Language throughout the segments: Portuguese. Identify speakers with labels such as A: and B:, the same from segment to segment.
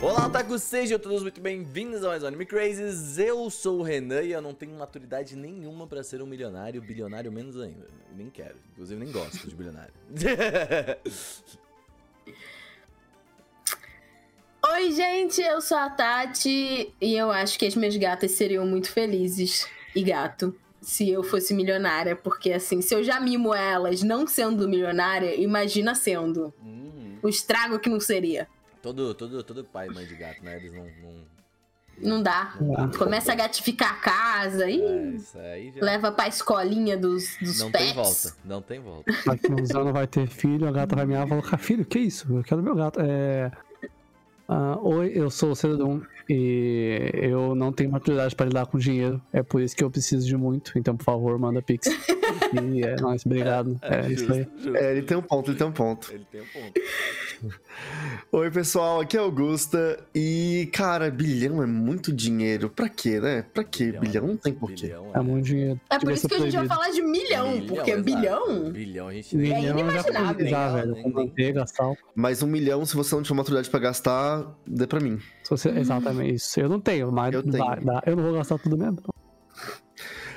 A: Olá, Otaku, sejam todos muito bem-vindos a mais um Anime Crazes. Eu sou o Renan e eu não tenho maturidade nenhuma pra ser um milionário, bilionário menos ainda. Eu Nem quero, inclusive nem gosto de bilionário.
B: Oi, gente, eu sou a Tati e eu acho que as minhas gatas seriam muito felizes e gato se eu fosse milionária, porque assim, se eu já mimo elas não sendo milionária, imagina sendo.
A: Hum,
B: O estrago que não seria.
A: todo, todo, todo pai e mãe de gato, né? Eles não. não...
B: Não dá.
C: Ah.
B: Começa a gatificar a casa e
A: É, isso aí já.
B: leva pra escolinha dos, dos
A: Não
B: pets.
A: tem volta, não tem volta.
C: Daqui uns anos vai ter filho, a gata vai me falar, cara, filho, que isso? Eu quero meu gato. É... ah, Oi, eu sou o Cedum e eu não tenho maturidade pra lidar com dinheiro. É por isso que eu preciso de muito. Então, por favor, manda pix. E é nóis, obrigado. É, isso aí.
A: justo.
D: É, ele tem um ponto, ele tem um ponto.
A: Ele tem um ponto.
D: Oi, pessoal, aqui é Augusta. E, cara, bilhão é muito dinheiro. Pra quê, né? Pra quê? Bilhão, não tem porquê.
A: é Bilhão,
C: É muito dinheiro.
B: É por
C: Devia
B: isso
C: ser
B: que a gente vai
C: proibido.
B: falar de milhão, porque
A: exato.
B: bilhão.
A: Bilhão a gente nem.
C: Milhão é né? eu já
B: É inimaginável. né?
C: fui já, velho.
A: Nem-
C: Com manteiga, sal.
D: Mas um milhão, se você não tiver maturidade pra gastar, dê pra mim.
C: Se você- Exatamente isso. Eu não tenho, mas
D: Eu
C: eu,
D: tenho.
C: Dá, dá. eu não vou gastar tudo mesmo.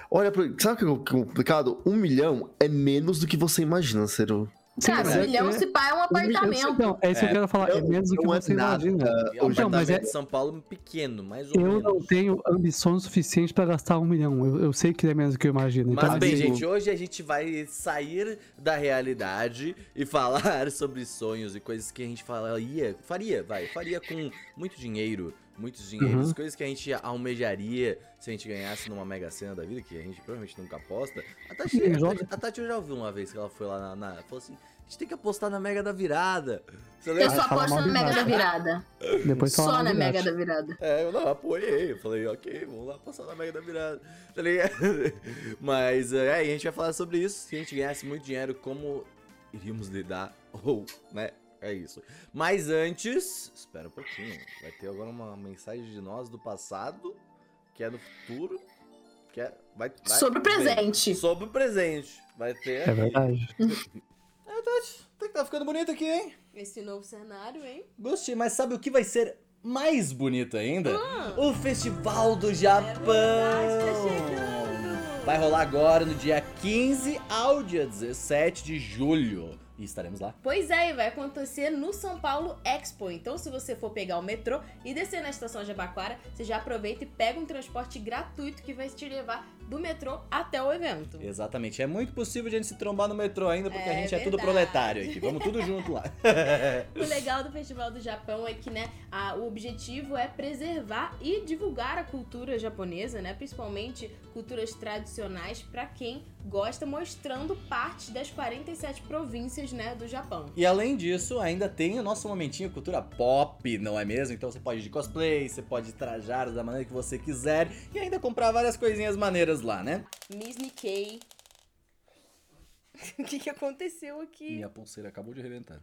D: Olha, pro- sabe o que é complicado? Um milhão é menos do que você imagina, Ciro.
B: Cara,
C: mas
B: um
C: é-
B: milhão
C: é-
B: se pá é um
C: Um milhão-
B: apartamento.
C: Não, é isso que eu quero falar. É
D: não-
C: menos do que
D: não é
C: você
D: nada.
C: imagina.
A: É um
D: Hoje- tá
C: Não, mas
A: apartamento
C: é-
A: de São Paulo pequeno, mais ou
C: Eu
A: menos.
C: não tenho ambições suficientes pra gastar um milhão. Eu, eu sei que é menos do que eu imagino.
A: Mas
C: Então,
A: bem,
C: assim,
A: gente, hoje a gente vai sair da realidade e falar sobre sonhos e coisas que a gente falaria, faria, vai, faria com muito dinheiro, muitos dinheiros,
C: Uhum.
A: coisas que a gente almejaria se a gente ganhasse numa mega cena da vida, que a gente provavelmente nunca aposta. A Tati,
C: Ninguém
A: a
C: joga.
A: Tati- a Tati eu já ouvi uma vez que ela foi lá na, na- falou assim, a gente tem que apostar na mega da virada. Você
B: Eu
A: lembra?
B: só
C: Vai falar
B: aposto na
C: mal de
B: mega da
C: nada.
B: virada.
C: Depois
B: Só
C: fala
B: na
C: novidade.
B: mega da virada.
A: É, eu não apoiei. Eu falei, ok, vamos lá passar na Mega da Virada. Tá ligado? Mas é, a gente vai falar sobre isso. Se a gente ganhasse muito dinheiro, como iríamos lidar? Ou, né? É isso. Mas antes, espera um pouquinho. Vai ter agora uma mensagem de nós do passado, que é do futuro, que é. Vai, vai-
B: Sobre o
A: bem,
B: presente.
A: sobre o presente. Vai ter.
C: É verdade.
A: É, Tati, tem que tá ficando bonito aqui, hein?
B: Esse novo cenário, hein?
A: Gostei, mas sabe o que vai ser mais bonito ainda? O Festival do Ah,
E: É
A: Japão!
E: tá
A: vai rolar agora no dia 15 ao dia 17 de julho. E estaremos lá.
E: Pois é, e vai acontecer no São Paulo Expo. Então, se você for pegar o metrô e descer na estação Jabaquara, você já aproveita e pega um transporte gratuito que vai te levar do metrô até o evento.
A: Exatamente. É muito possível de a gente se trombar no metrô ainda, porque
E: É
A: a gente é tudo
E: verdade.
A: proletário aqui. Vamos tudo junto lá.
E: O legal do Festival do Japão é que, né, a- o objetivo é preservar e divulgar a cultura japonesa, né, principalmente culturas tradicionais pra quem gosta, mostrando parte das 47 províncias, né, do Japão.
A: E além disso, ainda tem o nosso momentinho cultura pop, não é mesmo? Então você pode ir de cosplay, você pode trajar da maneira que você quiser e ainda comprar várias coisinhas maneiras lá, né?
E: Miss Nikkei. o que que aconteceu aqui?
A: Minha pulseira acabou de reventar.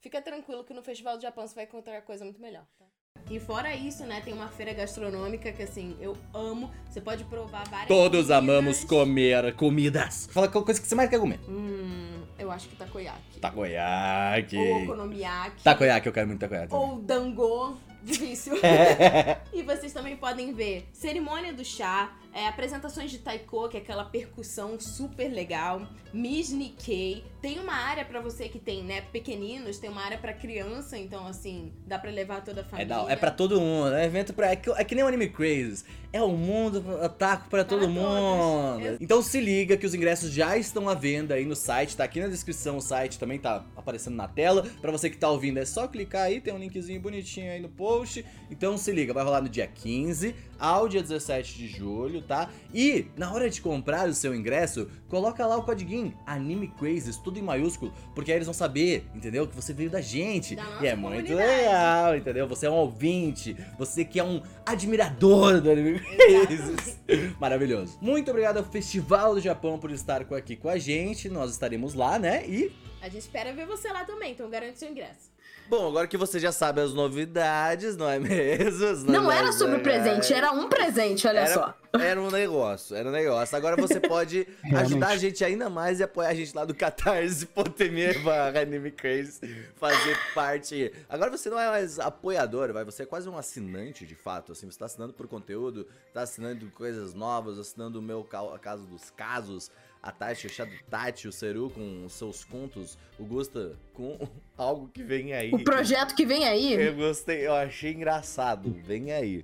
E: Fica tranquilo que no Festival do Japão você vai encontrar coisa muito melhor. tá? E fora isso, né, tem uma feira gastronômica que assim, eu amo. Você pode provar várias
A: Todos
E: comidas.
A: amamos comer comidas. Fala qual coisa que você mais quer comer.
E: Hum, eu acho que takoyaki.
A: Tá Takoyaki.
E: Ou okonomiyaki.
A: Takoyaki, eu quero muito takoyaki. também.
E: Ou dango. Difícil.
A: É.
E: E vocês também podem ver cerimônia do chá, é, apresentações de taiko, que é aquela percussão super legal, Miss Nikkei. Tem uma área pra você que tem, né, pequeninos, tem uma área pra criança, então assim, dá pra levar toda a
A: É,
E: família.
A: da, é pra todo mundo, é evento pra. É que, é que nem o Anime Crazes. É o mundo, ataco pra todo
E: todos.
A: mundo.
E: Ex-
A: Então se liga que os ingressos já estão à venda aí no site, tá aqui na descrição o site, também tá aparecendo na tela. Pra você que tá ouvindo, é só clicar aí, tem um linkzinho bonitinho aí no post. Então se liga, vai rolar no dia 15 ao dia 17 de julho, tá? E na hora de comprar o seu ingresso, coloca lá o codiguinho Anime Crazes, tudo em maiúsculo, porque aí eles vão saber, entendeu? Que você veio da gente.
E: Da
A: e é
E: nossa
A: muito
E: comunidade.
A: legal, entendeu? Você é um ouvinte, você que é um admirador do Anime Crazes. Maravilhoso. Muito obrigado ao Festival do Japão por estar co- aqui com a gente. Nós estaremos lá, né? E
E: A gente espera ver você lá também, então garante seu ingresso.
A: Bom, agora que você já sabe as novidades, não é mesmo? As
E: Não era
A: novidades,
E: sobre o
A: é.
E: presente, era um presente, olha
A: Era-
E: só.
A: Era um negócio, era um negócio. Agora você pode ajudar a gente ainda mais e apoiar a gente lá do catarse.me barra anime crazy, fazer parte. Agora você não é mais apoiador, vai, você é quase um assinante de fato, assim, você tá assinando por conteúdo, tá assinando coisas novas, assinando o meu ca- caso dos casos, a Tati, o chá do Tati, o Seru com os seus contos, o Gusta com algo que vem aí.
E: O projeto que vem aí.
A: Eu gostei, eu achei engraçado. Vem aí.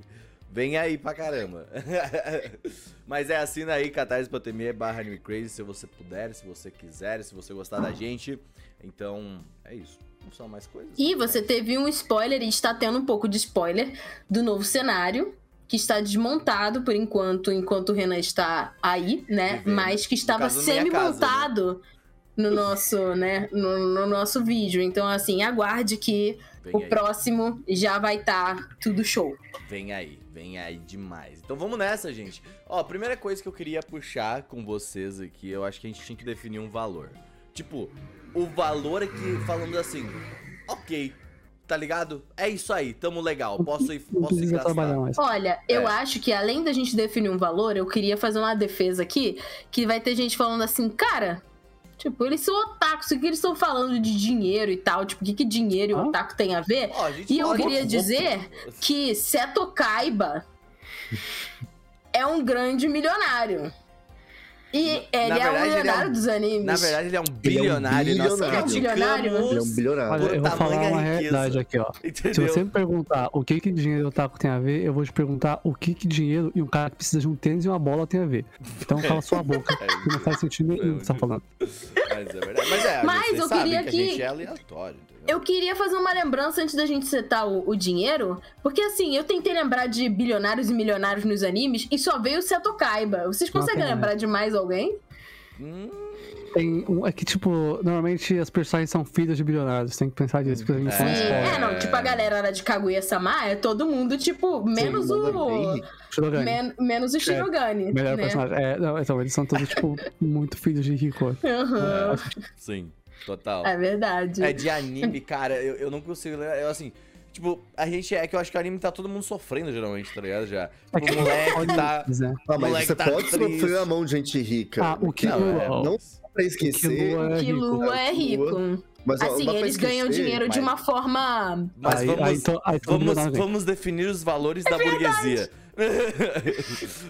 A: Vem aí pra caramba. Mas é assina aí, catarse.me barra anime crazy, se você puder, se você quiser, se você gostar da gente. Então, é isso. Não são mais coisas.
E: E você teve um spoiler e está tendo um pouco de spoiler do novo cenário, que está desmontado por enquanto, enquanto o Renan está aí, né?
A: Vivendo.
E: Mas que estava
A: caso, minha né?
E: semi-montado no nosso, né? No, no nosso vídeo. Então, assim, aguarde que
A: Vem
E: o
A: aí.
E: próximo já vai estar tudo show.
A: Vem aí, vem aí demais. Então vamos nessa, gente. Ó, a primeira coisa que eu queria puxar com vocês aqui, eu acho que a gente tinha que definir um valor. Tipo, o valor é que falando assim, ok, tá ligado? É isso aí, tamo legal, posso ir,
C: Não
A: posso ir
C: precisa trabalhar
A: gastar.
C: mais.
E: Olha,
A: É.
E: eu acho que além da gente definir um valor, eu queria fazer uma defesa aqui, que vai ter gente falando assim, cara, tipo, eles são otakus, o que eles estão falando de dinheiro e tal? Tipo, o que, que dinheiro e
C: Hã?
E: otaku tem a ver?
A: Ó, a gente é
E: E eu
A: pode-
E: queria dizer Que Seto Kaiba é um grande milionário. E ele é
A: verdade, ele é
E: um
A: um-
E: milionário dos animes.
A: Na verdade, ele é um bilionário, nós
D: bilionário.
A: criticamos.
D: Ele é um bilionário.
C: Olha,
A: Por
C: eu vou
A: tamanha
C: falar uma
A: riqueza.
C: realidade aqui, ó. Se
A: Entendeu?
C: você me perguntar o que que dinheiro e otaku tem a ver, eu vou te perguntar o que que dinheiro e um cara que precisa de um tênis e uma bola tem a ver. Então cala sua boca,
A: É,
C: que não faz sentido nenhum o que você tá falando.
A: mas é verdade. Mas é,
E: Mas
A: vocês
E: eu
A: sabem
E: queria
A: que,
E: que-
A: a gente é aleatório, entendeu?
E: Eu queria fazer uma lembrança antes da gente setar o, o dinheiro, porque assim, eu tentei lembrar de bilionários e milionários nos animes e só veio o Seto Kaiba. Vocês
C: Não
E: conseguem
C: tem, né?
E: lembrar de mais alguém?
A: Hum,
C: Tem um, é que, tipo, normalmente as personagens são filhas de bilionários, tem que pensar disso, porque a gente
A: É.
C: são
E: E-
C: spoiler.
E: é, não, tipo, a galera era de Kaguya-sama, é todo mundo, tipo, menos o...
C: Shirogane,
E: men- menos o Shinogami,
C: melhor
E: né?
C: personagem. É, não, então, eles são todos, tipo, muito filhos de rico.
E: Aham,
A: sim, total.
E: É verdade.
A: É de anime, cara, eu, eu não consigo lembrar. Eu assim, tipo, a gente é que eu acho que o anime tá todo mundo sofrendo geralmente, tá ligado? Já.
C: É
A: Tipo, o moleque tá.
C: Pois é.
D: Ah, mas
A: Moleque
D: você
A: tá
D: pode
A: triste.
D: sofrer a mão de gente rica.
C: Ah, o que
A: Não, é,
D: não dá pra esquecer.
C: Lua é
E: que
C: rico.
E: Lua é rico.
D: Mas, ó,
E: Assim,
D: dá pra
E: eles ganham
D: esquecer,
E: dinheiro de
D: mas-
E: uma forma.
A: Mas
C: aí,
A: vamos,
C: aí, então, aí, então,
A: vamos,
C: bilionário ganha.
A: vamos definir os
C: É
A: valores da burguesia.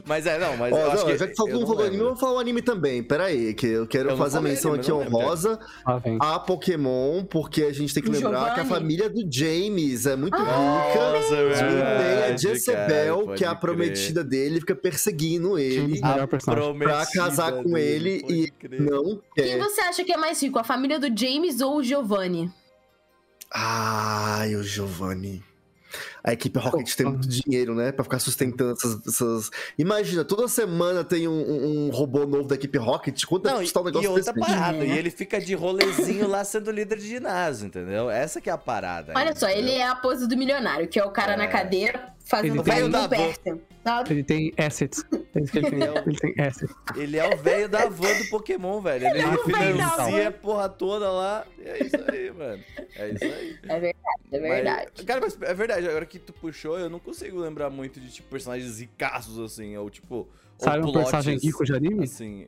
A: mas é, não, mas
D: Ó,
A: eu acho
D: não,
A: que.
D: já que falou
A: eu
D: um
A: não
D: falou anime, eu
A: lembro.
D: vou falar o anime também. Pera aí, que eu quero
A: Eu não
D: fazer a
A: falei
D: menção
A: anime,
D: aqui
A: eu não lembro. é.
D: honrosa
C: Ah, vem.
D: a Pokémon, porque a gente tem que
E: O
D: lembrar que
E: Giovanni.
D: a
E: Ah,
D: família do James é muito rica.
A: Nossa,
D: E tem a é
A: verdade,
D: Jezebel,
A: cara,
D: que é a
A: pode crer.
D: prometida dele, fica perseguindo ele.
C: James
A: A
C: Melhor personagem.
A: prometida
D: Pra casar com ele
A: pode
D: e
A: crer.
D: Não
E: Quem
D: quer.
E: você acha que é mais rico? A família do James ou o Giovanni?
D: Ai, o Giovanni. A equipe Rocket tem
C: Oh.
D: muito dinheiro, né? Pra ficar sustentando essas. essas- Imagina, toda semana tem um, um- um robô novo da equipe Rocket. Quanto
A: Não,
D: é
A: e,
D: custar um negócio
A: e outra
D: desse?
A: parada.
E: É.
A: E ele fica de rolezinho lá sendo líder de ginásio, entendeu? Essa que é a parada.
E: Olha
A: aí,
E: só,
A: entendeu?
E: ele é a pose do milionário, que é o cara
A: É.
E: na cadeira
C: Ele
E: fazendo
C: tem-
A: Veio
E: carinho
A: da
E: no Persian. sabe?
C: Ele tem assets. É isso que ele tem. Ele tem assets.
A: Ele é o velho da van do Pokémon, velho. Ele,
E: Ele é o velho da
A: financia
E: van.
A: a porra toda lá. E é isso aí, mano. É isso aí.
E: É verdade, é verdade.
A: Mas, cara, mas é verdade. Agora que tu puxou, eu não consigo lembrar muito de tipo, personagens ricaços, assim. Ou tipo.
C: Sabe
A: ou
C: um personagem
A: plots,
C: rico de anime?
A: Assim.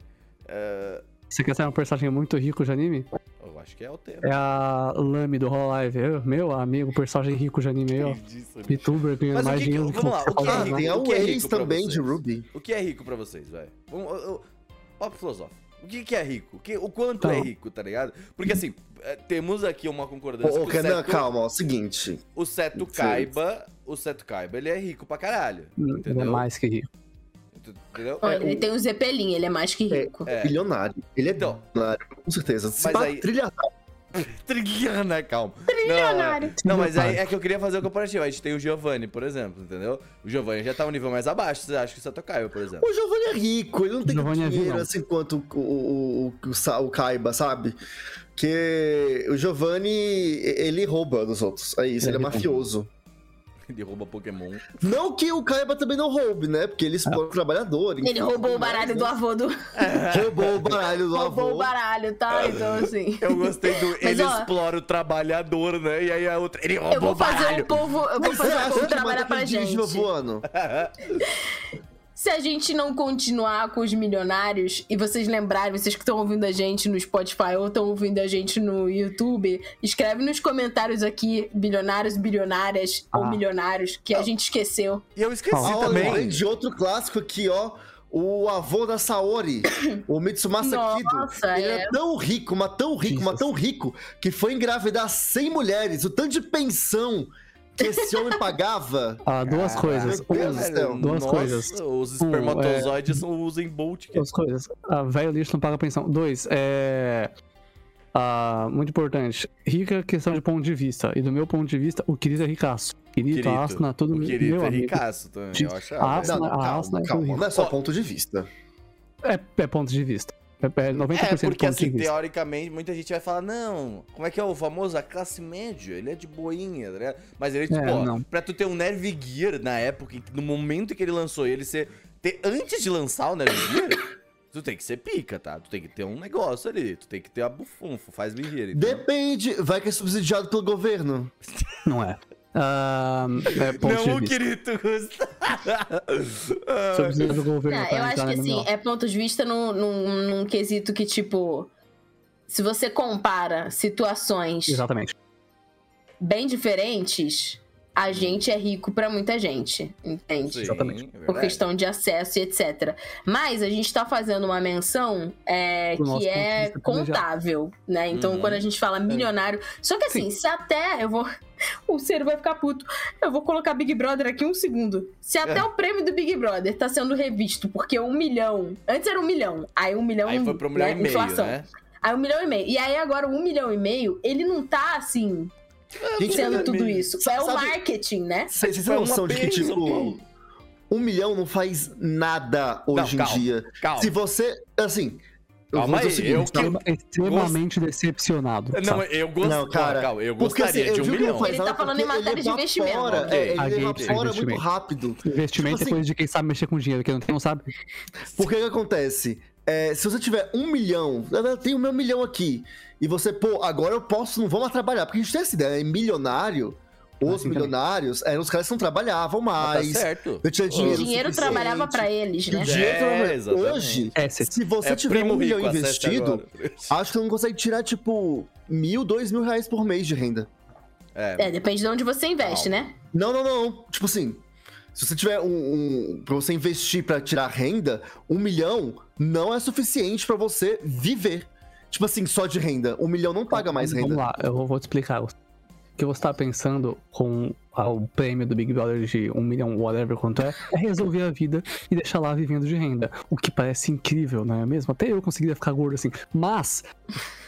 A: é,
C: Você quer saber um personagem muito rico de anime?
A: Eu acho que é o tema.
C: É a Lame do Hollow Live. Eu- Meu amigo, personagem rico de anime. ó.
A: Quem disse, né?
C: VTuber ganhando
A: Mas o
C: mais
A: que que-
C: dinheiro do que
A: vamos lá,
C: você
A: o que é
C: falava.
A: rico?
D: Ah, Tem a
A: O que é rico
D: Waze
A: pra
D: também de
A: vocês?
D: Ruby.
A: O que é rico pra vocês, velho? Vamos. eu- eu- Papo filosófico. O que, que é rico? O que- o quanto
C: Tá.
A: é rico, tá ligado? Porque assim, é, temos aqui uma concordância.
D: Ô, ô,
A: que o
D: Renan,
A: Seto-
D: calma, ó. Seguinte.
A: O Seto
D: Sim.
A: Kaiba. O Seto Kaiba, ele é rico pra caralho.
C: Hum, Ele é
A: Entendeu?
C: mais que rico.
A: Ent- Entendeu?
E: Olha, ele tem o Zeppelin, ele é mais que rico.
A: É.
D: Bilionário. Ele é
A: Então.
D: bilionário, com certeza. Se
A: Mas
D: pá,
A: aí-
D: trilhardário.
A: Trilhana, calma. Trilionário. Não, mas aí é que eu queria fazer o comparativo. A gente tem o Giovanni, por exemplo, entendeu? O Giovanni já tá um nível mais abaixo, você acha que o Seto Kaiba, por exemplo.
D: O Giovanni é rico, ele não tem
C: Giovanni é
D: dinheiro
C: vilão.
D: assim quanto o, o, o, o, Sa- o Kaiba, sabe? Que o Giovanni, ele rouba dos outros. É isso,
C: Ele
D: ele é
C: é rico.
D: mafioso.
F: Ele rouba Pokémon.
D: Não que o Kaiba também não roube, né? Porque ele explora o trabalhador.
E: Ele
D: enfim,
E: roubou o
D: mas,
E: baralho
D: né?
E: do avô do.
D: Roubou o baralho do
E: Roubou o
D: avô.
E: baralho, tá? Então, assim.
A: Eu gostei do. ele
E: ó-
A: explora o trabalhador, né? E aí a outra. Ele
E: Eu
A: roubou
E: vou
A: o
E: fazer um
A: baralho.
E: o povo. Eu vou
D: Você
E: fazer o
D: acha
E: povo
D: que
E: trabalhar
D: mata
E: pra gente.
D: indígena voando?
E: Se a gente não continuar com os milionários, e vocês lembrarem, vocês que estão ouvindo a gente no Spotify ou estão ouvindo a gente no YouTube, escreve nos comentários aqui, bilionários, bilionárias ou
C: Ah.
E: milionários, que a gente esqueceu.
A: E eu esqueci
C: Ah,
D: Ah, olha, lembrei
A: também.
D: de outro clássico aqui, ó. O avô da Saori, o Mitsumasa Kido.
E: Nossa,
D: Ele é.
E: é.
D: tão rico, mas tão rico, mas
C: Jesus.
D: tão rico, que foi engravidar 100 mulheres. O tanto de pensão que esse homem pagava.
C: Ah, duas coisas.
D: Meu Deus
C: Um,
D: do céu.
C: Duas
A: então, Nossa,
C: coisas. Um, é,
A: Os espermatozoides são os em Bolt.
C: Duas coisas. A velho lixo não paga pensão. Dois, é. Ah, muito importante. Rica questão de ponto de vista. E do meu ponto de vista, o Kirito é ricaço. Kirito,
A: Kirito.
C: a Asuna, todo
A: O
C: mundo.
A: querido
C: Meu
A: é
C: amigo.
A: ricaço também, eu
C: Ah,
A: achava.
C: sim.
D: Não, não,
C: a
D: calma,
C: Asuna é
D: calma.
C: horrível.
D: Não é só
A: Ó.
D: ponto de vista.
C: É, é ponto de vista. É, é 90%
A: É, porque
C: ponto
A: assim,
C: de vista.
A: teoricamente, muita gente vai falar, não, como é que é o famoso? A classe média, ele é de boinha, tá ligado? Mas ele, tipo,
C: É,
A: ó,
C: não.
A: pra tu ter um Nerve Gear na época, em que- no momento que ele lançou, e ele ser. Ter, antes de lançar o Nerve Gear, tu tem que ser pica, tá? Tu tem que ter um negócio ali, tu tem que ter a bufunfo, faz bem dinheiro. entendeu?
D: Depende, vai que é subsidiado pelo governo.
C: Não é. Ah, é ponto
A: Não, o
C: de vista.
A: querido Gustavo.
C: Subsídio do governo.
E: Não,
C: pra
E: eu acho
C: entrar
E: que
C: na
E: assim,
C: MMO.
E: é ponto de vista num, num, num quesito que, tipo, se você compara situações
C: Exatamente.
E: bem diferentes, a gente é rico pra muita gente, entende?
A: Sim,
C: Exatamente.
A: é
E: Por
A: verdade.
E: questão de acesso e etc. Mas a gente tá fazendo uma menção é,
C: Do nosso
E: que
C: ponto de
E: é
C: vista privilegiado.
E: contável, né? Então
A: Uhum.
E: quando a gente fala milionário. Só que assim, se até. Eu vou. O Ciro vai ficar puto. Eu vou colocar Big Brother aqui um segundo. Se até
A: É.
E: o prêmio do Big Brother tá sendo revisto, porque um milhão. Antes era um milhão. Aí um milhão.
A: Aí foi pra um milhão
E: né,
A: e meio,
E: inflação.
A: né?
E: Aí um milhão e meio. E aí agora um milhão e meio, ele não tá assim,
A: É,
D: Gente,
E: sendo tudo
A: meio.
E: isso.
D: Sabe-
E: é o
D: sabe-
E: marketing, né?
D: Vocês vocês
A: Foi
D: têm
A: É uma
D: noção de que,
A: benção,
D: tipo,
A: Paulo.
D: um milhão não faz nada hoje
A: calma.
D: em dia.
A: Calma.
D: Se você, assim,
A: Calma
D: vou
A: aí,
D: dizer
A: eu
D: tá?
A: que-
C: Tava extremamente decepcionado.
A: Não,
C: sabe?
A: eu gosto.
D: Não, cara,
A: calma, eu
D: Porque, assim,
A: gostaria
D: eu
A: de um
D: digo que não
A: milhão.
D: faz
E: Ele tá
D: nada
E: falando em
D: porque ele é
E: matéria de investimento,
D: evapora,
E: ok.
D: é,
C: A
D: ele
C: gente-
D: evapora muito
C: investimento.
D: rápido.
A: assim
C: Investimento
D: Tipo
C: é coisa de quem sabe mexer com dinheiro, quem não tem, não sabe.
D: Porque o que acontece? É, se você tiver um milhão, eu tenho meu milhão aqui, e você, pô, agora eu posso, não vou mais trabalhar. Porque a gente tem essa ideia, é milionário, os
C: Assim também.
D: milionários, eram os caras que não trabalhavam
A: Ah, tá
D: mais.
A: certo.
D: não tinha
E: O
D: dinheiro.
E: dinheiro
D: suficiente.
E: trabalhava pra eles,
D: O
E: né?
D: dinheiro
A: É,
D: trabalhava-
A: exatamente. é
D: Hoje,
C: Assets.
D: se você tiver um milhão
A: rico, acesse
D: investido,
A: agora.
D: acho que não consegue tirar, tipo, mil, dois mil reais por mês de renda.
A: É,
E: É, depende de onde você investe, né?
D: Não, não, não. Tipo assim, se você tiver um. um pra você investir pra tirar renda, um milhão não é suficiente pra você viver. Tipo assim, só de renda. Um milhão não paga mais
C: Vamos
D: renda.
C: lá, eu vou- vou te explicar. O que você tá pensando com a- o prêmio do Big Brother de um milhão, whatever quanto é, é resolver a vida e deixar lá vivendo de renda. O que parece incrível, não é mesmo? Até eu conseguiria ficar gordo assim. Mas,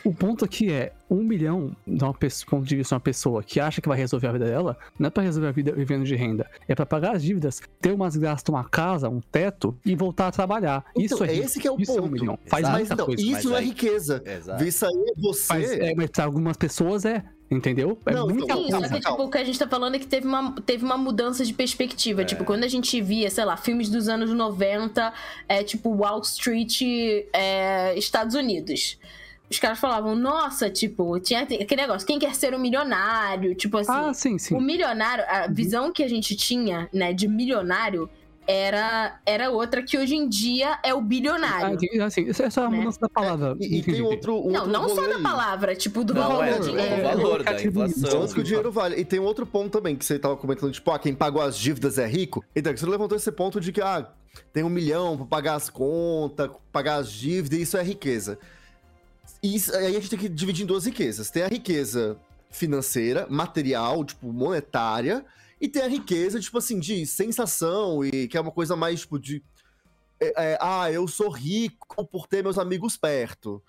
C: o ponto aqui é, um milhão, de uma pessoa, ponto de vista de uma pessoa que acha que vai resolver a vida dela, não é pra resolver a vida vivendo de renda. É pra pagar as dívidas, ter umas gastas, uma casa, um teto e voltar a trabalhar. isso
D: Então,
C: é,
D: é
C: rico,
D: esse que é o
C: isso é um
D: ponto.
C: milhão. Faz
A: Exato.
D: Mas
C: muita
D: então,
C: coisa.
D: isso
A: mas
D: não é
A: aí-
D: riqueza.
A: exato.
D: Isso aí é você.
C: Mas, é, mas pra algumas pessoas é, entendeu? É
D: Não,
C: muita
D: então,
E: Sim,
D: calma,
E: só que
C: coisa.
D: calma.
E: tipo, o que a gente tá falando é que teve uma, teve uma mudança de perspectiva. Tipo, quando a gente via, sei lá, filmes dos anos 90, é tipo Wall Street, é, Estados Unidos. Os caras falavam, nossa, tipo, tinha aquele negócio, quem quer ser um milionário? Tipo assim,
C: Ah, sim, sim.
E: o milionário, a
D: Uhum.
E: visão que a gente tinha, né, de milionário era, era outra que hoje em dia é o
C: Ah,
E: bilionário.
C: entendi. assim, isso é só a
E: Né?
C: mudança da palavra.
D: E, e
C: Entendi,
D: tem outro. um outro
E: não, não só
D: rolê
E: da
D: aí.
E: palavra, tipo, do
A: Não,
E: valor
A: é,
E: do
A: do
E: dinheiro.
A: valor da
C: Cativo isso.
A: inflação.
D: Tanto Então, que o dinheiro vale. E tem um outro ponto também que você tava comentando, tipo, ah, quem pagou as dívidas é rico. Então, que você levantou esse ponto de que, ah, tem um milhão pra pagar as contas, pagar as dívidas, e isso é riqueza. E isso- aí a gente tem que dividir em duas riquezas. Tem a riqueza financeira, material, tipo, monetária, e tem a riqueza, tipo assim, de sensação, e que é uma coisa mais, tipo, de. é, é, ah, eu sou rico por ter meus amigos perto.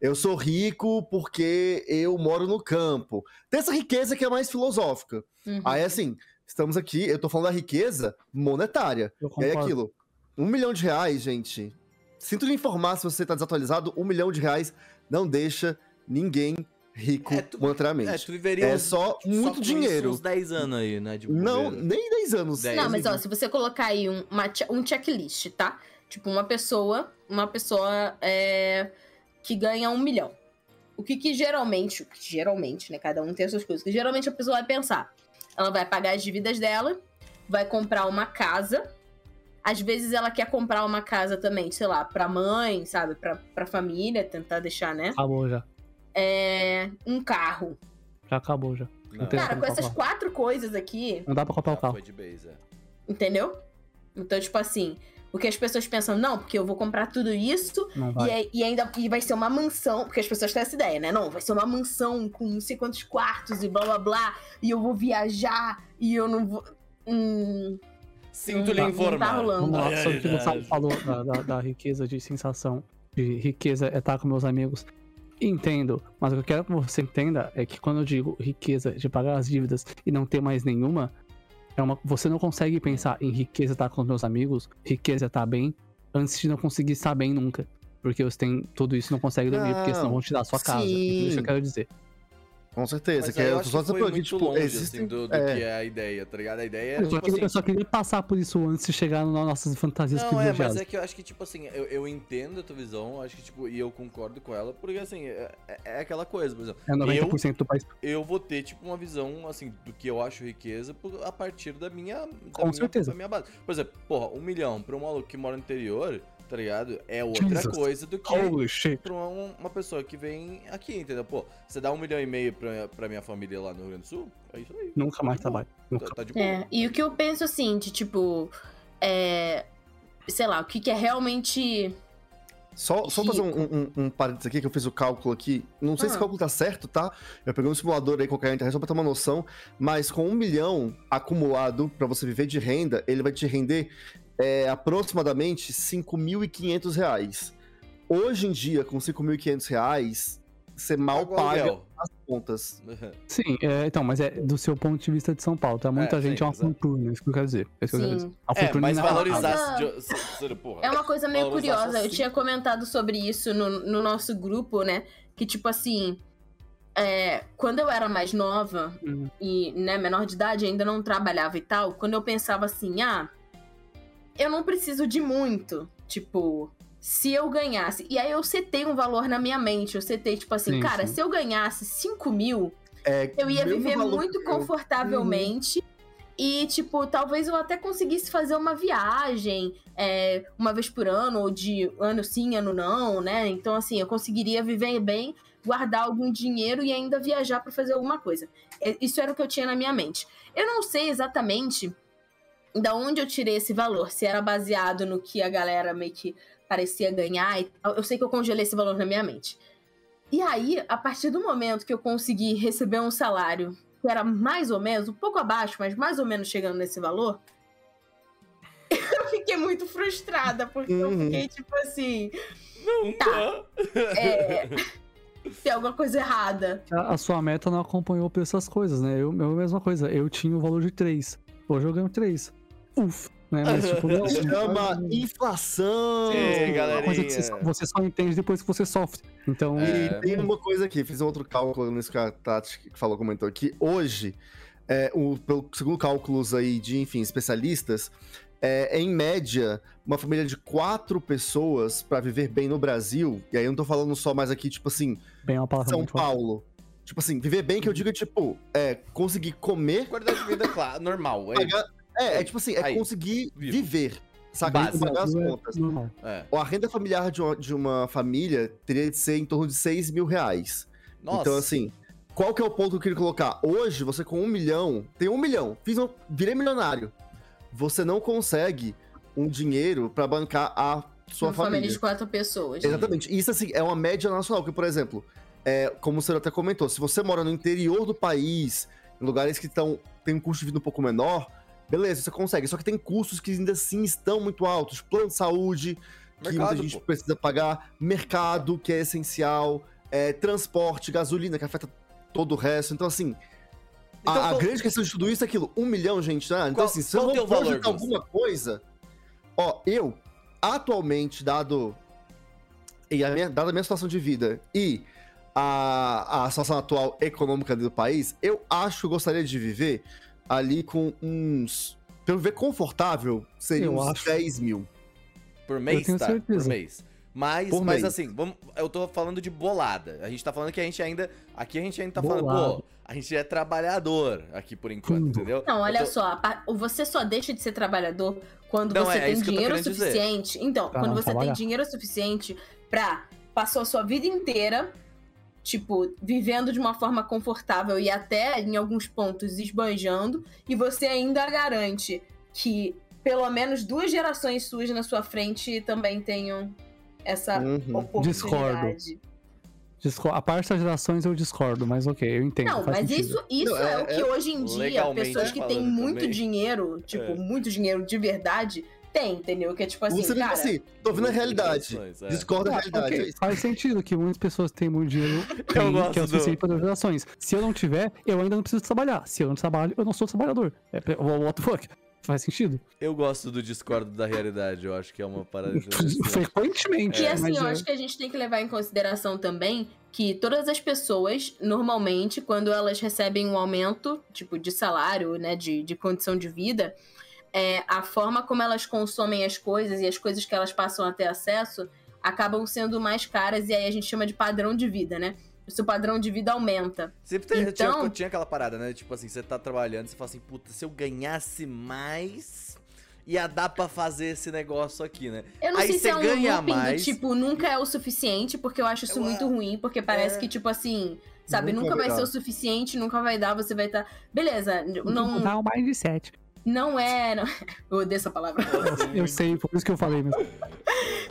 D: Eu sou rico porque eu moro no campo. Tem essa riqueza que é mais filosófica.
E: Uhum.
D: Aí, assim, estamos aqui, eu tô falando da riqueza monetária.
C: eu
D: E aí,
C: concordo.
D: aquilo, um milhão de reais, gente. Sinto lhe informar se você tá desatualizado, um milhão de reais não deixa ninguém rico
A: É, tu-
D: monetariamente.
A: É,
D: É,
A: tu viveria uns-
D: só
A: só
D: muito
A: com
D: dinheiro.
A: isso uns 10 anos aí, né? de
D: Não,
A: bobeira.
D: nem 10 anos.
A: Dez.
E: Não, mas ó, se você colocar aí um, uma che- um checklist, tá? Tipo, uma pessoa, uma pessoa é, que ganha um milhão. O que que geralmente, o que geralmente, né? Cada um tem as suas coisas. O que geralmente a pessoa vai pensar. Ela vai pagar as dívidas dela, vai comprar uma casa. Às vezes ela quer comprar uma casa também, sei lá, pra mãe, sabe? Pra, pra família, tentar deixar, né?
C: Acabou já.
E: É, um carro.
C: Já acabou já.
A: Não.
C: tem-
E: Cara, com essas quatro coisas aqui,
C: Não dá pra comprar o
A: Já
C: carro.
A: foi de base, é.
E: Entendeu? Então, tipo assim, o que as pessoas pensam, não, porque eu vou comprar tudo isso
C: Não
E: e,
C: vai.
E: aí- e ainda e vai ser uma mansão, porque as pessoas têm essa ideia, né? Não, vai ser uma mansão com não sei quantos quartos e blá blá blá, e eu vou viajar e eu não vou. Hum,
A: Sinto lhe
E: não tá- Não tá
A: informar.
E: rolando.
C: Vamos lá,
A: Na
C: sobre o que o Gustavo
A: realidade.
C: falou da, da- da riqueza de sensação, de riqueza é estar com meus amigos. Entendo, mas o que eu quero que você entenda é que quando eu digo riqueza de pagar as dívidas e não ter mais nenhuma, é uma, você não consegue pensar em riqueza estar com os meus amigos, riqueza estar bem, antes de não conseguir estar bem nunca. Porque você tem tudo isso e não consegue dormir, porque senão
D: Não,
C: vão te dar a sua casa.
D: sim.
C: É Isso que eu quero dizer.
D: Com certeza.
A: Mas
D: que
A: aí
D: é-
A: eu
D: eu
A: acho
D: só
A: que foi
D: porque,
A: muito
D: tipo,
A: longe,
D: existem-
A: assim, do, do
D: é.
A: que é a ideia, tá ligado? A ideia é,
C: eu, só
A: tipo
C: queria, eu
A: assim...
C: só queria passar por isso antes de chegar nas nossas fantasias
A: Não, é,
C: privilegiadas.
A: mas é que eu acho que, tipo assim, eu, eu entendo a tua visão, eu acho que, tipo, e eu concordo com ela, porque, assim, é, é- é aquela coisa, por exemplo,
C: É 90% do país.
A: eu vou ter, tipo, uma visão, assim, do que eu acho riqueza por- a partir da minha... da
C: Com
A: minha-
C: certeza.
A: Da minha base. Por exemplo, porra, um milhão pra um maluco que mora no interior, tá ligado? É outra
C: Jesus.
A: coisa do que...
C: Holy shit.
A: pra um- uma pessoa que vem aqui, entendeu? Pô, você dá um milhão e meio pra, pra minha família lá no Rio Grande do Sul, é isso aí.
C: Nunca mais trabalho.
A: Tá,
C: Nunca.
A: tá de boa.
E: É, e o que eu penso assim, de tipo. É, sei lá, o que, que é realmente.
D: Só, só fazer um, um, um parênteses aqui, que eu fiz o cálculo aqui. Não sei se
E: Ah.
D: o cálculo tá certo, tá? Eu peguei um simulador aí qualquer na internet só pra ter uma noção. Mas com um milhão acumulado pra você viver de renda, ele vai te render é, aproximadamente 5.500 reais. Hoje em dia, com 5.500 reais, você mal
A: Paga o
D: paga
A: aluguel.
D: as contas.
C: Sim, é, então, mas é do seu ponto de vista de São Paulo. Tá? Muita
A: É,
C: gente
A: sim,
C: é uma
A: exato.
C: fortuna, isso que eu quero dizer. É isso que eu quero dizer.
E: Sim.
C: A
A: É,
C: fortuna
A: mas
C: não-
A: valorizar.
E: Mas,
A: se- se- se- porra.
E: É uma coisa meio
A: Valorizar
E: curiosa.
A: só
E: Eu tinha
A: cinco.
E: comentado sobre isso no, no nosso grupo, né? Que, tipo assim, é, quando eu era mais nova
C: Uhum.
E: e, né, menor de idade, ainda não trabalhava e tal, quando eu pensava assim, ah, eu não preciso de muito. Tipo, se eu ganhasse. E aí eu setei um valor na minha mente. Eu setei, tipo assim,
C: Sim,
E: cara,
C: sim.
E: se eu ganhasse 5 mil,
D: É,
E: eu ia
D: mesmo
E: viver
D: valor
E: muito
D: que eu-
E: confortavelmente. E, tipo, talvez eu até conseguisse fazer uma viagem é, uma vez por ano, ou de ano sim, ano não, né? Então, assim, eu conseguiria viver bem, guardar algum dinheiro e ainda viajar pra fazer alguma coisa. É, Isso era o que eu tinha na minha mente. Eu não sei exatamente da onde eu tirei esse valor, se era baseado no que a galera meio que parecia ganhar e tal. Eu sei que eu congelei esse valor na minha mente. E aí, a partir do momento que eu consegui receber um salário que era mais ou menos, um pouco abaixo, mas mais ou menos chegando nesse valor, eu fiquei muito frustrada, porque eu
D: Uhum.
E: fiquei tipo assim:
A: Não dá.
E: é, tem alguma coisa errada.
C: A, a sua meta não acompanhou o preço das coisas, né? Eu, eu mesma coisa. Eu tinha o valor de 3. Hoje eu ganho 3. Uf, né? Mas tipo, não, é
D: Chama inflação!
A: Sim,
C: uma coisa que você, só- você só entende depois que você sofre. Então,
A: É.
D: E tem uma coisa aqui, fiz um outro cálculo nisso que a Tati que falou, comentou aqui. Hoje, é, o, pelo, segundo cálculos aí de, enfim, especialistas, é, em média, uma família de quatro pessoas pra viver bem no Brasil, e aí eu não tô falando só mais aqui, tipo assim,
C: bem é uma palavra
D: São
C: muito forte.
D: Paulo. Tipo assim, viver bem que
A: Uhum.
D: eu digo é tipo, é conseguir comer,
A: Qualidade de vida, claro, normal. É,
D: pagar. É, é tipo assim, é
A: Aí,
D: conseguir
A: vivo.
D: viver, saca?
A: Básico.
D: Pagar as
C: Não é
D: contas.
C: normal.
A: é.
D: A renda familiar de uma, de uma família teria de ser em torno de 6 mil reais.
A: Nossa.
D: Então, assim, qual que é o ponto que eu queria colocar? Hoje, você com um milhão, tem um milhão, fiz um, virei milionário. Você não consegue um dinheiro pra bancar a sua
E: Uma família.
D: família.
E: de quatro pessoas.
D: Exatamente. Isso, assim, é uma média nacional, que, por exemplo, é, como você até comentou, se você mora no interior do país, em lugares que tão, tem um custo de vida um pouco menor, beleza, você consegue. Só que tem custos que ainda assim estão muito altos. Plano de saúde, que muita
A: Mercado,
D: gente
A: pô.
D: precisa pagar, mercado, que é essencial, é, transporte, gasolina, que afeta todo o resto. Então, assim,
A: Então,
D: a, a
A: qual-
D: grande questão de tudo isso é aquilo, um milhão, gente, né? Então,
A: Qual-
D: assim, se
A: qual
D: eu
A: teu
D: vou
A: valor,
D: projetar
A: Gusta?
D: alguma coisa, ó, eu, atualmente, dado, e a minha, dada a minha situação de vida e a a, a situação atual econômica do país, eu acho que eu gostaria de viver ali com uns. Pra eu viver confortável, seria
C: Eu
D: uns
C: acho.
D: 10 mil.
A: Por mês,
C: tenho
A: tá? Por
C: certeza.
A: mês. Mas,
D: Por
A: mas
D: mês.
A: assim, vamos, eu tô falando de bolada. A gente tá falando que a gente ainda. Aqui a gente ainda tá falando,
C: Bolado.
A: pô, a gente é trabalhador aqui por enquanto,
C: Fundo.
A: entendeu?
E: Não, olha
A: Eu tô-
E: só, a par- você só deixa de ser trabalhador quando
A: Não, é,
E: você
A: é
E: tem
A: isso que eu tô
E: dinheiro
A: querendo dizer.
E: suficiente. Então,
C: Pra
E: quando
C: não
E: você tem
C: trabalhar.
E: dinheiro suficiente pra passou a sua vida inteira, tipo, vivendo de uma forma confortável e até em alguns pontos esbanjando, e você ainda garante que pelo menos duas gerações suas na sua frente também tenham
A: Tá.
E: essa
D: Uhum.
E: oportunidade.
C: Disco- A parte das gerações eu discordo, mas ok, eu entendo.
E: Não,
C: faz
E: mas
C: sentido.
E: isso, isso
D: Não,
E: é,
D: é-
E: o que hoje em dia
A: legalmente
E: pessoas que têm
A: falando
E: muito
A: também.
E: dinheiro, tipo,
A: É.
E: muito dinheiro de verdade, tem, entendeu? Que é tipo assim,
D: Você diz
E: cara,
D: assim, tô vendo a realidade.
A: É.
D: Discordo da
C: Ah,
D: realidade.
C: ok,
D: é isso.
C: Faz sentido que muitas pessoas têm muito dinheiro
A: Eu
C: têm,
A: gosto
C: que é o
A: do-
C: suficiente para as relações. Se eu não tiver, eu ainda não preciso trabalhar. Se eu não trabalho, eu não sou trabalhador. É, what the fuck? Faz sentido?
A: Eu gosto do discordo da realidade, eu acho que é uma parada. interessante.
C: Frequentemente.
E: E assim,
C: mas
E: eu
C: é-
E: acho que a gente tem que levar em consideração também que todas as pessoas, normalmente, quando elas recebem um aumento, tipo, de salário, né, de, de condição de vida, é, a forma como elas consomem as coisas e as coisas que elas passam a ter acesso acabam sendo mais caras, e aí a gente chama de padrão de vida, né? O seu padrão de vida aumenta.
A: Sempre tem- tinha-
E: Então-
A: tinha, aquela parada, né? Tipo assim, você tá trabalhando, você fala assim, puta, se eu ganhasse mais, ia dar pra fazer esse negócio aqui, né?
E: Eu não
A: Aí
E: sei se
A: você
E: é um
A: ganha
E: looping
A: mais.
E: do tipo, nunca é o suficiente, porque eu acho isso
A: Eu,
E: muito
A: ah,
E: ruim, porque parece
A: é.
E: que, tipo assim, sabe,
D: Nunca
E: nunca
D: vai
E: vai ser
D: dar.
E: o suficiente, nunca vai dar, você vai estar. Beleza, n- não,
A: tá.
C: Dá um mindset.
E: não é. não- Eu odeio essa palavra.
C: Eu sei, foi por isso que eu falei mesmo.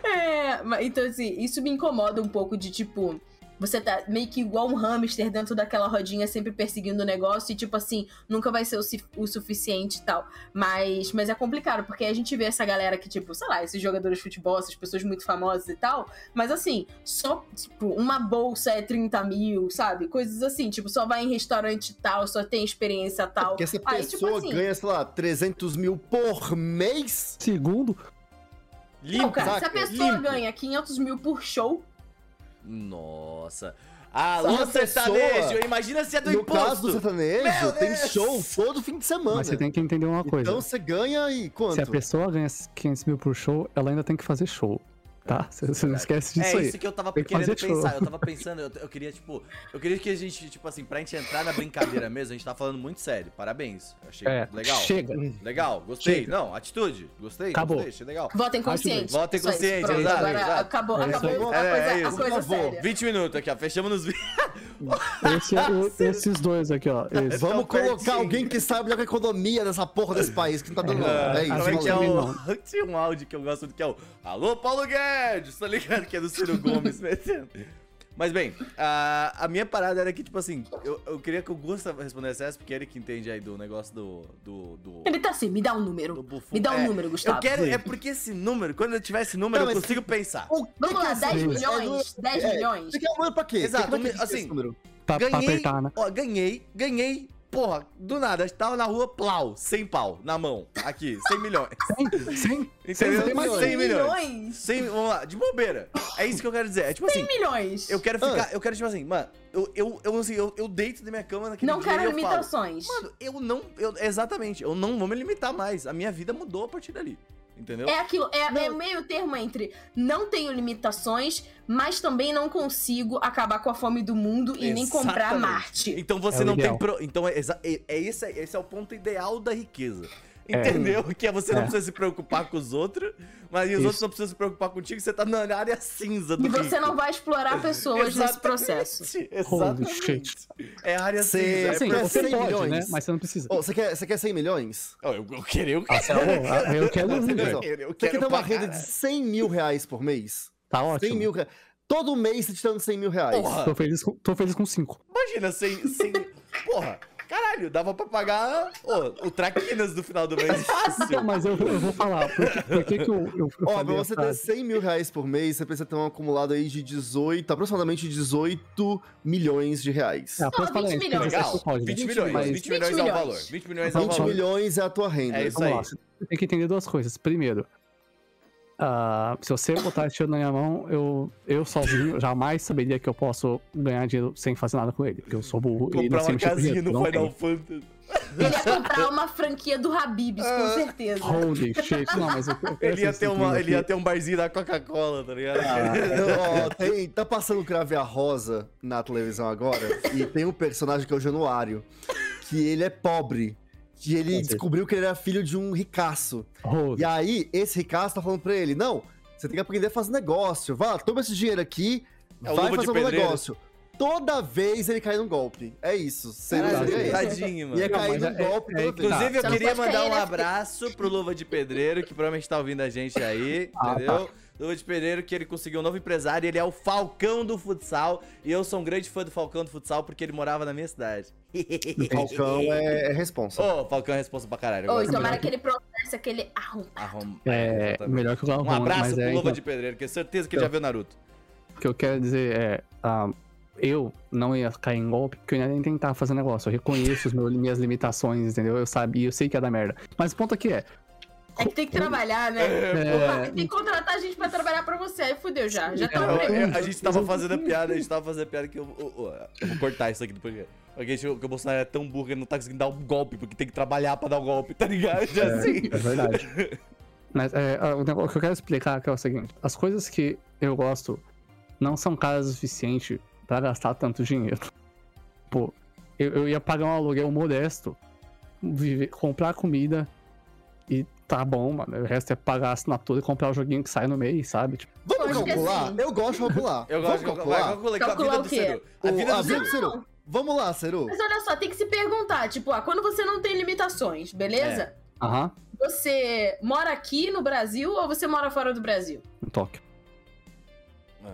E: É, mas, então, assim, isso me incomoda um pouco de tipo. Você tá meio que igual um hamster dentro daquela rodinha, sempre perseguindo o negócio, e tipo assim, nunca vai ser o, si- o suficiente e tal. Mas, mas é complicado, porque a gente vê essa galera que, tipo, sei lá, esses jogadores de futebol, essas pessoas muito famosas e tal. Mas assim, só, tipo, uma bolsa é 30 mil, sabe? Coisas assim, tipo, só vai em restaurante tal, só tem experiência tal.
D: É Porque
A: Ah,
D: essa pessoa
E: Aí, tipo assim-
D: ganha, sei lá, 300 mil por mês?
C: Segundo,
A: Limpo,
E: Não, cara, se a
A: saca?
E: pessoa
A: Limpo.
E: ganha 500 mil por show,
A: Nossa.
D: Só
A: Alô,
D: uma
A: sertanejo,
D: pessoa.
A: imagina se é do
D: no caso do
C: tá
A: imposto. Meu
D: sertanejo, tem
A: Deus!
D: show todo fim de semana.
C: mas você tem que entender uma coisa.
D: Então você ganha e quanto?
C: Se a pessoa ganha 500 mil por show, ela ainda tem que fazer show, tá? Você você não esquece disso
A: é
C: aí.
A: isso que eu tava
C: Tem que
A: querendo
C: fazer show.
A: pensar. Eu tava pensando, eu, eu queria, tipo, eu queria que a gente, tipo assim, pra gente entrar na brincadeira mesmo, a gente tá falando muito sério. Parabéns. Achei
C: É,
A: legal.
C: chega.
E: Hum.
A: Legal, gostei.
C: Chega.
A: Não, atitude. Gostei,
C: Acabou.
A: gostei, achei legal.
E: votem consciente.
A: mesmo. Votem
E: Só isso,
A: consciente,
E: pronto,
A: exato,
E: Agora
A: exato.
E: acabou,
C: É
E: acabou
C: isso
E: a
A: aí. É, é
E: coisa, a
A: isso,
E: coisa
D: acabou.
E: séria.
A: 20 minutos aqui, ó. Fechamos nos 20.
C: Esse- é o- esses dois aqui, ó. Esse.
A: Então,
D: Vamos colocar
A: pertinho.
D: alguém que sabe da economia dessa porra desse país que não tá dando. nada. É, isso,
A: Como é
D: valeu.
A: que é
C: valeu.
A: o... Tinha um áudio que eu gosto do que é o... Alô, Paulo Guedes, tá ligado? Que é do Ciro Gomes metendo. Mas bem, a, a minha parada era que, tipo assim, eu, eu queria que o Gusta respondesse essa, porque é ele que entende aí do negócio do... do, do,
E: Ele tá assim, me dá um
A: do
E: número.
A: bufão.
E: Me dá um
A: É,
E: número,
A: Eu
E: Gustavo.
A: quero... É porque esse número, quando eu tiver esse número,
D: Não,
A: eu
D: mas-
A: consigo pensar.
D: O que
E: Vamos
D: que
E: lá,
D: é
E: 10
D: esse número?
E: milhões,
D: É,
E: 10
D: é,
E: milhões.
D: Você quer um número pra quê?
A: Exato,
D: Como é que
A: um- assim,
D: esse número?
C: Pra, pra
A: ganhei,
C: apertar, né?
A: Ó, ganhei, ganhei. Porra, do nada, tava na rua, plau, 100 pau, na mão, aqui, 100 milhões.
C: Sim,
A: Entendeu? 100
D: 100
A: milhões.
D: milhões.
A: 100 milhões.
E: milhões.
A: 100, vamos lá, de bobeira. É isso que eu quero dizer. É tipo assim,
E: 100 milhões.
A: eu quero ficar, eu quero tipo assim, mano, eu, eu, eu, assim, eu, eu deito da minha cama naquele
E: Não
A: dia e
E: quero
A: eu falo,
E: limitações.
A: mano, eu não, eu, exatamente, eu não vou me limitar mais. A minha vida mudou a partir dali, entendeu?
E: É aquilo, é, é meio termo entre não tenho limitações, mas também não consigo acabar com a fome do mundo e nem comprar
A: Exatamente.
E: Marte.
A: Então você
C: É o
A: não tem
C: ideal.
A: pro, então é, exa- é, é esse, é- esse é o ponto ideal da riqueza. Entendeu? Que é você não
C: É.
A: precisa se preocupar com os outros, mas e os
C: Isso.
A: outros não precisam se preocupar contigo, você tá na área cinza do
E: E você
A: rico.
E: não vai explorar pessoas nesse
A: Exatamente,
E: processo.
A: Exatamente. É a área
D: Cê-
A: cinza. é
C: Assim,
A: pra-
D: pra
C: você
D: 100
C: pode,
D: milhões.
C: né? Mas você não precisa.
D: Ô, você, quer, você quer 100 milhões?
A: Ó, eu, eu quero, eu
C: Ah,
A: quero.
C: tá bom. Eu quero um,
D: Olha
C: velho.
D: só,
A: quero, eu quero
D: Você quer ter uma
A: pra
D: renda de
A: caralho.
D: 100 mil reais por mês?
C: Tá
D: 100 mil
C: ótimo.
D: reais. Todo mês você te dando 100 mil reais.
A: Porra,
C: Tô feliz, com- tô feliz com cinco.
A: imagina, sem, sem. Porra, caralho, dava pra pagar ô, o Traquinas do final do mês
C: Não,
A: fácil.
C: mas eu, eu vou falar. Por que, por que, que eu, eu, eu
D: Ó, pra
C: falei a
D: você ter
C: frase?
D: 100 mil reais por mês, você precisa ter um acumulado aí de 18, aproximadamente 18 milhões de reais.
C: É, a próxima
E: 20
C: é,
E: milhões.
C: você
A: Legal.
C: pode, né?
A: 20 milhões.
C: Mas
A: 20 milhões é o
E: 20
A: valor.
E: milhões.
A: 20 milhões é
C: um
A: o
D: 20
A: valor.
D: milhões é a tua renda.
A: É isso
C: Vamos
A: aí.
C: lá, você tem que entender duas coisas. Primeiro, ah, se você botar esse tiro na minha mão, eu, eu sozinho jamais saberia que eu posso ganhar dinheiro sem fazer nada com ele. Porque eu sou burro e não
A: Comprar
C: sei
A: uma
C: mexer com
A: casinha
C: dinheiro.
A: no
C: Não
A: Final
C: tem.
A: Fantasy.
E: Ele ia comprar uma franquia do Habibs,
A: Ah.
E: com certeza.
C: Holy shit. Não, mas eu, eu quero
A: Ele ia,
C: esse
A: ter uma,
C: stream
A: ele ia
C: aqui. Ah,
A: ter um barzinho da Coca-Cola, tá ligado?
D: Ó, tem- tá passando Cravear Rosa na televisão agora, e tem um personagem que é o Januário, que ele é pobre. Que ele descobriu que ele era filho de um ricaço.
C: Holy.
D: E aí, esse ricaço tá falando pra ele: não, você tem que aprender a fazer negócio. Vá, toma esse dinheiro aqui,
A: É o
D: vai
A: Luva de
D: fazer um
A: Pedreiro.
D: negócio. Toda vez ele cai num golpe. É isso. Você
C: Caralho,
D: seria isso.
A: Tadinho, mano.
D: Ia cair
C: mas
D: num
C: é-
D: golpe
C: é-
D: toda
C: é-
D: vez.
A: Inclusive, eu
E: Tá.
A: queria
E: Você não pode
A: mandar
E: cair
A: um
E: nessa-
A: abraço pro Luva de Pedreiro, que provavelmente tá ouvindo a gente aí,
C: Ah,
A: entendeu? Luva de Pedreiro, que ele conseguiu um novo empresário, ele é o Falcão do Futsal, e eu sou um grande fã do Falcão do Futsal porque ele morava na minha cidade.
D: Falcão é, é responsa.
A: Ô, Falcão é responsa pra caralho. eu
E: Ou
A: gosto
E: tomara
A: muito.
E: que ele processe aquele arrombado.
A: Arrom-
C: É,
A: exatamente.
C: melhor que o
A: Um
C: Galvão.
A: abraço
C: mas
A: pro
C: é,
A: Luva
C: então,
A: de Pedreiro, que é certeza que ele já viu Naruto.
C: O que eu quero dizer é. ah, eu não ia cair em golpe porque eu não ia nem tentar fazer negócio. Eu reconheço as meu- minhas limitações, entendeu? Eu sabia, eu sei que ia dar merda. Mas o ponto aqui é.
E: É que tem que trabalhar, né?
C: é,
E: Tem que contratar gente pra trabalhar pra você. Aí fudeu já.
D: É,
E: Já tá
A: Não,
E: preso.
A: eu- a gente tava fazendo a piada, a gente tava fazendo a piada que eu, eu- eu- eu vou cortar isso aqui depois. Porque que o Bolsonaro é tão burro que ele não tá conseguindo dar um golpe, porque tem que trabalhar pra dar um golpe, tá ligado? Já assim.
C: É verdade. Mas é, ah, o negócio que eu quero explicar que é o seguinte: as coisas que eu gosto não são caras o suficiente pra gastar tanto dinheiro. Pô, eu, eu ia pagar um aluguel modesto, viver- comprar comida e tá bom, mano. O resto é pagar a assinatura e comprar o joguinho que sai no mês, sabe? Tipo,
D: Vamos
E: Acho que
D: calcular?
E: assim.
D: Eu gosto de calcular.
A: Eu
D: Vamos
A: gosto de calcular. Vai, calcula aqui,
E: Calcular
A: a vida
E: o
A: do
E: quê?
A: Ciru. A
D: O-
A: vida do
D: a vida
A: Ciru.
D: do Ciru. Vamos lá, Ciru.
E: Mas olha só, tem que se perguntar, tipo, ah, quando você não tem limitações, beleza?
D: É.
C: aham,
E: Você mora aqui no Brasil ou você mora fora do Brasil?
C: um toque.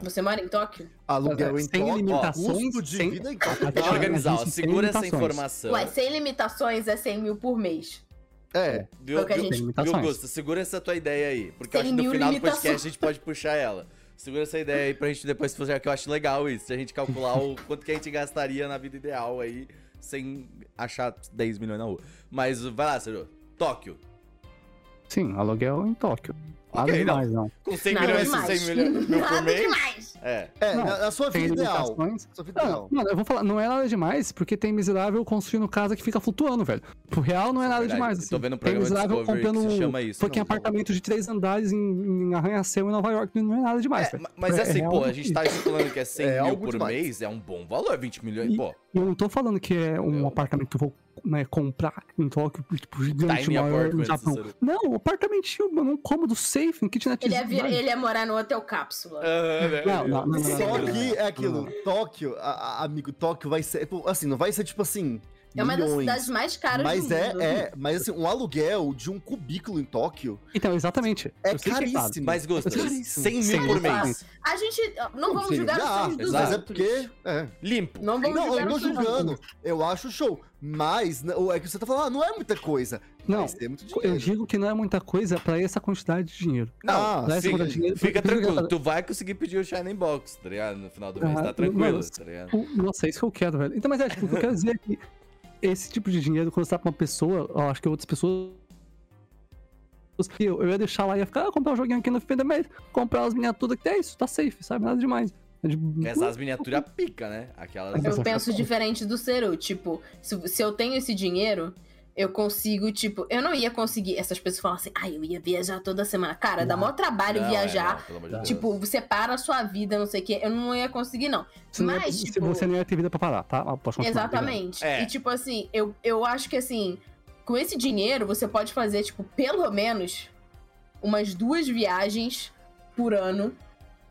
E: Você mora em Tóquio?
D: Aluguel em
C: Sem
D: Tóquio,
C: limitações,
D: custo de
C: sem-
D: vida em
A: Deixa eu
D: Tóquio.
C: Cara,
A: organizar,
C: a
A: ó.
C: gente
A: Segura
C: tem
A: essa
C: limitações.
A: informação.
E: Ué, sem limitações é 100 mil por mês.
D: É,
A: Viu,
E: é o que a
A: viu-
E: gente-
C: Tem
A: viu,
C: limitações.
A: Augusto? Segura essa tua ideia aí. Porque eu acho
E: Tem
A: que no
E: mil
A: final do
E: limitações.
A: podcast a gente pode puxar ela. Segura essa ideia aí pra gente depois fazer, que eu acho legal isso. Se a gente calcular o quanto que a gente gastaria na vida ideal aí, sem achar 10 milhões na rua. Mas vai lá, Sérgio. Tóquio.
C: Sim, aluguel em Tóquio. Nada
A: Ok, não.
C: demais, não.
A: Com 100
E: Nada
A: milhões,
E: demais.
A: 100 milhões mil por
E: Nada
A: mês.
E: demais.
A: É.
D: é
C: Não,
D: na, na sua
C: Tem
D: vida ideal.
C: limitações.
D: Sua vida
C: Não,
D: ideal.
C: mano, eu vou falar, não é nada demais, porque tem miserável construindo casa que fica flutuando, velho. Pro real não é nada
A: Verdade,
C: demais.
A: eu tô
C: assim.
A: vendo um
C: tem
A: programa
C: miserável
A: Discovery que
C: comprando
A: se chama isso, né?
C: fucking
A: não,
C: apartamento de três andares em, em arranha-céu em Nova York, não é nada demais,
A: É,
C: velho.
A: ma- mas
C: É
A: assim, pô,
C: real.
A: a gente tá estipulando que é 100
D: É
A: mil
D: algo
A: por
D: demais.
A: mês, é um bom valor, 20 milhões,
C: E-
A: pô.
C: Eu não tô falando que é um
A: Eu-
C: apartamento que eu vou né, comprar em Tóquio, tipo, gigante,
A: Tiny
C: maior no
A: apartments,
C: Japão.
A: Cícero.
C: Não, apartamentinho, mano, um cômodo safe, um kitnet.
E: Ele ia, vir- ele ia morar no hotel
D: É,
E: cápsula.
A: Aham, né?
C: Não, não, não, não, não,
D: Só
C: não, não,
D: que
C: não.
D: é aquilo, Tóquio, a- a- amigo, Tóquio vai ser, pô, assim, não vai ser tipo assim,
E: É uma das
D: milhões.
E: cidades mais caras
D: Mas
E: do
D: é,
E: mundo.
D: é, mas assim, um aluguel de um cubículo em Tóquio assim,
C: Então, exatamente.
D: é
C: Eu sei que errado.
D: caríssimo.
A: Mas, Gusto,
D: Caríssimo.
A: 100 é mil por
E: Cara,
A: mês.
E: A gente. Não, vamos
C: sim,
E: julgar
D: Já,
E: os sonhos dos
D: mas é
E: outros.
D: porque... é.
A: Limpo.
E: Não vamos
D: Não, eu
E: julgar
D: não
E: os sonhos dos outros.
D: julgando, eu acho show, mas n- é que você tá falando, ah, não é muita coisa.
C: Não,
D: Mas é muito
C: Eu
D: dinheiro.
C: digo que não é muita coisa pra essa quantidade de dinheiro.
D: Ah,
C: Pra é
A: fica-
C: essa quantidade de dinheiro-
A: Fica
C: porque-
A: tranquilo, tu vai conseguir pedir o Shining Box, tá ligado? No final do mês,
C: Ah,
A: tá tranquilo,
C: mas-
A: tá ligado?
C: O- Nossa, é isso que eu quero, velho. Então, mas é, tipo, o que eu quero dizer é que esse tipo de dinheiro, quando você dá pra uma pessoa, eu acho que outras pessoas. Eu, eu ia deixar lá, ia ficar, ah, comprar um joguinho aqui no fim do mês, comprar as miniaturas, que é isso, tá safe, sabe? Nada demais. É de-
A: Essas miniaturas pica, né? Aquelas.
C: Mas
E: Eu
C: essa
E: penso
C: questão-
E: diferente do Seru. Tipo, se, se eu tenho esse dinheiro, eu consigo, tipo, eu não ia conseguir. Essas pessoas falam assim, ah, eu ia viajar toda semana. Cara, dá maior trabalho
A: Não, é,
E: viajar.
A: não, pelo amor de Deus.
E: Tipo, você para a sua vida, não sei o quê. Eu não ia conseguir, não.
C: Você não ia-
E: mas,
C: se
E: tipo-
C: Você não ia ter vida pra parar, tá? Ah, Pode continuar,
E: Exatamente.
A: É.
E: E tipo assim, eu, eu acho que assim, com esse dinheiro você pode fazer, tipo, pelo menos umas duas viagens por ano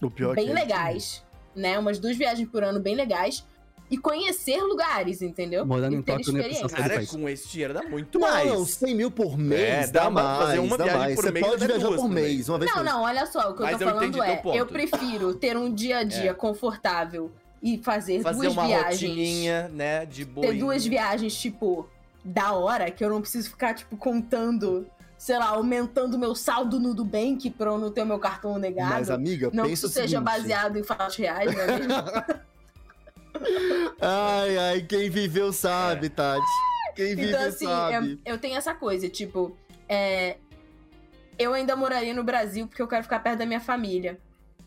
D: O pior é
E: bem
D: que é
E: legais, né? Umas duas viagens por ano bem legais e conhecer lugares, entendeu?
C: obrigado. Morando
E: E
C: em
E: ter
C: Tóquio, eu não ia precisar
E: experiência.
C: sair do
A: Cara,
C: país.
A: com esse dinheiro dá muito
D: Não,
A: mais.
D: não, 100 mil por mês
A: É,
D: dá,
A: dá pra
D: mais,
A: fazer uma
D: dá
A: viagem
D: mais.
A: por
D: Você
A: mês,
D: pode
A: até
D: viajar
A: duas
D: por
A: também.
D: mês, uma vez
E: Não,
D: por mês.
E: não, olha só, o que
A: Mas
E: eu tô
A: eu
E: falando
A: entendi teu
E: é,
A: ponto. É.
E: eu prefiro ter um dia a dia confortável e fazer,
A: Fazer
E: duas
A: uma
E: viagens.
A: rotininha, né? De boa.
E: ter duas viagens, tipo, da hora, que eu não preciso ficar, tipo, contando, sei lá, aumentando meu saldo no Nubank pra eu não ter o meu cartão negado.
D: Mas, amiga,
E: não que
D: pensa
E: isso
D: o
E: seja
D: seguinte.
E: baseado em fatos reais, não é mesmo?
D: Ai, ai, quem viveu sabe, Tati. Quem viveu
E: Então, É. assim,
D: sabe.
E: eu, eu tenho essa coisa, tipo, é, Eu ainda moraria no Brasil porque eu quero ficar perto da minha família.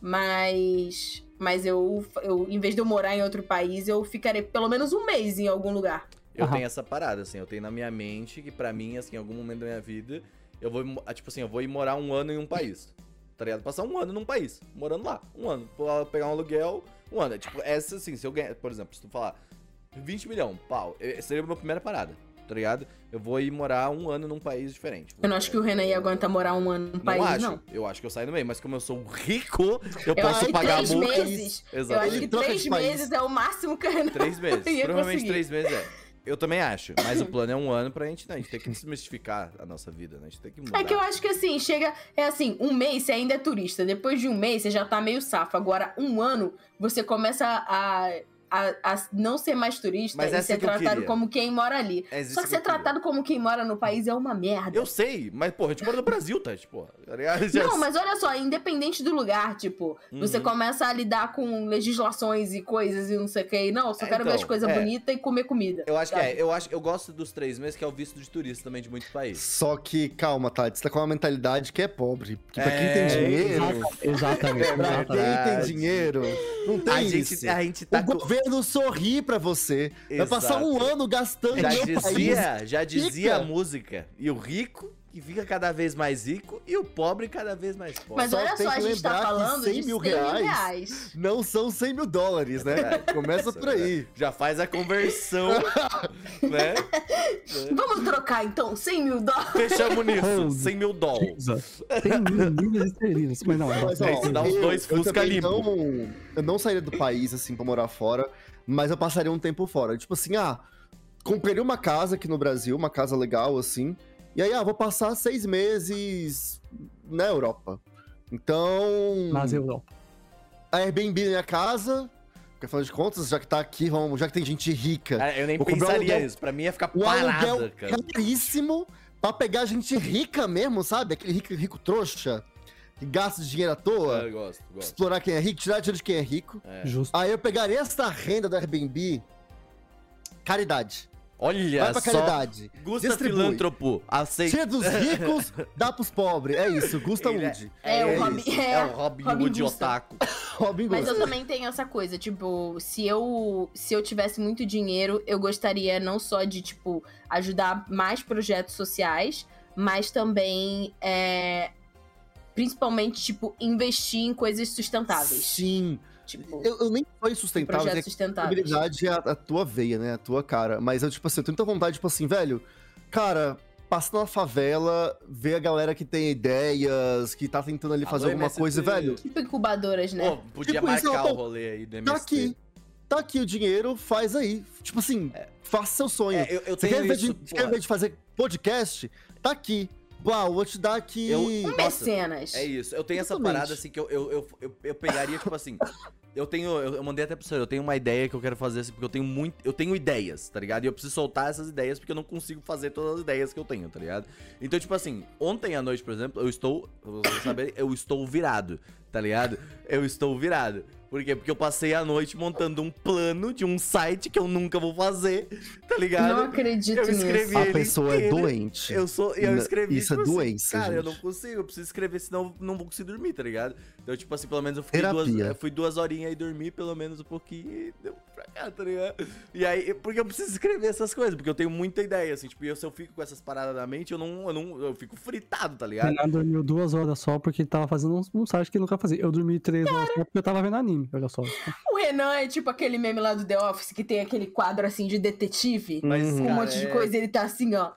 E: Mas. Mas eu, eu, em vez de eu morar em outro país, eu ficarei pelo menos um mês em algum lugar.
A: Eu
C: Aham.
A: tenho essa parada, assim, eu tenho na minha mente que pra mim, assim, em algum momento da minha vida, eu vou, mo- ah, tipo assim, eu vou ir morar um ano em um país. Tá ligado? Passar um ano num país, morando lá, um ano. Pô, lá, Pegar um aluguel, um ano. É, tipo, essa, assim, se eu ganhar, por exemplo, se tu falar 20 milhões, pau, eh, seria a minha primeira parada, tá ligado? Eu vou ir morar um ano num país diferente.
E: Eu não acho que o Renan ia aguentar morar um ano num país,
A: acho.
E: não.
A: Eu acho que eu saio no meio, mas como eu sou rico, eu,
E: Eu acho
A: posso
E: que
A: pagar
E: três
A: a multa.
E: meses. Eu
A: Exato.
E: acho que
D: Ele troca de
E: três
D: país.
E: meses é o máximo que o Renan.
A: Três meses.
E: ia
A: Provavelmente
E: conseguir.
A: três meses é. Eu também acho, mas o plano é um ano pra gente, né? A gente tem que desmistificar a nossa vida, né? A gente tem que mudar.
E: É que eu acho que assim, chega. É assim, um mês você ainda é turista. Depois de um mês você já tá meio safo. Agora, um ano, você começa a, a, a não ser mais turista
A: Mas
E: e
A: essa
E: ser
A: que eu
E: tratado
A: queria.
E: como quem mora ali.
A: É isso
E: Só que
A: que eu
E: ser tratado como quem mora no país é uma merda.
A: queria. Eu sei, mas, porra, a gente mora no Brasil, tá? Tipo, tá ligado? Já-
E: Não, mas olha só, independente do lugar, tipo,
A: Uhum.
E: você começa a lidar com legislações e coisas e não sei o que. Não, eu só
A: É,
E: quero ver as
A: então,
E: coisas
A: é.
E: bonitas e comer comida.
A: Eu acho que
E: sabe?
A: é. Eu, acho, eu gosto dos três meses, que é o visto de turista também de muitos países.
D: Só que, calma, Tati, você tá com uma mentalidade que é pobre. Que pra quem
A: É,
D: tem dinheiro.
C: Exatamente,
D: Pra
C: exatamente.
D: quem
A: verdade.
D: tem dinheiro, não tem
A: a,
D: isso.
A: gente, a gente tá
D: O governo sorri pra você. Vai passar um
A: Exato.
D: ano gastando
A: Já
D: no país.
A: dizia, já dizia a
D: Rica.
A: música. E o rico, que fica cada vez mais rico, e o pobre cada vez mais pobre.
E: Mas
D: só
E: olha
D: tem
E: só, a
D: que
E: gente tá
D: lembrar que
E: falando
D: 100
E: de 100 mil
D: mil reais.
E: reais.
D: Não são 100 mil dólares, né?
A: É.
D: Começa por aí.
A: Já faz a conversão, né?
E: Vamos trocar então 100 mil dólares?
A: Fechamos nisso,
C: Hold.
A: 100 mil dólares.
C: Jesus. Tem milhas e esterilinas, mas não. é
D: Mas,
A: Aí você dá uns dois Fusca
D: também
A: limpo.
D: Não, eu não sairia do país, assim, pra morar fora, mas eu passaria um tempo fora. Tipo assim, ah, compraria uma casa aqui no Brasil, uma casa legal, assim, e aí, ah, vou passar seis meses na Europa. Então,
C: Mas
A: hum,
C: eu não.
D: a Airbnb na minha casa, porque afinal de contas, já que tá aqui, vamos, já que tem gente rica,
A: Cara, eu nem
D: Vou comprar um
A: pensaria
D: aluguel.
A: nisso. Pra mim ia ficar
D: o
A: parada,
D: aluguel é
A: cara.
D: caríssimo pra pegar gente rica mesmo, sabe? Aquele rico, rico trouxa, que gasta dinheiro à toa.
A: Eu gosto, gosto.
D: explorar quem é rico, tirar dinheiro de quem é rico.
A: É.
C: Justo.
D: Aí eu pegaria essa renda do Airbnb, caridade. Vai
A: Olha
D: pra
A: é só.
D: caridade.
A: Gusta
D: Distribui.
A: Filântropo, aceita.
D: Tira dos ricos, dá pros pobres. É isso, Gusta
A: Ele é-
D: Wood.
E: É, o
A: isso.
E: Robin- é,
A: É o Robin
E: Robin
A: Hood
E: Gusta.
A: Otaku.
D: Robin
E: Mas eu
D: Gusta.
E: também tenho essa coisa, tipo, se eu, se eu tivesse muito dinheiro, eu gostaria não só de, tipo, ajudar mais projetos sociais, mas também, é, principalmente, tipo, investir em coisas sustentáveis.
D: Sim.
E: Tipo,
D: Eu, eu nem sou insustentável.
E: projetos
D: é que A
E: sustentáveis.
D: habilidade é a, a tua veia, né? A tua cara. Mas eu, tipo assim, eu tenho muita vontade, tipo assim, velho, cara. Passa na favela, vê a galera que tem ideias, que tá tentando ali
A: Alô,
D: fazer alguma
A: MST.
D: coisa, velho.
E: Tipo, incubadoras, né?
A: Pô, podia
D: Tipo, isso é
A: marcar
D: uma
A: o
D: pau-
A: rolê aí do MST.
D: Tá aqui. Tá aqui o dinheiro, faz aí. Tipo assim, faça seu sonho.
A: É, eu, eu
D: Você quer,
A: tenho
D: ver
A: isso,
D: de, você quer
A: porra.
D: ver de fazer podcast? Tá aqui. Uau, vou te dar aqui.
A: Eu- Nossa,
E: Mecenas.
A: É isso. Eu tenho essa
D: Totalmente.
A: parada assim que eu, eu, eu, eu, eu pegaria, tipo assim. Eu tenho. Eu, eu mandei até pro senhor, eu tenho uma ideia que eu quero fazer assim, porque eu tenho muito. Eu tenho ideias, tá ligado? E eu preciso soltar essas ideias porque eu não consigo fazer todas as ideias que eu tenho, tá ligado? Então, tipo assim, ontem à noite, por exemplo, eu estou. pra Vocês saberem, eu estou virado, tá ligado? Eu estou virado. Por quê? Porque eu passei a noite montando um plano de um site que eu nunca vou fazer, tá
E: Não
A: ligado?
E: acredito
A: Eu
E: nisso.
A: escrevi
D: A
A: ele
D: pessoa é
A: inteiro.
D: doente.
A: Eu sou, eu
D: Não,
A: escrevi
D: isso é
A: assim,
D: doença,
A: Cara, eu
D: gente.
A: não consigo, eu preciso escrever, senão eu não vou conseguir dormir, tá ligado? Então, tipo assim, pelo menos eu fui,
D: Terapia.
A: duas, eu fui duas horinhas e dormi pelo menos um pouquinho e deu pra cá, tá ligado? E aí, porque eu preciso escrever essas coisas, porque eu tenho muita ideia, assim, tipo, e eu, se eu fico com essas paradas na mente, eu não, eu não, eu fico fritado, tá
C: O
A: ligado?
C: Renan dormiu duas horas só porque ele tava fazendo um, um site que ele nunca fazia. Eu dormi três horas só porque eu tava vendo anime, olha só.
E: O Renan é tipo aquele meme lá do The Office que tem aquele quadro assim de detetive.
A: Mas,
E: Com um
D: Uhum.
A: cara,
E: monte de
A: é-
E: coisa, ele tá assim, ó.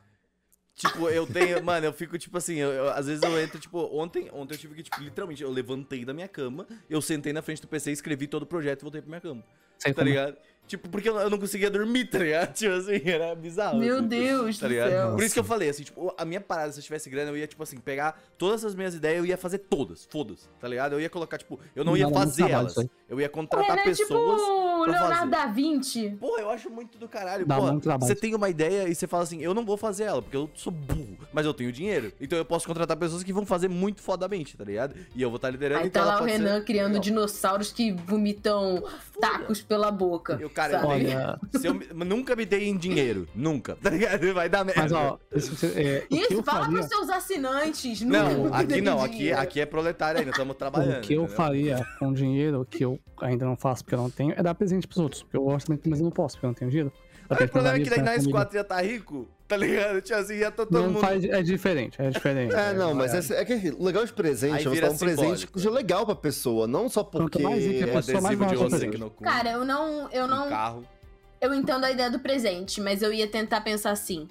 A: Tipo, eu tenho. Mano, eu fico tipo assim. eu- eu- às vezes eu entro, tipo. Ontem, ontem eu tive que, tipo, literalmente, eu levantei da minha cama, eu sentei na frente do PC, escrevi todo o projeto e voltei pra minha cama.
C: Sei
A: tá
C: como é.
A: ligado? Tipo, porque eu não- eu não conseguia dormir, tá ligado? Tipo assim, era bizarro.
E: Meu
A: assim,
E: Deus
A: tá
E: do
A: ligado?
E: céu.
A: Por isso que eu falei, assim, tipo, a minha parada, se eu tivesse grana, eu ia, tipo assim, pegar todas as minhas ideias, eu ia fazer todas, foda-se, tá ligado? Eu ia colocar, tipo, eu não ia
C: Não, dá muito
A: fazer
C: trabalho
A: elas.
C: isso aí.
A: Eu ia
E: O
A: contratar
E: Renan é tipo
A: pessoas.
E: o
A: pra
E: Leonardo
A: fazer.
E: da Vinci.
A: Porra, eu acho muito do caralho.
C: Dá
A: Pô,
C: muito trabalho.
A: você tem uma ideia e você fala assim, eu não vou fazer ela, porque eu sou burro. mas eu tenho dinheiro. Então eu posso contratar pessoas que vão fazer muito fodamente, tá ligado? E eu vou estar liderando,
E: Aí
A: então
E: tá
A: ela
E: lá o
A: pode
E: Renan
A: ser...
E: criando
A: Não.
E: dinossauros que vomitam tacos pela boca.
A: Eu, cara,
E: sabe?
C: Olha,
A: Se eu me- nunca me dei em dinheiro. Nunca. Tá ligado? Vai dar merda.
C: mas ó, isso, é, o que
E: Isso,
C: eu
E: fala
C: faria,
E: pros seus assinantes. nunca
A: Não,
E: me
A: aqui
E: dê
A: não, aqui,
E: dinheiro.
A: aqui é proletário ainda, estamos trabalhando.
C: o que eu
A: entendeu?
C: faria com dinheiro, que eu ainda não faço porque eu não tenho, é dar presente pros outros. Porque eu gosto muito, mas eu não posso, porque eu não tenho dinheiro. Dá
A: Aí o
C: presente pros
A: problema é que
C: amigos,
A: daí
C: pra
A: nós
C: família.
A: quatro ia tá rico, tá ligado? Tinha assim, ia tá todo
C: Não
A: mundo.
C: faz, é diferente, é diferente.
D: É, não, mas
C: é,
D: esse- é que o legal de presente
A: Aí
D: é você
A: vira
D: dar um presente
A: simbólico.
D: que seja legal pra pessoa, não só
C: Quanto
D: porque.
C: mais rico é a
D: é-
C: pessoa- só mais
A: adesivo de
C: barato,
A: você
C: né?
A: que no cu.
E: Cara, eu não. Eu
A: um
E: não.
A: carro.
E: Eu entendo a ideia do presente, mas eu ia tentar pensar assim.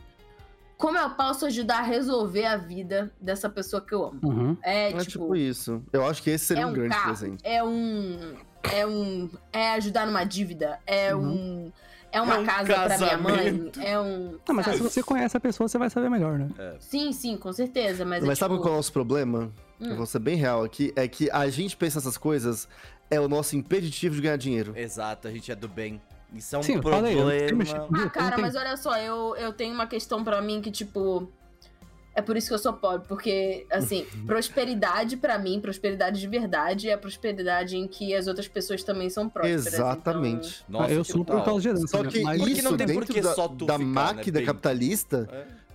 E: Como eu posso ajudar a resolver a vida dessa pessoa que eu amo?
C: Uhum.
E: É,
D: É
E: tipo,
D: tipo isso. Eu acho que esse seria
E: é
D: um,
E: um
D: grande
E: carro,
D: presente.
E: é um. É um. É ajudar numa dívida. É um. É uma
A: É um
E: casa pra minha mãe.
A: casamento.
E: É um.
C: Não, mas
E: sabe?
C: aí se você conhece a pessoa, você vai saber melhor, né?
A: É,
E: Sim, sim, com certeza. Mas,
D: Mas,
E: é,
D: sabe
E: tipo,
D: qual é o nosso problema? Eu vou ser bem real aqui. É que a gente pensa essas coisas, é o nosso impeditivo de ganhar dinheiro.
A: Exato, a gente é do bem. Isso é um
C: Sim, eu
A: problema.
C: falei, eu não sei mexer com dinheiro,
E: Ah,
C: eu não
E: cara,
C: tenho-
E: mas olha só, eu, eu tenho uma questão pra mim que, tipo. É por isso que eu sou pobre, porque, assim, prosperidade pra mim, prosperidade de verdade, é a prosperidade em que as outras pessoas também são prósperas. então
D: Exatamente.
A: Nossa,
C: eu
A: que
C: sou por
A: tal?
C: causa de herança.
D: Só
C: né?
D: que
C: Mas-
A: Porque
D: isso
A: não tem por
D: dentro
A: que
D: da,
A: só tu
D: da
A: ficar, né,
D: máquina
A: bem?
D: capitalista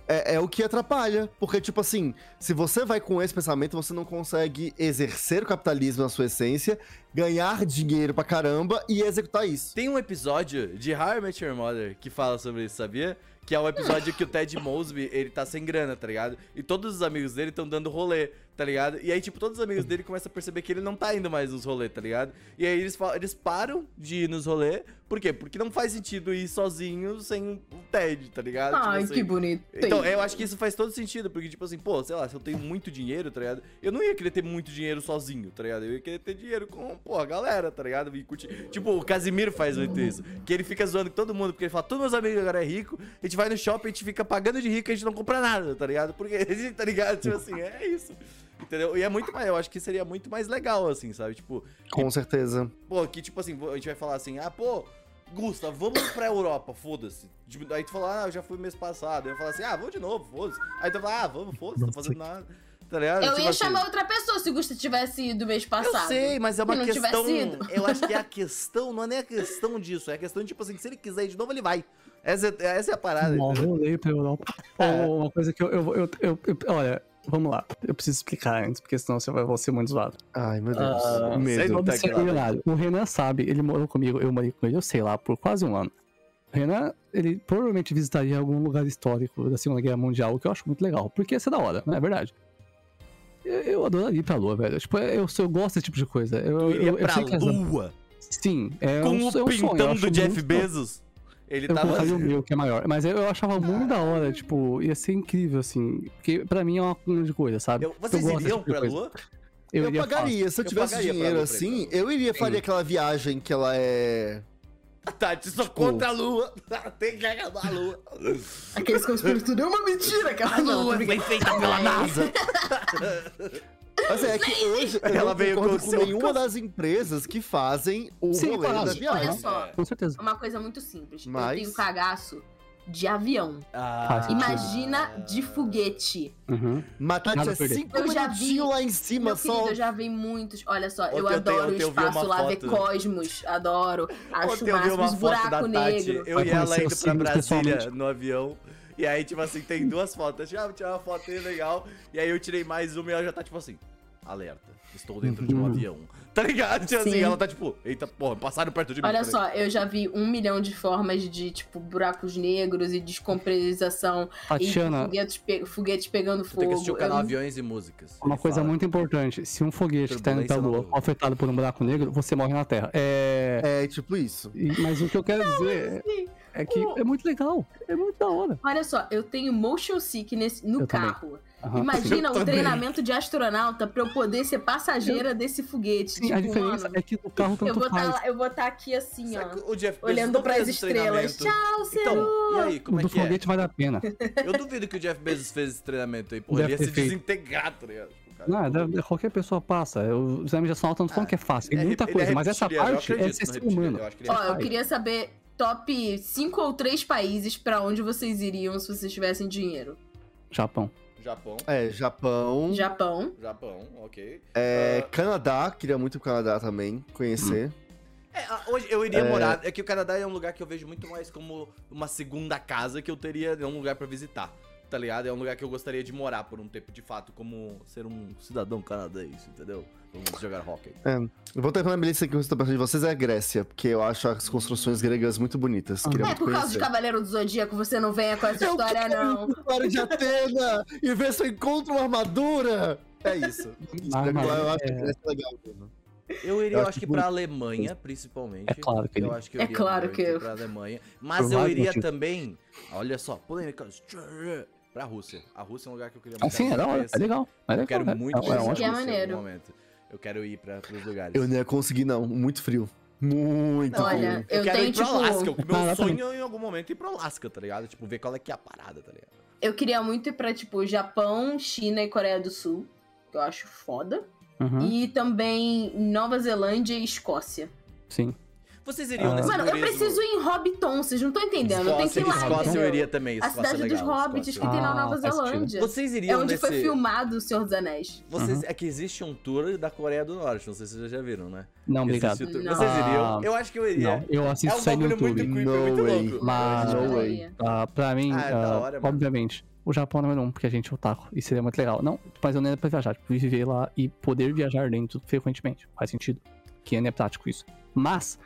A: É.
D: é, é o que atrapalha. Porque, tipo assim, se você vai com esse pensamento, você não consegue exercer o capitalismo na sua essência, ganhar dinheiro pra caramba e executar isso.
A: Tem um episódio de How I Met Your Mother que fala sobre isso, sabia? Que é um episódio que o Ted Mosby, ele tá sem grana, tá ligado? E todos os amigos dele estão dando rolê, tá ligado? E aí, tipo, todos os amigos dele começam a perceber que ele não tá indo mais nos rolê, tá ligado? E aí eles, falam- eles param de ir nos rolê, por quê? Porque não faz sentido ir sozinho sem o Ted, tá ligado?
E: Ai,
A: Tipo assim.
E: que bonito.
A: Então, eu acho que isso faz todo sentido, porque, tipo assim, pô, sei lá, se eu tenho muito dinheiro, tá ligado? Eu não ia querer ter muito dinheiro sozinho, tá ligado? Eu ia querer ter dinheiro com, pô, a galera, tá ligado? E curtir. Tipo, o Casimiro faz muito isso. Que ele fica zoando com todo mundo, porque ele fala, todos meus amigos agora é rico, a gente vai no shopping, a gente fica pagando de rico e a gente não compra nada, tá ligado? Porque, tá ligado? Tipo assim, é isso. Entendeu? E é muito mais, eu acho que seria muito mais legal, assim, sabe? Tipo,
D: Com certeza.
A: Pô, que tipo assim, a gente vai falar assim, ah, pô, Gusta, vamos pra Europa, foda-se. Tipo, Aí tu fala, ah, eu já fui mês passado. Aí eu falo assim, ah, vou de novo, foda-se. Aí tu fala, ah, vamos, foda-se, tô fazendo nada. Tá ligado?
E: Eu
A: Tipo
E: ia
A: assim,
E: chamar outra pessoa se o Gusta tivesse ido mês passado.
A: Eu sei, mas é uma
E: Se não tivesse
A: questão.
E: ido.
A: Eu acho que é a questão, não é nem a questão disso, é a questão, tipo assim, se ele quiser ir de novo, ele vai. Essa é, essa é a parada.
C: Bom,
A: entendeu? É.
C: rolê pra Europa. Ou uma coisa que eu, eu, eu, eu- eu- Olha, vamos lá. Eu preciso explicar antes, porque senão você vai vou ser muito zoado.
D: Ai, meu Deus.
C: Ah,
A: Sei
D: medo.
A: não.
C: Como
A: tá
C: ser
A: claro.
C: milionário. O Renan sabe, ele morou comigo, eu morei com ele, eu sei lá, por quase um ano. O Renan, ele provavelmente visitaria algum lugar histórico da Segunda Guerra Mundial, o que eu acho muito legal, porque ia ser da hora, não é verdade? Eu, eu adoraria ir pra lua, velho. Tipo, eu, eu gosto desse tipo de coisa. Eu,
A: Tu
C: eu,
A: iria
C: eu
A: pra
C: sei que as-
A: lua
C: Sim, é
A: com
C: um,
A: o
C: é um sonho, eu
A: pintão
C: acho
A: do Jeff
C: muito-
A: Bezos. tá Ele
C: eu
A: tava. assim,
C: colocaria o meu, que é maior. Mas eu, eu achava muito da
A: Ah.
C: hora, tipo, ia ser incrível, assim. Porque pra mim é uma grande coisa, sabe?
A: Eu- vocês
C: gosto desse
A: iriam
C: tipo de
A: pra
C: coisa.
A: lua?
D: Eu,
C: iria fácil.
D: pagaria. Se eu
A: Eu
D: tivesse
A: pagaria pra
D: dinheiro
A: Lua pra ir pra
D: assim,
A: Lua.
D: eu iria faria aquela viagem que ela é.
A: Tati, só
C: Tipo,
A: contra a lua. Tem que acabar a lua.
E: Aqueles conspiram tudo. É uma mentira,
A: Ah,
E: aquela lua.
A: foi feita pela NASA.
D: Mas é que hoje eu
A: Ela
D: ela
A: veio
D: veio
A: com o
D: concordo com,
A: seu
D: nenhuma das empresas que fazem o
C: Sim,
D: rolê
C: claro.
D: da
A: é,
E: Gente, olha
D: viagem.
E: só,
C: Com certeza.
E: uma coisa muito simples.
D: Mas-
E: Eu tenho cagaço de avião.
A: Ah,
C: Faz sentido.
E: Imagina de foguete.
C: Uhum.
D: Matar
C: Nada
D: tinha
C: a perder.
D: cinco
E: Eu já vi-
D: minutinhos lá em cima
E: Meu querido,
D: só.
E: eu já vi muitos. Olha só, eu
A: Ontem eu tenho-
E: adoro
A: ontem eu
E: o
A: vi uma
E: espaço lá, ver
A: foto.
E: cosmos. Adoro. Acho
A: Ontem eu vi
E: máximo
A: uma
E: Ah, os
A: foto da
E: buracos
A: Tati,
E: negros.
A: eu
C: Vai
A: e ela
C: conhecer
A: indo
C: os
A: pra
C: signos
A: Brasília
C: pessoalmente.
A: no avião. E aí, tipo assim, tem duas fotos. Eu tirei uma foto aí legal. E aí eu tirei mais uma e ela já tá tipo assim. Alerta, estou dentro de um
C: Uhum.
A: avião. Tá ligado? Tipo assim,
E: Sim.
A: ela tá tipo, eita porra, passaram perto de mim.
E: Olha
A: tá
E: só, eu já vi um milhão de formas de, tipo, buracos negros e descompressão e
C: Tatiana,
E: foguetes, pe- foguetes pegando
A: ligado? Tem que assistir
E: fogo.
A: o canal
E: Eu-
A: Aviões e Músicas.
C: uma
A: Ele
C: coisa
A: fala.
C: muito importante. Se um foguete que tá indo pra
A: Turbulência
C: lua
A: na lua.
C: for afetado por um buraco negro, você morre na Terra. É...
D: É tipo isso.
C: e- Mas o que eu quero dizer
E: assim,
C: é é que
E: o-
C: é muito legal. É muito da hora.
E: Olha só, eu tenho motion sickness no
C: Eu também.
E: carro.
C: Aham.
E: Imagina um
A: também.
E: treinamento de astronauta pra eu poder ser passageira desse foguete.
C: Sim, a
E: Tipo,
C: diferença
E: mano,
C: é que do carro
E: eu
C: tanto
E: vou tá
C: faz.
E: estar aqui assim,
A: Será
E: ó.
A: que o Jeff Bezos
E: Olhando
A: é não
E: pras
A: fez esse
E: estrelas.
A: treinamento?
E: Tchau, Ceru!
A: Então, e aí,
C: O
A: como é
C: do
A: que é?
C: foguete vale a pena.
A: Eu duvido que o Jeff Bezos fez esse treinamento aí, porra.
C: Deve
A: ele ia
C: ter
A: se
C: feito.
A: desintegrar, tá ligado? Tipo, cara,
C: Não, deve- qualquer pessoa passa. O exame de astronauta não tô falando que é fácil. Tem
A: ele-
C: muita
A: ele é
C: coisa, mas essa
A: reptiliano, eu
C: parte é
A: acredito
C: ser
A: no
C: ser
A: reptiliano,
C: humano.
A: eu acho que ele é
E: Ó, eu
C: Ai.
E: queria saber top 5 ou 3 países pra onde vocês iriam se vocês tivessem dinheiro.
C: Japão.
A: Japão.
D: É, Japão.
E: Japão.
A: Japão, ok.
D: É, Canadá, queria muito o Canadá também conhecer.
A: É, a- hoje eu iria morar. É que o Canadá é um lugar que eu vejo muito mais como uma segunda casa que eu teria, é um lugar pra visitar. Tá ligado? É um lugar que eu gostaria de morar por um tempo, de fato, como ser um cidadão canadense, entendeu? Vamos jogar hockey.
C: Hum.
D: Eu Vou terminar a minha lista que eu estou pensando de vocês é a Grécia, porque eu acho as construções gregas muito bonitas. Queria
E: É,
D: muito
E: por causa de
D: conhecer.
E: Cavaleiro do Zodíaco, você não venha com essa
D: Eu
E: história, não.
D: Para de Atena e ver se eu encontro uma armadura. É isso.
C: Armadura,
D: eu acho
C: é.
D: que Grécia é legal mesmo.
A: Eu iria,
D: Eu
A: eu
D: acho
A: acho que
D: bonito.
A: pra Alemanha, principalmente.
C: É claro que
A: eu
C: ele-
A: acho que eu
E: É
A: iria
E: claro que
A: muito
E: eu-
A: pra Alemanha. Mas
C: Por
A: eu
C: vários
A: iria
C: motivos.
A: também, olha só, polêmica, pra Rússia. A Rússia é um lugar que eu queria
C: Assim, é
A: muito
C: da hora, é
A: conhecer.
C: legal. É legal
A: Eu quero
C: cara.
A: muito
C: É- é,
A: conhecer a
E: Que é
C: ótimo.
A: Rússia em algum
E: maneiro.
A: momento. Eu quero ir pra, pros lugares. Tipo,
D: Eu não ia conseguir, não. Muito frio. Muito
E: Olha,
D: frio.
E: eu,
A: quero
E: tenho,
A: ir pro
E: tipo.
A: Alasca. O meu
C: Caraca.
A: sonho é em algum momento ir pro Alasca, tá ligado? Tipo, ver qual é que é a parada, tá ligado?
E: Eu queria muito ir pra, tipo, Japão, China e Coreia do Sul. Que eu acho foda.
C: Uhum,
E: E também Nova Zelândia e Escócia.
C: Sim.
A: Vocês iriam
C: Ah.
A: nesse
E: Mano, eu
A: turismo?
E: preciso ir em Hobbiton, vocês não estão entendendo. eu tenho que
A: Escócia,
E: ir lá,
A: Escócia
E: entendeu?
A: eu iria também.
E: A
A: Escócia
E: cidade
A: é
E: dos
A: legal,
E: hobbits
A: Escócia.
E: que tem na
C: Ah,
E: Nova
C: faz sentido.
E: Zelândia.
A: Vocês
E: É
A: iriam
E: onde
A: nesse...
E: foi filmado O Senhor dos Anéis.
A: Vocês,
C: Uhum.
A: É que existe um tour da Coreia do Norte, não sei se vocês já viram, né?
C: Não,
A: Existe
C: obrigado.
A: o tour.
E: Não.
A: Vocês iriam?
C: Ah,
A: Eu acho que eu iria.
C: Não, eu
A: é
C: assisto
A: um
C: isso aí no
A: bagulho muito
C: YouTube.
A: creepy,
D: No
A: muito
D: way.
A: louco.
C: Mas,
E: Eu
D: no
E: adoraria.
D: way.
C: ah, pra mim,
A: Ah, é da
C: ah,
A: hora, mano.
C: obviamente, o Japão é número um, porque a gente é otaku, e seria muito legal. Não, mas eu não era pra viajar, tipo, viver lá e poder viajar dentro frequentemente, faz sentido. Que é prático isso. Mas,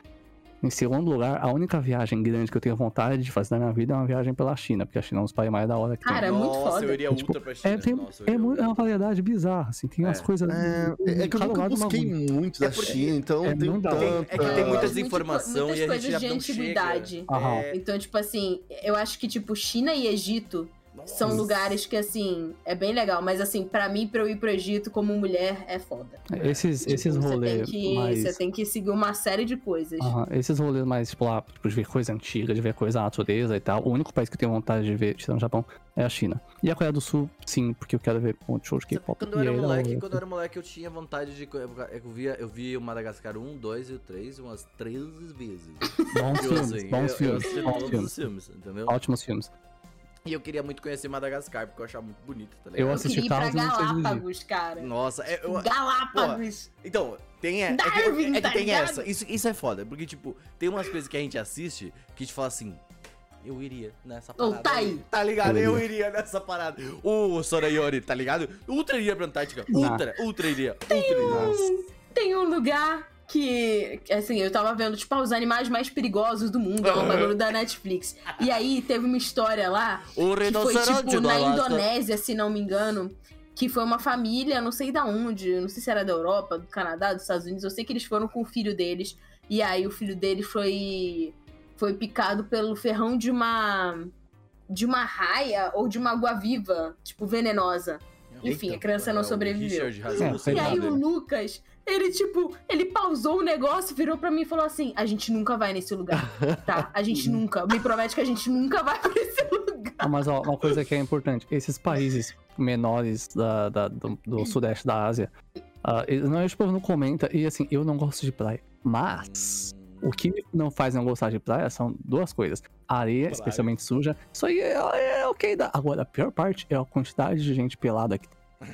C: em segundo lugar, a única viagem grande que eu tenho vontade de fazer na minha vida é uma viagem pela China, porque a China é um dos países mais da hora que tem.
E: Cara, é
A: Nossa,
E: muito foda.
A: eu iria
C: É, tipo,
A: ultra pra China.
C: É, tem-
A: Nossa, eu
C: é
A: iria
C: mu- é uma
A: ultra.
C: variedade bizarra, assim, tem umas
A: É.
C: coisas...
D: É, é que eu
C: cada
D: nunca
C: lugar de uma
D: busquei
C: agulha.
D: muito da
A: É porque-
D: China, então
C: é,
D: tem
C: não dá.
D: tanta...
A: É que tem muita
E: Mas
A: desinformação
E: muitas
A: e a
E: coisas
A: gente já
E: de
A: não
E: antiguidade.
A: chega.
C: Aham.
A: É,
E: Então, tipo assim, eu acho que, tipo, China e Egito são
A: nossa.
E: lugares que, assim, é bem legal. Mas, assim, pra mim, pra eu ir pro Egito como mulher, é foda.
C: Esses,
E: Tipo,
C: esses
E: você tem
C: rolês
E: que,
C: mais...
E: Você tem que seguir uma série de coisas.
C: Aham, Esses rolês mais, tipo, lá, tipo, de ver coisa antiga, de ver coisa da natureza e tal. O único país que eu tenho vontade de ver, tirando o Japão, é a China. E a Coreia do Sul, sim, porque eu quero ver um monte de show de K-pop.
A: Quando eu era moleque, quando eu era moleque, eu tinha vontade de. Eu via, eu vi o Madagascar 1, 2 e o 3 umas 13 vezes.
C: Bons
A: Eu,
C: filmes,
A: assim,
C: bons
A: eu-
C: filmes,
A: Eu assisti
C: bons
A: todos
C: filmes.
A: os filmes, entendeu?
C: Ótimos filmes.
A: E eu queria muito conhecer Madagascar, porque eu achava muito bonito, tá
C: Eu
A: ligado?
C: assisti
E: queria ir pra
C: Tarzan e não sei dirigir.
E: Galápagos, cara.
A: Nossa, é- eu-
E: Galápagos!
A: então, tem, é, é,
E: Darwin,
A: que, é
E: tá
A: que tem
E: ligado?
A: essa. Isso, isso é foda, porque, tipo, tem umas coisas que a gente assiste que a gente fala assim. Eu iria nessa
E: Ou
A: parada.
E: tá aí.
A: Tá ligado?
D: Eu
A: Eu iria nessa parada. O Sorayori, tá ligado? Ultra iria pra Antártica.
C: Não.
A: Ultra, ultra iria. Ultra iria.
E: Tem um lugar que, assim, eu tava vendo, tipo, os animais mais perigosos do mundo, é um bagulho da Netflix. E aí teve uma história lá
A: O
E: que foi
A: rinoceronte
E: tipo
A: do
E: na
A: Alasca.
E: Indonésia, se não me engano, que foi uma família, não sei da onde, não sei se era da Europa, do Canadá, dos Estados Unidos, eu sei que eles foram com o filho deles. E aí o filho dele foi foi picado pelo ferrão de uma de uma raia ou de uma água-viva, tipo venenosa. Enfim, a criança não
A: É, o
E: sobreviveu.
A: Richard Rasmussen,
C: É,
E: E
C: Coitado
E: aí o
A: né?
E: Lucas, ele tipo, ele pausou o negócio, virou pra mim e falou assim: "A gente nunca vai nesse lugar". Tá? A gente nunca. Me promete que a gente nunca vai pra esse lugar.
C: Ah, Mas, ó, uma coisa que é importante. Esses países menores da, da- do, do sudeste da Ásia, ah, eles- não, o povo não comenta. E, assim, eu não gosto de praia. Mas... O que me não faz não gostar de praia são duas coisas. A areia, especialmente suja. Isso aí é, é ok. Dá. Agora, a pior parte é a quantidade de gente pelada aqui.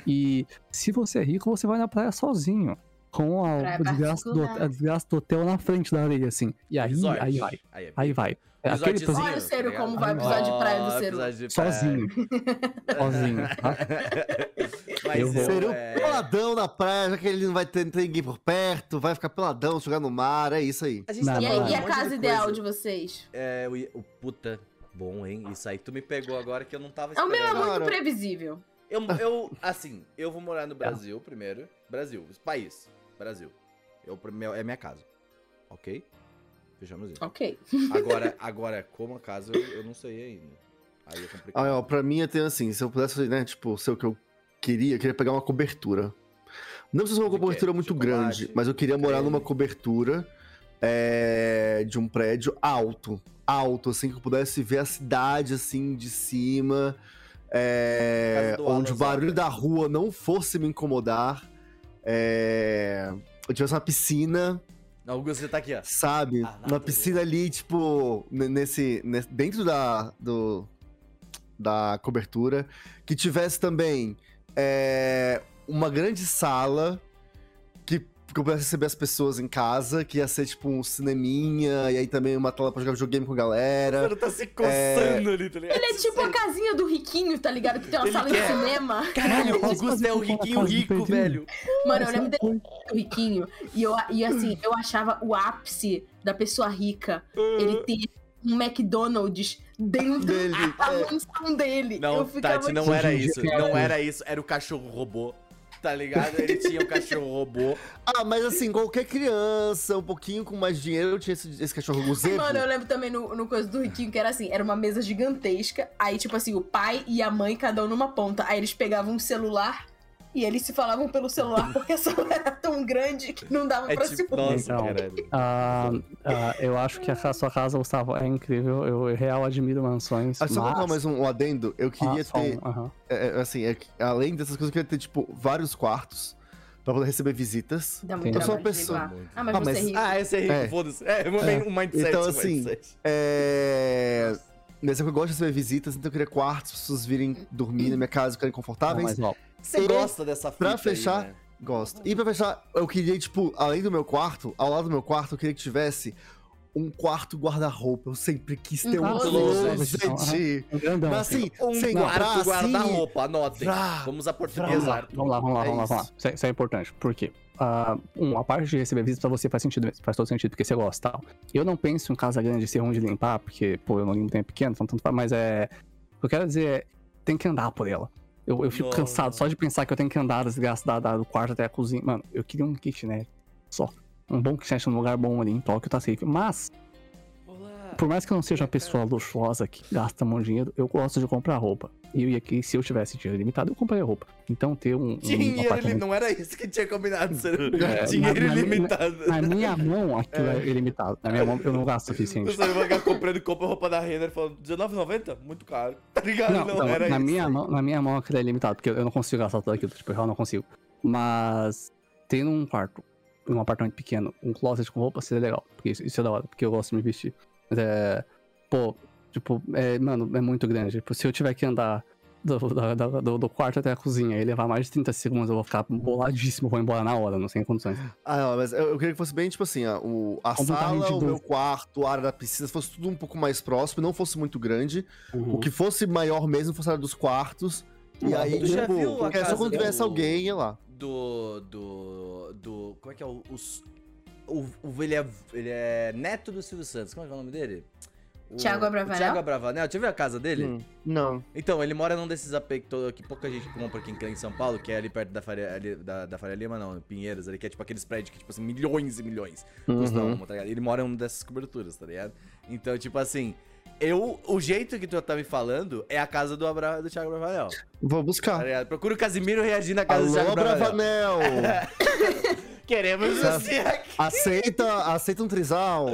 C: E se você é rico, você vai na praia sozinho. Com a
E: Praia
C: desgraça do,
E: particular.
C: a desgraça do hotel na frente da areia, assim. E aí,
A: Resort.
C: aí vai.
A: é
C: Aí vai. É
A: Resortzinho,
C: Aquele
A: tá
C: sozinho,
E: Olha o Ciro
A: ligado?
E: como vai
C: pro
E: episódio de praia do
A: Ó,
E: Ciro.
A: episódio de praia.
C: sozinho.
D: É.
C: sozinho, tá?
A: Mas
C: Eu vou.
D: Seria um
A: é,
D: peladão na praia, já que ele não vai ter, não tem ninguém por perto, vai ficar peladão, jogar no mar, é isso aí.
A: A gente
C: Não,
A: tá
E: E
A: falando
E: aí, e
C: Agora,
A: um
E: a
A: monte
E: casa
A: de
E: ideal
A: coisa.
E: de vocês?
A: É, o, i- o puta. Bom, hein? Isso aí tu me pegou agora que eu não tava
E: É o meu é
A: esperando.
E: muito
D: Claro.
E: previsível.
A: Eu, eu, assim, eu vou morar no Brasil primeiro. Brasil, país. Brasil. É o primeiro- é minha casa. Ok? Fechamos isso.
E: Ok.
A: Agora, agora, como a casa, eu, eu não sei ainda. Aí é complicado.
D: Olha, ó, pra mim eu tenho assim, se eu pudesse fazer, né, tipo, ser o que eu queria, eu queria pegar uma cobertura. Não precisa ser uma
A: De quê?
D: cobertura muito
A: Chocolate,
D: grande, mas eu queria morar
A: creme.
D: numa cobertura é, de um prédio alto. Alto, assim, que eu pudesse ver a cidade, assim, de cima. é,
A: Casa do
D: onde o
A: Alan
D: barulho
A: Zaka.
D: da rua não fosse me incomodar. É, eu tivesse uma piscina,
A: Augusto, você tá aqui, ó.
D: sabe?
A: Ah, nada,
D: uma piscina ali, tipo, n- nesse, nesse- Dentro da. Do, da cobertura, que tivesse também é, uma grande sala que, que eu pudesse receber as pessoas em casa, que ia ser tipo um cineminha, e aí também uma tela pra jogar videogame com a
A: O
D: galera.
A: cara tá se coçando ali, tá ligado?
E: Ele é tipo a casinha do Riquinho, tá ligado? Que tem uma
A: Ele
E: sala
A: quer.
E: de cinema.
A: Caralho, o
C: Mas
E: tipo
A: Augusto é o
C: fazer
A: riquinho
C: aquela casa do
A: rico,
C: Pedrinho?
A: velho.
E: Mano, eu lembro
C: Foi-
E: do Riquinho. E, eu, e assim, eu achava o ápice da pessoa rica
A: Uh.
E: ele ter um McDonald's dentro
D: Dele,
E: da
D: é.
E: mansão dele. eu
A: Não,
E: ficava
A: Tati,
E: tipo,
A: não
C: Hoje
A: era
C: em dia,
A: isso.
C: cara.
A: Não era isso. Era o cachorro robô. Tá ligado? Ele tinha o cachorro robô.
D: Ah, mas assim, qualquer criança, um pouquinho com mais dinheiro, tinha esse, esse cachorro guzeiro.
E: Mano, eu lembro também no, no coisa do Riquinho que era assim, era uma mesa gigantesca, aí tipo assim, o pai e a mãe, cada um numa ponta. Aí eles pegavam um celular e eles se falavam pelo celular, porque a sala era tão grande que não dava
A: É
E: pra se
A: tipo. Nossa,
C: Então.
A: caralho.
C: Ah, ah, eu acho que a sua casa, Gustavo, é incrível. Eu, eu real admiro mansões.
D: Ah, só
C: mas...
D: colocar mais um, um adendo, eu queria
C: Ah, só um,
D: ter.
C: aham.
D: é, é, assim, é que além dessas coisas, eu queria ter, tipo, vários quartos pra poder receber visitas.
E: Dá muito
C: Eu
D: sou uma
E: trabalho
D: pessoa-
E: de limpar. Ah, mas
D: Ah,
E: você
D: mas-
E: é rico.
A: Ah, esse é rico,
D: É.
A: foda-se. É, um um mindset.
D: Então,
A: um
D: assim,
A: mindset.
D: É. Mas é que eu gosto de receber visitas, então eu queria quartos, as pessoas virem dormir na minha casa, ficarem
C: Não,
D: confortáveis.
C: mas, ó,
A: Você
D: e-
A: gosta dessa fita
D: pra
A: aí,
D: fechar-
A: né?
D: Gosto. E pra fechar, eu queria, tipo, além do meu quarto, ao lado do meu quarto, eu queria que tivesse um quarto guarda-roupa. Eu sempre quis ter um,
E: Um
C: closet.
D: closet.
C: um grandão.
D: Mas assim,
A: Um
D: sem
A: quarto
D: entrar, assim,
A: guarda-roupa, anotem.
D: Vrá,
A: Vamos
C: Vamos
A: aportuguesar.
C: lá, vamos lá, vamos lá,
D: É
C: vamos lá, vamos lá. Isso, é- isso é importante. Por quê? Ah, um, a parte de receber visitas pra você faz sentido mesmo, faz todo sentido, porque você gosta e tal. Eu não penso em casa grande ser ruim de limpar, porque, pô, eu não limpo tempo pequeno, então tanto faz, mas é. O que eu quero dizer é, tem que andar por ela. Eu, eu fico
A: Nossa.
C: cansado só de pensar que eu tenho que andar desgraça da, da- do quarto até a cozinha. Mano, eu queria um kitnet só. Um bom kitnet num lugar bom ali, em Tóquio tá safe. Mas,
A: Olá.
C: por mais que eu não seja uma pessoa luxuosa que gasta um monte de dinheiro, eu gosto de comprar roupa. E eu ia aqui, se eu tivesse dinheiro limitado, eu compraria roupa. Então ter um. um
A: Dinheiro
C: apartamento-
A: ele não era isso que tinha combinado, Seru.
C: É,
A: Dinheiro
C: na- na-
A: ilimitado.
C: Na minha assim, mão, aquilo é ilimitado. Na minha mão, eu não gasto o
A: O
C: suficiente.
A: Seru vai ficar comprando compra roupa da Renner falando R$19,90? Muito caro. Tá ligado?
C: Não,
A: Não,
C: não,
A: era
C: Então, na,
A: isso.
C: minha mão, na minha mão, aquilo é ilimitado, porque eu não consigo gastar tudo aquilo. Tipo, eu não consigo. Mas, tendo um quarto, um apartamento pequeno, um closet com roupa, seria legal. Porque isso, isso é da hora, porque eu gosto de me vestir. Mas é. Pô, tipo, é, mano, é muito grande. Tipo, se eu tiver que andar. Do, da- da- do, do quarto até a cozinha e levar mais de 30 segundos, eu vou ficar boladíssimo, vou embora na hora, não sei em condições.
D: Ah, não, mas eu, eu queria que fosse bem, tipo assim, ó, o, a
C: Como tá
D: sala, o
C: rendido.
D: meu quarto, a área da piscina, fosse tudo um pouco mais próximo, não fosse muito grande. O
C: Uhum.
D: que fosse maior mesmo fosse a área dos quartos. E
C: Ah,
D: aí,
C: tu
A: já viu
D: tipo,
A: a
D: é só
A: casa
D: quando
A: do-
D: tivesse alguém, ia lá.
A: do, do, do. Como é que é? O, os- o, o- ele, é, ele é neto do Silvio Santos. Como é que é o nome dele? O,
E: Tiago Abravanel?
A: o Tiago Abravanel. Deixa eu ver a casa dele.
D: Hum, Não.
A: Então, ele mora num desses AP que, todo- que pouca gente compra aqui em São Paulo, que é ali perto da Faria, ali- da, da Faria Lima, não, Pinheiros, ali, que é tipo aqueles prédios que, tipo assim, milhões e milhões custam, tá ligado? Ele mora em uma dessas coberturas, tá ligado? Então, tipo assim, eu, o jeito que tu tá me falando é a casa do, Abra, do Thiago Bravanel,
D: Vou
A: tá
D: buscar.
A: ligado? Procura o Casimiro reagir na casa do
D: Ah. Alô,
A: Thiago Bravanel.
D: Bravanel!
A: Queremos
D: Tá.
A: você aqui.
D: aceita, aceita um trisal.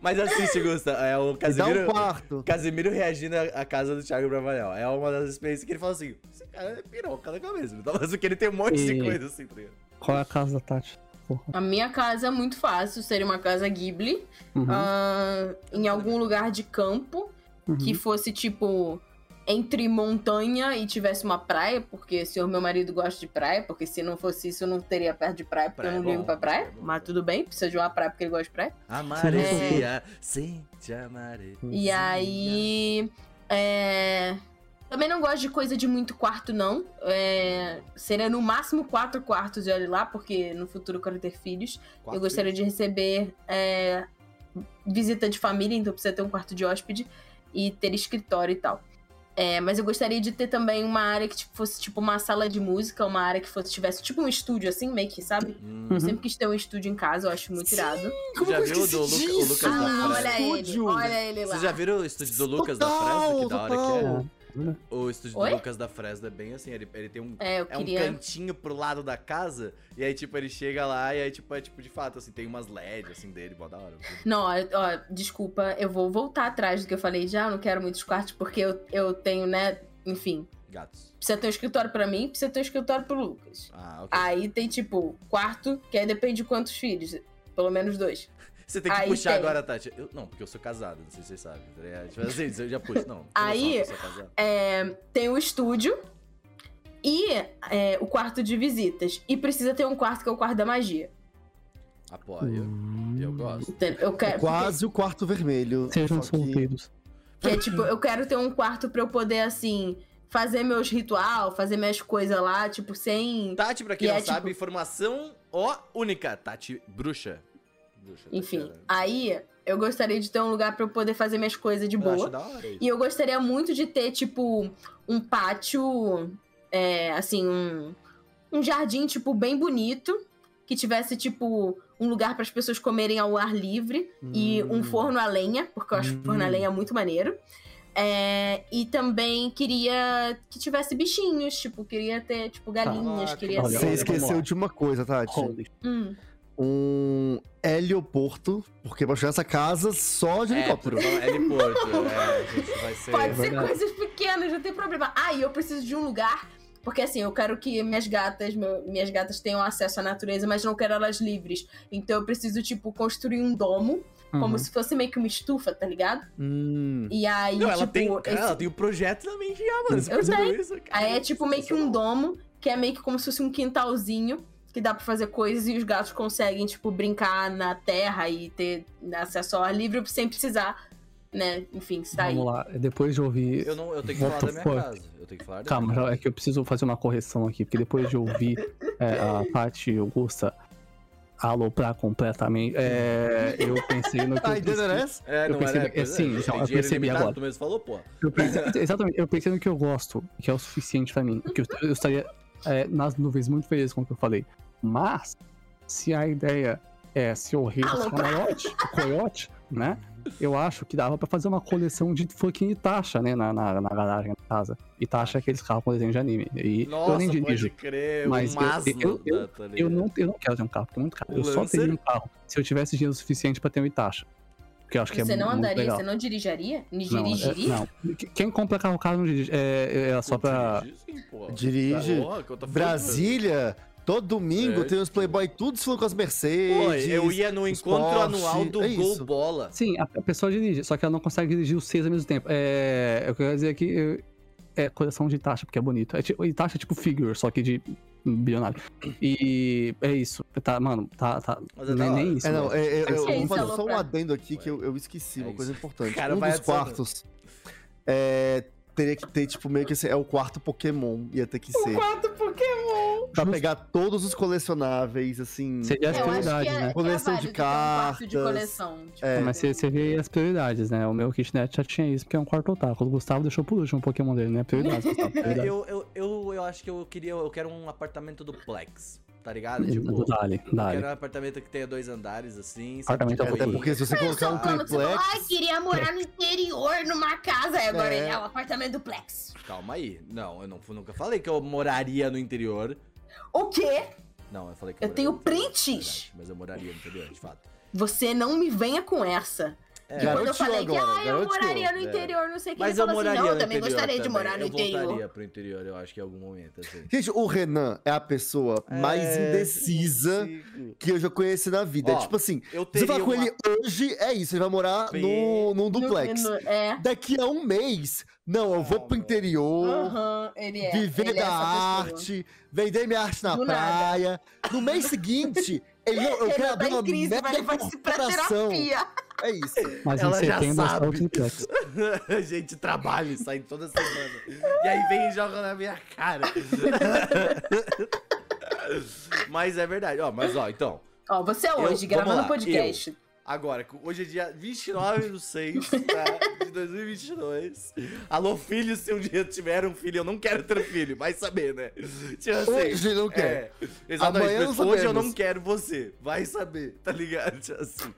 A: Mas assiste, Gusta, é o
D: Me dá
A: Casimiro...
D: um quarto.
A: Casimiro reagindo à- à casa do Thiago Bravanel. É uma das experiências que ele fala assim: esse cara é piroca da cabeça. Ele tá fazendo que ele tem um monte de
C: E-
A: coisa assim, tá ligado?
C: Qual é a casa da Tati? Porra.
E: A minha casa é muito fácil, seria uma casa Ghibli.
C: Uhum.
E: ah, em algum lugar de campo
C: Uhum.
E: que fosse tipo entre montanha e tivesse uma praia, porque o senhor meu marido gosta de praia, porque se não fosse isso eu não teria perto de praia, porque
A: Praia é
E: eu não ligo
A: bom,
E: pra praia.
A: praia é bom.
E: mas tudo bem, precisa de uma praia porque ele gosta de praia.
A: Amarecia, sim, te amarei.
E: E aí. é, Também não gosto de coisa de muito quarto, não. É, Seria no máximo quatro quartos e olhe lá, porque no futuro eu quero ter filhos. eu gostaria de receber é, visita de família, então precisa ter um quarto de hóspede e ter escritório e tal. É, mas eu gostaria de ter também uma área que tipo, fosse tipo uma sala de música, uma área que fosse tivesse tipo um estúdio assim, meio que, sabe?
A: Hum,
E: Eu sempre quis ter um estúdio em casa, eu acho muito irado.
D: Como
A: já
D: que eu
A: viu o do
D: esqueci
A: Luca- o
D: disso?
A: Lucas da Praia?
D: Ah, olha
E: ele,
D: Estúdio.
E: olha ele lá.
A: Vocês já viram o estúdio do Lucas da
D: Total,
A: Fresno? Que da hora
D: total.
A: que é.
C: Olha.
A: O estúdio
E: Oi?
A: do Lucas da Fresno é bem assim: ele, ele tem um.
E: É, eu
A: É um
E: queria.
A: cantinho pro lado da casa, e aí, tipo, ele chega lá, e aí, tipo, é tipo, de fato, assim, tem umas LED, assim, dele, mó da hora.
E: Não, ó, ó, desculpa, eu vou voltar atrás do que eu falei já, eu não quero muitos quartos, porque eu, eu tenho, né, enfim,
A: Gatos.
E: precisa ter um escritório pra mim, precisa ter um escritório pro Lucas.
A: Ah, ok.
E: Aí tem, tipo, quarto, que aí depende de quantos filhos, pelo menos dois.
A: Você tem que
E: Aí
A: puxar
E: tem.
A: agora, Tati. Eu- não, porque eu sou casado, não sei se vocês sabem. Tá ligado? tipo assim, eu já puxo, não.
E: Aí-
A: Eu sou casado.
E: É, tem o estúdio e é, o quarto de visitas. E precisa ter um quarto que é o quarto da magia.
A: Apoio. Eu gosto.
E: Entendeu? Eu quero,
D: Quase o quarto vermelho.
C: Sejam
D: só que-
C: solteiros.
E: porque, é, tipo, eu quero ter um quarto pra eu poder, assim, fazer meus ritual, fazer minhas coisas lá, tipo, sem.
A: Tati, pra quem
E: E
A: não
E: é, tipo-
A: sabe, informação ó, única. Tati, bruxa. Bruxa. Tati é.
E: Enfim.
A: era-
E: Aí eu gostaria de ter um lugar pra eu poder fazer minhas coisas de
A: Eu acho
E: boa.
A: da hora isso.
E: E eu gostaria muito de ter, tipo, um pátio, é, assim, um, um jardim, tipo, bem bonito, que tivesse, tipo, um lugar para as pessoas comerem ao ar livre e um forno a lenha, porque eu acho
C: Hum.
E: forno a lenha muito maneiro. É, e também queria que tivesse bichinhos, tipo, queria ter, tipo, galinhas,
A: Caraca.
E: queria
C: Olha,
D: Você
C: olha,
E: ter...
D: esqueceu
C: vamos lá.
D: de uma coisa, Tati.
C: Holy.
E: Hum.
D: Um helioporto, porque pra chegar essa casa só de
A: É,
D: helicóptero.
A: por favor, heliporto. é, gente, vai ser.
E: Pode ser
C: verdade.
E: coisas pequenas, não tem problema. Ah, e eu preciso de um lugar. Porque assim, eu quero que minhas gatas, meu- minhas gatas tenham acesso à natureza, mas não quero elas livres. Então eu preciso, tipo, construir um domo,
C: Uhum.
E: como se fosse meio que uma estufa, tá ligado?
D: Hum.
E: E aí,
A: Não,
E: tipo.
A: ela tem, cara,
E: esse-
A: ela tem o projeto na mente já, mano. Você
E: Eu
A: percebeu
E: tenho.
A: isso, cara?
E: Aí é tipo meio que um domo, que é meio que como se fosse um quintalzinho, que dá pra fazer coisas e os gatos conseguem, tipo, brincar na terra e ter acesso ao ar livre sem precisar, né? Enfim, sair.
C: Vamos lá, É, depois de ouvir
A: Eu, não, eu tenho que
C: What
A: falar
C: the
A: da minha
C: fuck?
A: casa. Eu tenho que falar da
C: Calma,
A: minha
C: já- é que eu preciso fazer uma correção aqui, porque depois de ouvir é, a Paty e o Gusta aloprar completamente, é, eu pensei no que eu
D: Tá entendendo
C: preciso-
D: essa?
A: É,
C: Eu percebi- é,
A: pois
C: sim, já-
A: tem
C: eu
A: dinheiro
C: percebi
A: limitado,
C: agora.
A: Tu mesmo falou, pô.
C: eu pensei, Exatamente, eu pensei no que eu gosto, que é o suficiente pra mim, que eu, eu estaria é, nas nuvens muito feliz com o que eu falei. Mas, se a ideia é se o rei do
E: Aloprar.
C: camarote, o coiote, né? Eu acho que dava pra fazer uma coleção de fucking Itacha, né? Na, na, na garagem da casa. Itacha é aqueles carros com desenho de anime. E eu
A: Nossa,
C: Então, nem dirijo.
A: pode crer.
C: Mas
A: um
C: eu-
A: asno
C: eu- eu-
A: da- tá
C: Eu
A: ligado?
C: não, eu não quero ter um carro, porque é muito caro.
A: Um
C: eu só
A: Lancer?
C: teria um carro se eu tivesse dinheiro suficiente pra ter um Itacha. Porque eu acho que
E: Você
C: é
E: não
C: muito
E: andaria,
C: legal.
E: você não dirigiria?
C: Não, é-
E: Dirigiria?
C: não. Qu- Quem compra carro caro não dirige. É, é só pra.
A: Dirige, sim, pô.
D: Dirige.
A: Porra, que eu tô
D: Brasília, todo domingo
A: É,
D: tem os Playboy tudo falando com as Mercedes. É,
A: Pô, eu ia no encontro
D: Porsche,
A: anual do
D: é
A: Gol
D: isso.
A: Bola.
C: Sim, a, a pessoa dirige, só que ela não consegue dirigir os seis ao mesmo tempo. É. Eu quero dizer que. eu- é coleção de Itacha, porque é bonito. É, tipo- Itacha é tipo figure, só que de bilionário. E é isso. Tá, mano, tá. tá
A: Mas é da
C: nem,
A: hora.
C: nem isso. né?
D: É, não,
C: mano.
D: é, é, eu,
C: Sim,
D: vou fazer só
E: falou
D: um
E: pra-
D: adendo aqui que eu, eu esqueci,
A: É
D: uma
A: isso.
D: coisa importante.
A: Cara,
D: um
A: vai
D: dos
A: adicionando.
D: quartos é, teria que ter, tipo, meio que assim, é o quarto Pokémon, ia ter que ser.
E: Quatro Pokémon.
D: Pra pegar todos os colecionáveis, assim.
C: Seria as
E: Eu acho que
C: prioridades, né?
E: é,
D: Coleção
E: é válido
D: de
E: ter um quarto de
D: cartas.
E: coleção. Tipo,
D: É.
C: Mas você, você vê as prioridades, né? O meu kitnet já tinha isso, porque é um quarto otaku. O Gustavo deixou por último o Pokémon dele, né? Prioridade, Gustavo.
A: É,
C: Prioridade.
A: eu, eu, eu, eu acho que eu queria. Eu quero um apartamento duplex, tá ligado? Tipo,
C: Tipo, dali,
A: eu
C: dali.
A: quero um apartamento que tenha dois andares, assim. sabe?
C: Apartamento é
A: Tipo,
D: Até
C: Oi.
D: porque se você colocar um
E: quando você fala,
D: triplex.
E: tipo, ai, queria morar no interior, numa casa. Aí agora
D: É.
E: ele é um apartamento duplex.
A: Calma aí. Não, eu não, nunca falei que eu moraria no interior.
E: O quê?
A: Não, eu falei que
E: Eu
A: moraria
E: tenho
A: no interior,
E: prints.
A: verdade, mas eu moraria no interior, de fato.
E: Você não me venha com essa.
A: É,
D: Garoteou
E: quando eu falei que,
D: agora,
E: ah, eu
D: garoteou,
E: moraria no
A: é.
E: interior, não sei o que.
A: mas
E: ele
A: eu
E: falou
A: moraria
E: assim, não,
A: no
E: eu também
A: interior
E: gostaria de
A: também.
E: morar no
A: eu
E: interior.
A: voltaria pro interior, eu acho que em algum momento, assim.
D: Gente, o Renan é a pessoa mais
A: É,
D: indecisa
A: consigo.
D: que eu já conheci na vida.
A: Ó,
D: É tipo assim,
A: Eu
D: você
A: teria
D: vai com
A: uma-
D: ele hoje, é isso, ele vai morar
A: Bem-
D: no, num
E: No-
D: duplex.
E: no- é.
D: Daqui a um mês, não, eu vou
A: Ah,
D: pro
A: não.
D: interior,
E: Aham, ele é.
D: viver
E: ele é
D: da
E: essa pessoa.
D: arte, vender minha arte na
E: Do nada.
D: praia. No mês seguinte, ele não, eu
E: Ele
D: quero
E: tá
D: abrir
E: em
D: uma
E: crise,
D: é
E: mas ele vai se pra
D: corporação.
E: terapia.
D: É isso.
C: Mas em
A: Ela já
C: setembro está
A: sabe.
C: o triplex.
A: A gente trabalha e sai toda semana. E aí vem e joga na minha cara. mas é verdade. Ó, mas ó, então.
E: Ó, você é
A: vamos
E: hoje, gravando
A: lá,
E: podcast.
A: Agora, co- hoje é dia 29 de 6 tá? de 2022. Alô, filho, se um dia tiver um filho, eu não quero ter filho, vai saber, né? Tipo assim,
D: Hoje ele não quer.
A: É, exatamente.
D: Amanhã
A: mas
D: não
A: hoje eu
D: sabemos.
A: não quero você. Vai saber, tá ligado? Tipo Assim.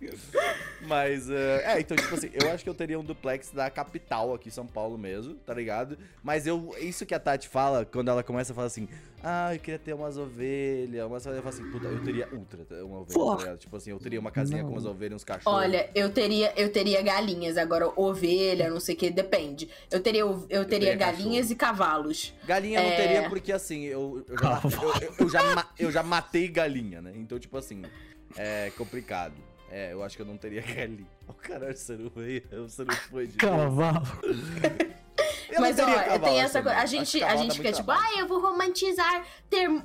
A: Mas, eh, é, então, tipo assim, eu acho que eu teria um duplex da capital aqui, São Paulo mesmo, tá ligado? Mas eu, isso que a Tati fala, quando ela começa a falar assim, ah, eu queria ter umas ovelhas, umas ovelhas, eu falo assim, puta, eu teria ultra, uma ovelha, tá
C: Porra.
A: ligado? Tipo assim, eu teria uma casinha
C: Não.
A: com umas ovelhas, uns cachorros.
E: Olha, eu teria, eu teria galinhas, agora ovelha, não sei o que, depende. Eu teria, eu teria,
A: teria
E: galinhas e cavalos.
A: Galinha eu não
E: É.
A: teria porque, assim, eu, eu, já, eu, eu- eu já, ma- eu já matei galinha, né? Então, tipo assim, é complicado. É, eu acho que eu não teria Kelly. O é um caralho, você não veio. Você não foi de.
C: Cavalo.
A: Eu
E: Mas
A: não teria
E: ó,
A: cavalo,
E: tem essa
A: acho
E: coisa.
A: também.
E: A
A: Acho que
E: gente, a
A: cavalo
E: gente
A: dá
E: fica
A: muito
E: tipo,
A: trabalho.
E: ai, eu vou romantizar ter um.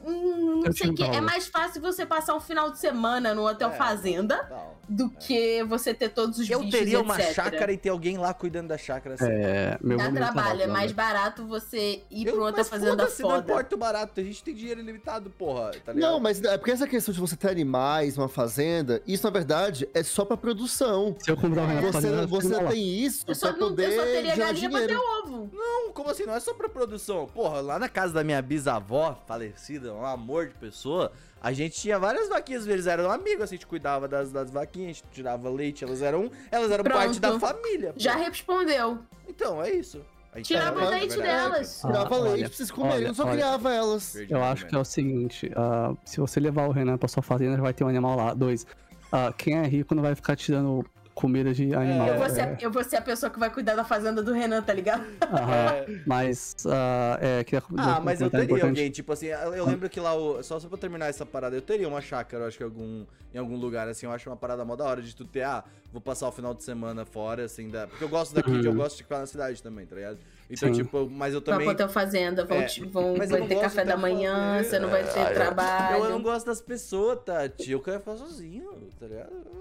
E: Não
C: Eu
E: sei
C: tinha
E: o quê.
C: um
E: É
C: cavalo.
E: mais fácil você passar um final de semana no hotel
A: É.
E: fazenda
A: Tal.
E: do que você ter todos os
A: Eu
E: bichos,
A: teria uma
E: etc.
A: chácara e ter alguém lá cuidando da chácara. assim.
C: É, meu
E: Dá
C: momento
E: trabalho, é
C: rápido,
E: mais
C: né?
E: barato você ir
A: Eu-
E: pra outra
A: mas
E: fazenda
A: foda-se, Não
E: foda.
A: importa o barato, a gente tem dinheiro ilimitado, porra. Tá ligado?
D: Não, mas é porque essa questão de você ter animais, uma fazenda, isso na verdade é só pra produção.
C: Se eu comprar um Renato
D: Você,
C: Fazenda,
D: você
C: eu
D: tem isso
E: Eu só,
D: pra
E: não, eu só
D: poder
E: teria
D: gerar
E: galinha pra ter
D: dinheiro.
E: ovo.
A: Não, como assim? Não é só pra produção. Porra, lá na casa da minha bisavó, falecida, um amor de pessoa, a gente tinha várias vaquinhas, eles eram amigos, assim, a gente cuidava das, das vaquinhas, a gente tirava leite, elas eram, um, elas eram
E: Pronto.
A: parte da família. pô.
E: Já respondeu.
A: Então, é isso. A gente
E: Tirava
D: é,
E: o
A: na
E: leite
A: verdade.
E: delas.
C: Ah,
D: Tirava leite
C: olha,
D: pra vocês comerem, eu só
C: olha, olha.
D: criava elas.
A: Perdi
C: Eu
A: o
C: acho que é
A: argumento.
C: o seguinte: ah, se você levar o Renan pra sua fazenda, vai ter um animal lá. Dois. ah, quem é rico não vai ficar tirando comida de animal.
E: Eu vou, ser,
C: É,
E: eu vou ser a pessoa que vai cuidar da fazenda do Renan, tá ligado?
C: aham. Mas, ah, é,
A: é.
C: queria
A: Ah,
C: comentar um
A: mas eu
C: comentário
A: teria
C: importante.
A: alguém, tipo assim, eu eu lembro que lá, o- só só pra terminar essa parada, eu teria uma chácara, eu acho que algum, em algum lugar, assim, eu acho uma parada mó da hora de tu ter, ah, vou passar o final de semana fora, assim, da, porque eu gosto daqui, eu gosto de ficar na cidade também, tá ligado? Então,
C: Uhum. Sim.
A: tipo, mas eu
E: Vai
A: também...
E: pro hotel fazenda, vão,
A: É,
E: te- vão,
A: mas eu
E: vai
A: não
E: ter
A: gosto
E: café
A: de
E: da
A: ter
E: manhã,
A: fazenda.
E: você não vai ter
A: Ah, eu-
E: trabalho.
A: Eu não gosto das pessoas, Tati, eu quero ficar sozinho, tá ligado?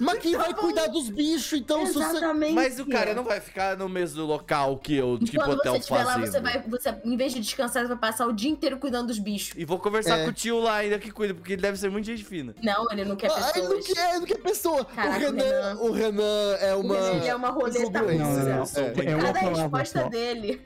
D: Mas quem
E: Então
D: vai cuidar dos bichos, então? se você-
E: Exatamente.
A: Mas o cara não vai ficar no mesmo local que eu,
E: E
A: que um
E: quando
A: hotel
E: você estiver lá,
A: fazendo.
E: você vai. Você, em vez de descansar, você vai passar o dia inteiro cuidando dos bichos.
A: E vou conversar
D: É.
A: com o tio lá ainda que cuida, porque ele deve ser muito gente fina.
E: Não, ele não quer
D: Ah, ele não
E: é pessoas.
D: quer, ele não quer pessoa.
E: Caraca,
D: o,
E: o
D: Renan,
E: Renan.
D: o Renan é uma.
E: Renan, ele é uma roleta
D: incongruência.
E: russa.
C: Não, não,
A: não.
D: É.
C: É uma
E: Cada
C: palavra
E: resposta
C: só.
E: dele.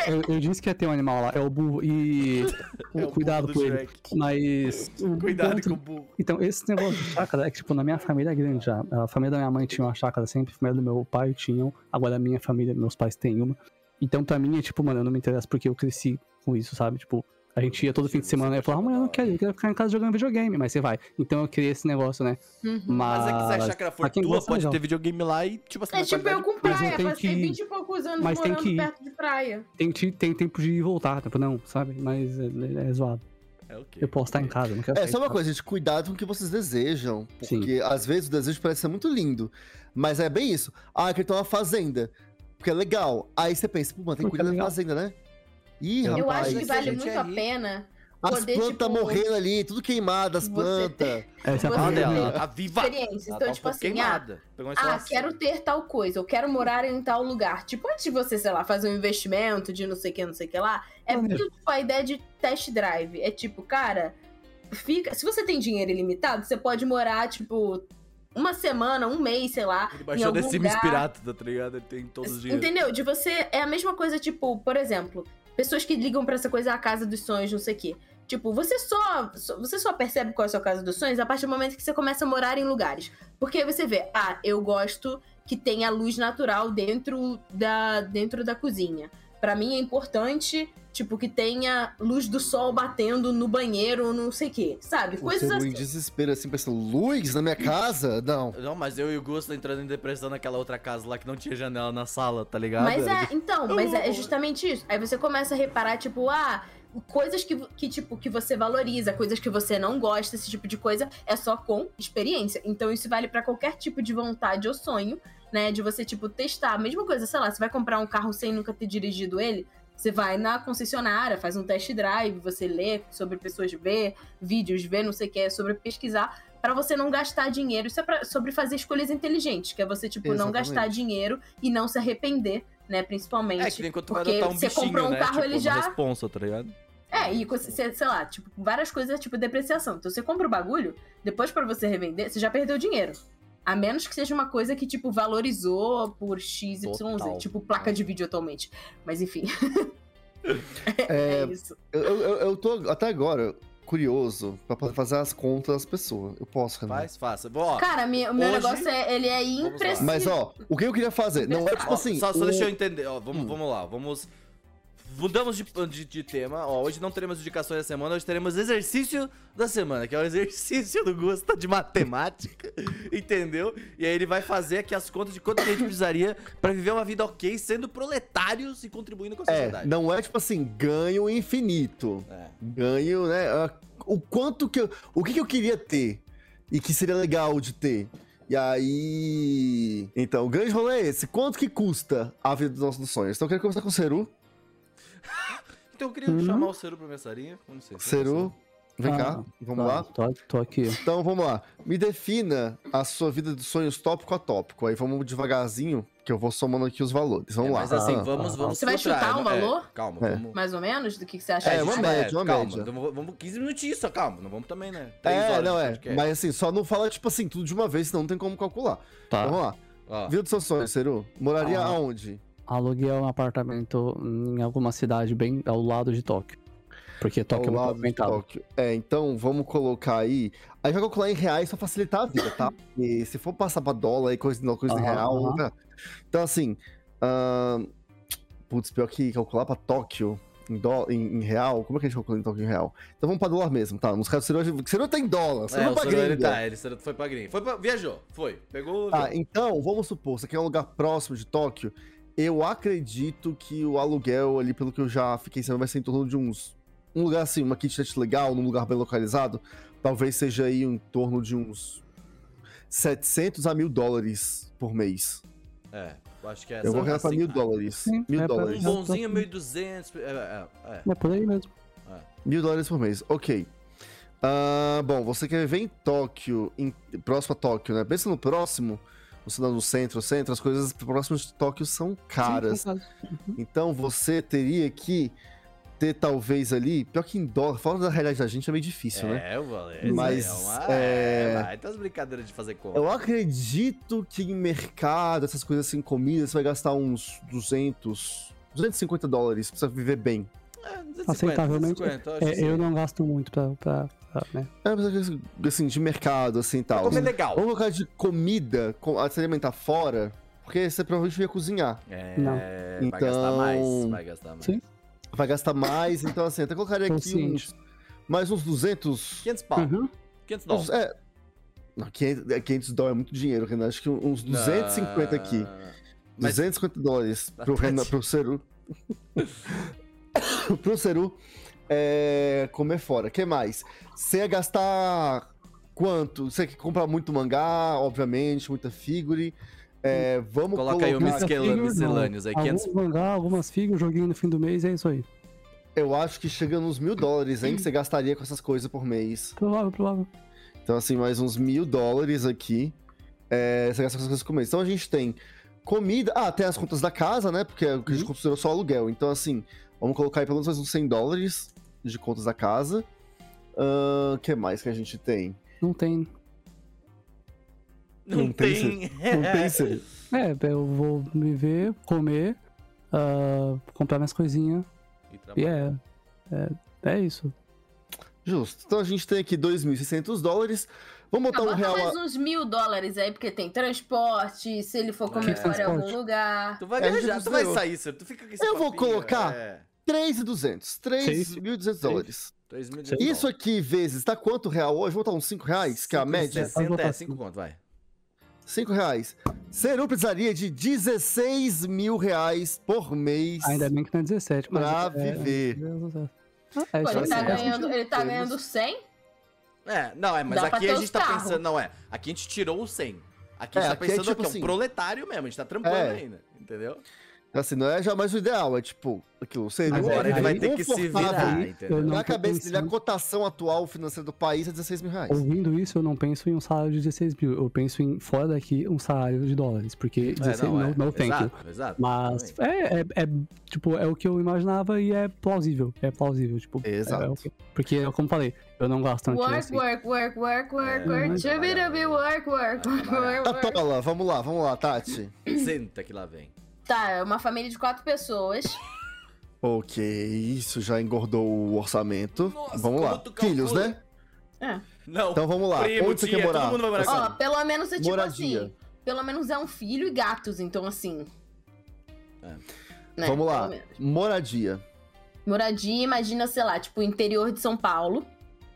A: É
C: Eu, eu- eu disse que ia ter um animal lá, é o burro. E.
A: É o
C: cuidado
A: burro do
C: com ele.
A: Shrek.
C: Mas. o
A: Cuidado
C: ponto-
A: com o burro.
C: Então, esse negócio de chácara é que, tipo, na minha família é grande já. A família da minha mãe tinha uma chácara sempre, a família do meu pai tinham. Agora a minha família, meus pais têm uma. Então, pra mim, é tipo, mano, eu não me interesso porque eu cresci com isso, sabe? Tipo, a gente ia todo fim de semana e eu falava, mano, eu não quero, eu quero ficar em casa jogando videogame, mas você vai. Então eu criei esse negócio, né? Mas.
A: Mas é que se a chácara for
C: pra quem
A: tua,
C: gosta,
A: pode
C: legal.
A: ter videogame lá e, tipo assim,
E: É
A: na
E: tipo
A: qualidade-
E: eu com
C: Mas não
E: praia,
C: tem
E: passei
C: que-
E: 20 e poucos anos
C: Mas tem
E: morando
C: que ir.
E: perto de praia.
C: Tem, que- tem tempo de ir e voltar, tipo, não, sabe? Mas é, é zoado.
A: É, ok.
C: Eu posso estar em casa, não quero
D: É,
C: sair de
D: só uma
C: casa.
D: coisa, gente, cuidado com o que vocês desejam.
C: Sim.
D: Porque às vezes o desejo parece ser muito lindo. Mas é bem isso. Ah, eu queria ter uma fazenda. Porque é legal. Aí você pensa, pô, mano, tem que
C: Porque é
D: cuidar da
C: legal.
D: fazenda, né? Ih,
C: Eu
E: Eu
D: rapaz,
E: acho que
A: essa
E: vale
A: gente
E: muito
A: é
E: a
A: rica.
E: pena
D: as
E: poder,
D: plantas
E: tipo,
D: morrendo ali, tudo queimado, as
E: você
D: plantas.
C: Essa é a
E: Você
A: Ah,
C: parte
E: tem-
A: dela, ela
C: dela.
A: tá viva.
E: experiências.
A: Ela
E: Então,
A: tá um
E: tipo
A: pouco
E: assim, ah,
A: queimada. Pegou uma
E: ah,
A: insolação.
E: quero ter tal coisa, eu quero morar em tal lugar. Tipo, antes de você, sei lá, fazer um investimento de não sei o que, não sei o que lá, é
C: Maneiro.
E: muito tipo, a ideia de test drive. É tipo, cara, fica. Se você tem dinheiro ilimitado, você pode morar, tipo, uma semana, um mês, sei lá.
A: Ele
E: em
A: baixou
E: algum
A: The Sims
E: lugar.
A: Pirata, tá ligado? Ele tem todos os dias.
E: Entendeu? De você. É a mesma coisa, tipo, por exemplo, pessoas que ligam pra essa coisa a casa dos sonhos, não sei o quê. Tipo, você só, só- você só percebe qual é a sua casa dos sonhos a partir do momento que você começa a morar em lugares. Porque aí você vê, ah, eu gosto que tenha luz natural dentro da, dentro da cozinha. Pra mim é importante, tipo, que tenha luz do sol batendo no banheiro, não sei o quê. Sabe? Coisas
D: Eu tô
E: assim.
D: em desespero, assim, pensando, luz na minha casa? Não.
A: Não, mas eu e o Gusto entrando em depressão naquela outra casa lá que não tinha janela na sala, tá ligado?
E: Mas é, então, mas é é justamente isso. Aí você começa a reparar, tipo, ah, coisas que, que, tipo, que você valoriza, coisas que você não gosta, esse tipo de coisa, é só com experiência. Então isso vale pra qualquer tipo de vontade ou sonho, né? De você, tipo, testar. A mesma coisa, sei lá, você vai comprar um carro sem nunca ter dirigido ele, você vai na concessionária, faz um test drive, você lê sobre pessoas ver, vídeos ver, não sei o que, é sobre pesquisar. Pra você não gastar dinheiro, isso é pra, sobre fazer escolhas inteligentes, que é você, tipo, não
D: Exatamente.
E: gastar dinheiro e não se arrepender, né? Principalmente.
A: É, que nem quando tu vai
E: porque
A: adotar um
E: você
A: bichinho,
E: comprou um
A: né?
E: carro,
A: tipo,
E: ele
A: uma
E: já-
A: responsa, tá ligado?
E: É, e você, você- sei lá, tipo, várias coisas tipo depreciação. Então você compra o bagulho, depois pra você revender, você já perdeu dinheiro. A menos que seja uma coisa que, tipo, valorizou por X, Y, Z,
A: Total.
E: tipo placa de vídeo atualmente. Mas enfim,
D: É,
E: é isso.
D: eu, eu, eu tô até agora curioso pra poder fazer as contas das pessoas. Eu posso, Renan.
A: Faz, faça. Ó,
E: Cara, mi- o meu
A: hoje-
E: negócio é, ele é
A: lá.
E: imprescindível.
D: Mas, ó, o que eu queria fazer? Não é tipo
A: Ó,
D: assim.
A: só, só
D: o-
A: deixa eu entender. Ó, vamos,
D: Hum.
A: vamos lá, vamos. Mudamos de, de, de tema. Ó, hoje não teremos indicações da semana, hoje teremos exercício da semana, que é o exercício do Gusta de matemática, entendeu? E aí ele vai fazer aqui as contas de quanto que a gente precisaria pra viver uma vida ok, sendo proletários e contribuindo com a
D: É,
A: sociedade.
D: não é tipo assim, ganho infinito.
A: É.
D: Ganho, né? ah, O quanto que eu. O que, que eu queria ter? e que seria legal de ter. E aí. Então, o grande rolê é esse. Quanto que custa a vida dos nossos sonhos? Então, eu quero conversar com o Seru.
A: Então eu queria chamar o Ceru pra mestrinha. Não sei.
D: Uhum. Seru, vem cá,
C: Ah,
D: vamos
C: Tá,
D: lá.
C: Tô, tô aqui.
D: Então vamos lá. Me defina a sua vida de sonhos tópico a tópico. Aí vamos devagarzinho, que eu vou somando aqui os valores. Vamos
A: É,
D: lá.
A: mas assim,
C: Ah,
A: vamos,
C: ah,
A: vamos
E: Você vai
A: filtrar,
E: chutar um
A: não- é,
E: valor?
A: calma,
D: É.
A: vamos.
E: Mais ou menos do que você acha
D: É,
E: disso?
D: uma
A: gente,
D: média, uma
A: calma,
D: média.
A: Vamos, vamos 15 minutinhos só, calma. Não vamos também, né? Três
D: É,
A: horas
D: não
A: de
D: é.
A: podcast.
D: Mas assim, só não fala, tipo assim, tudo de uma vez, senão não tem como calcular. Então,
C: Tá.
D: vamos lá.
A: Ó,
D: Vida dos seus sonhos, Seru. Moraria
C: Ah.
D: aonde?
C: Aluguei um apartamento em alguma cidade bem ao lado de Tóquio. Porque Tóquio é
D: Ao
C: muito
D: lado de
C: movimentado.
D: Tóquio. É, então vamos colocar aí. Aí vai calcular em reais pra facilitar a vida, tá? Porque se for passar pra dólar e coisa, não, coisa em
C: Aham,
D: real.
C: aham.
D: né? Então, assim. ahn, Putz, pior que calcular pra Tóquio em, dó... em, em real. Como é que a gente calcula em Tóquio em real? Então vamos pra dólar mesmo, tá? Nos casos seria. Seria tem dólar,
A: é,
D: seria
A: o
D: pra
A: Soraya, ele
D: gringa.
A: tá, ele só- foi pra gringa. Foi pra, viajou, foi. Pegou.
D: Tá, então, vamos supor, você quer um lugar próximo de Tóquio? Eu acredito que o aluguel ali, pelo que eu já fiquei sabendo, vai ser em torno de uns. Um lugar assim, uma kitnet legal, num lugar bem localizado, talvez seja aí em torno de uns 700 a mil dólares por mês.
A: É, eu acho que é
D: eu
A: essa-
D: vou ganhar pra
A: assim,
D: mil
A: ah,
D: dólares.
C: Sim,
D: Mil
C: é pra-
D: dólares.
A: Um bonzinho, 1.200. É, é, é.
C: É por aí mesmo.
D: Mil dólares por mês, ok. Ah, bom, você quer viver em Tóquio, em- próximo a Tóquio, né? Pensa no próximo, você não no centro, centro, as coisas próximas de Tóquio são caras.
C: Sim, por acaso.
D: Então você teria que ter talvez ali, pior que em dólar, fora da realidade da gente é meio difícil, né?
A: É, o Valério,
D: Mas,
A: É, uma,
D: é-
A: vai, tá as brincadeiras de fazer conta.
D: Eu acredito que em mercado, essas coisas assim, comida, você vai gastar uns 200, 250 dólares pra você viver bem.
A: É, 250,
C: Aceitavelmente,
A: 250, eu acho assim.
C: É,
A: que
C: eu
A: sim.
C: não gasto muito pra. pra, pra né?
D: É, mas assim, de mercado, assim, e tal.
A: Comer
D: Vamos
A: legal.
D: colocar de comida, com- a se alimentar fora, porque você provavelmente ia cozinhar.
A: É,
C: Não.
A: vai gastar
D: Então-
A: mais, vai gastar mais.
C: Sim.
D: Vai gastar mais, então assim, até colocaria aqui
C: Consciente.
D: uns, mais uns 200,
A: 500 pau,
C: Uhum.
A: 500 dólares.
D: Uns- é. Não, 500, é, 500 dólares é muito dinheiro, Renan. Acho que um, uns 250 aqui.
A: Ah, mas-
D: 250 dólares pro,
A: Tá
D: Renan,
A: de-
D: pro Seru. pro Seru é, comer fora. que mais? Você ia gastar quanto? Você quer comprar muito mangá, obviamente, muita figure. É, vamos
A: Coloca aí o
D: colocar-
C: Mas
A: misquela-
C: figure, Ah, não.
A: miscelâneos
D: é
A: aí, 500
C: Alguns mangá, algumas figas, joguinho no fim do mês, é isso aí.
D: Eu acho que chegando uns mil dólares, hein? Que você gastaria com essas coisas por mês.
C: Provável, provável.
D: Então, assim, mais uns mil dólares aqui. É, você gasta com essas coisas comer. Então a gente tem comida. Ah, tem as contas da casa, né? Porque o que a gente considerou só aluguel. Então, assim, vamos colocar aí pelo menos mais uns 100 dólares de contas da casa. O que mais que a gente tem?
C: Não tem.
A: Não,
D: Não
A: tem.
D: tem Não tem ser.
C: É, eu vou me ver, comer, ah, comprar minhas coisinhas.
A: E
C: E
A: trabalho.
C: é. É, é isso.
D: Justo. Então a gente tem aqui 2.600 dólares. Vamos
E: Ah,
D: botar um
E: bota
D: real.
E: mais
D: a-
E: uns mil dólares aí, porque tem transporte, se ele for comer
A: É.
E: fora em algum
C: Transporte.
E: lugar.
A: Tu vai
D: É, a gente
A: viajar, tu vai
D: considerou.
A: sair, Sérgio. Tu fica com esse
D: Eu vou
A: papinho,
D: colocar-
A: É,
E: um.
D: 3.200.
C: Sim.
D: 3.200 dólares.
A: 2.200
D: Isso aqui vezes. Tá quanto real hoje? Vamos botar uns 5 reais, que é a média?
A: 60 é 5 conto, vai.
D: 5 reais. Seru precisaria de 16 mil reais por mês
C: Ainda bem que não é 17, mas.
D: pra
C: é, é,
D: viver.
E: Pô,
C: isso
E: ele
C: aí.
E: tá,
D: assim,
C: Faz
E: ganhando, ele tá
D: Temos-
E: ganhando 100?
A: É, não, é, mas
E: Dá pra
A: aqui
E: ter
A: a
E: os
A: gente tá
E: carros.
A: pensando, não é. Aqui a gente tirou o 100. Aqui a
D: É,
A: gente tá
D: aqui é
A: pensando
D: tipo
A: que é um
D: assim.
A: proletário mesmo, a gente tá trampando
D: É.
A: ainda, entendeu?
D: Assim, não é jamais o ideal, é tipo, aquilo, Seru
C: Mas
A: Agora
C: aí-
A: ele vai
D: um
A: ter que se
D: confortável.
A: virar,
C: aí,
A: entendeu? É,
C: eu não
D: Na
C: tô
D: cabeça dele, a
C: pensando.
D: cotação atual financeira do país é 16 mil reais.
C: Ouvindo isso, eu não penso em um salário de 16 mil. Eu penso em, fora daqui, um salário de dólares. Porque 16 não,
A: é.
C: não, thank you.
A: exato, exato.
C: Mas
A: Exatamente.
C: é, é, é, tipo, é o que eu imaginava e é plausível. É plausível, tipo. é-
D: Exato.
C: é o que- porque, como eu falei, eu não gasto tanto
E: Work,
C: assim.
E: work, work, work,
A: É,
E: work, work.
A: vai
E: Chubirubim,
A: trabalhar.
E: work, work,
A: Vai
E: work,
A: trabalhar.
E: work, work.
D: Tatola, Tá vamos lá, vamos lá, Tati.
A: Senta que lá vem.
E: Tá, é uma família de quatro pessoas.
D: ok, isso já engordou o orçamento.
A: Nossa,
D: vamos lá.
A: como tu
D: Filhos,
A: calcula?
D: né?
A: Não,
D: Então vamos lá.
A: primo,
D: Onde você
A: tia,
D: quer morar? Ah,
A: todo mundo vai morar
E: Ó,
A: Sabe.
E: pelo menos é tipo
D: Moradia.
E: assim. Pelo menos é um filho e gatos, então assim.
A: É.
E: Né,
D: Vamos lá.
E: pelo menos.
D: Moradia.
E: Moradia, imagina, sei lá, tipo, o interior de São Paulo,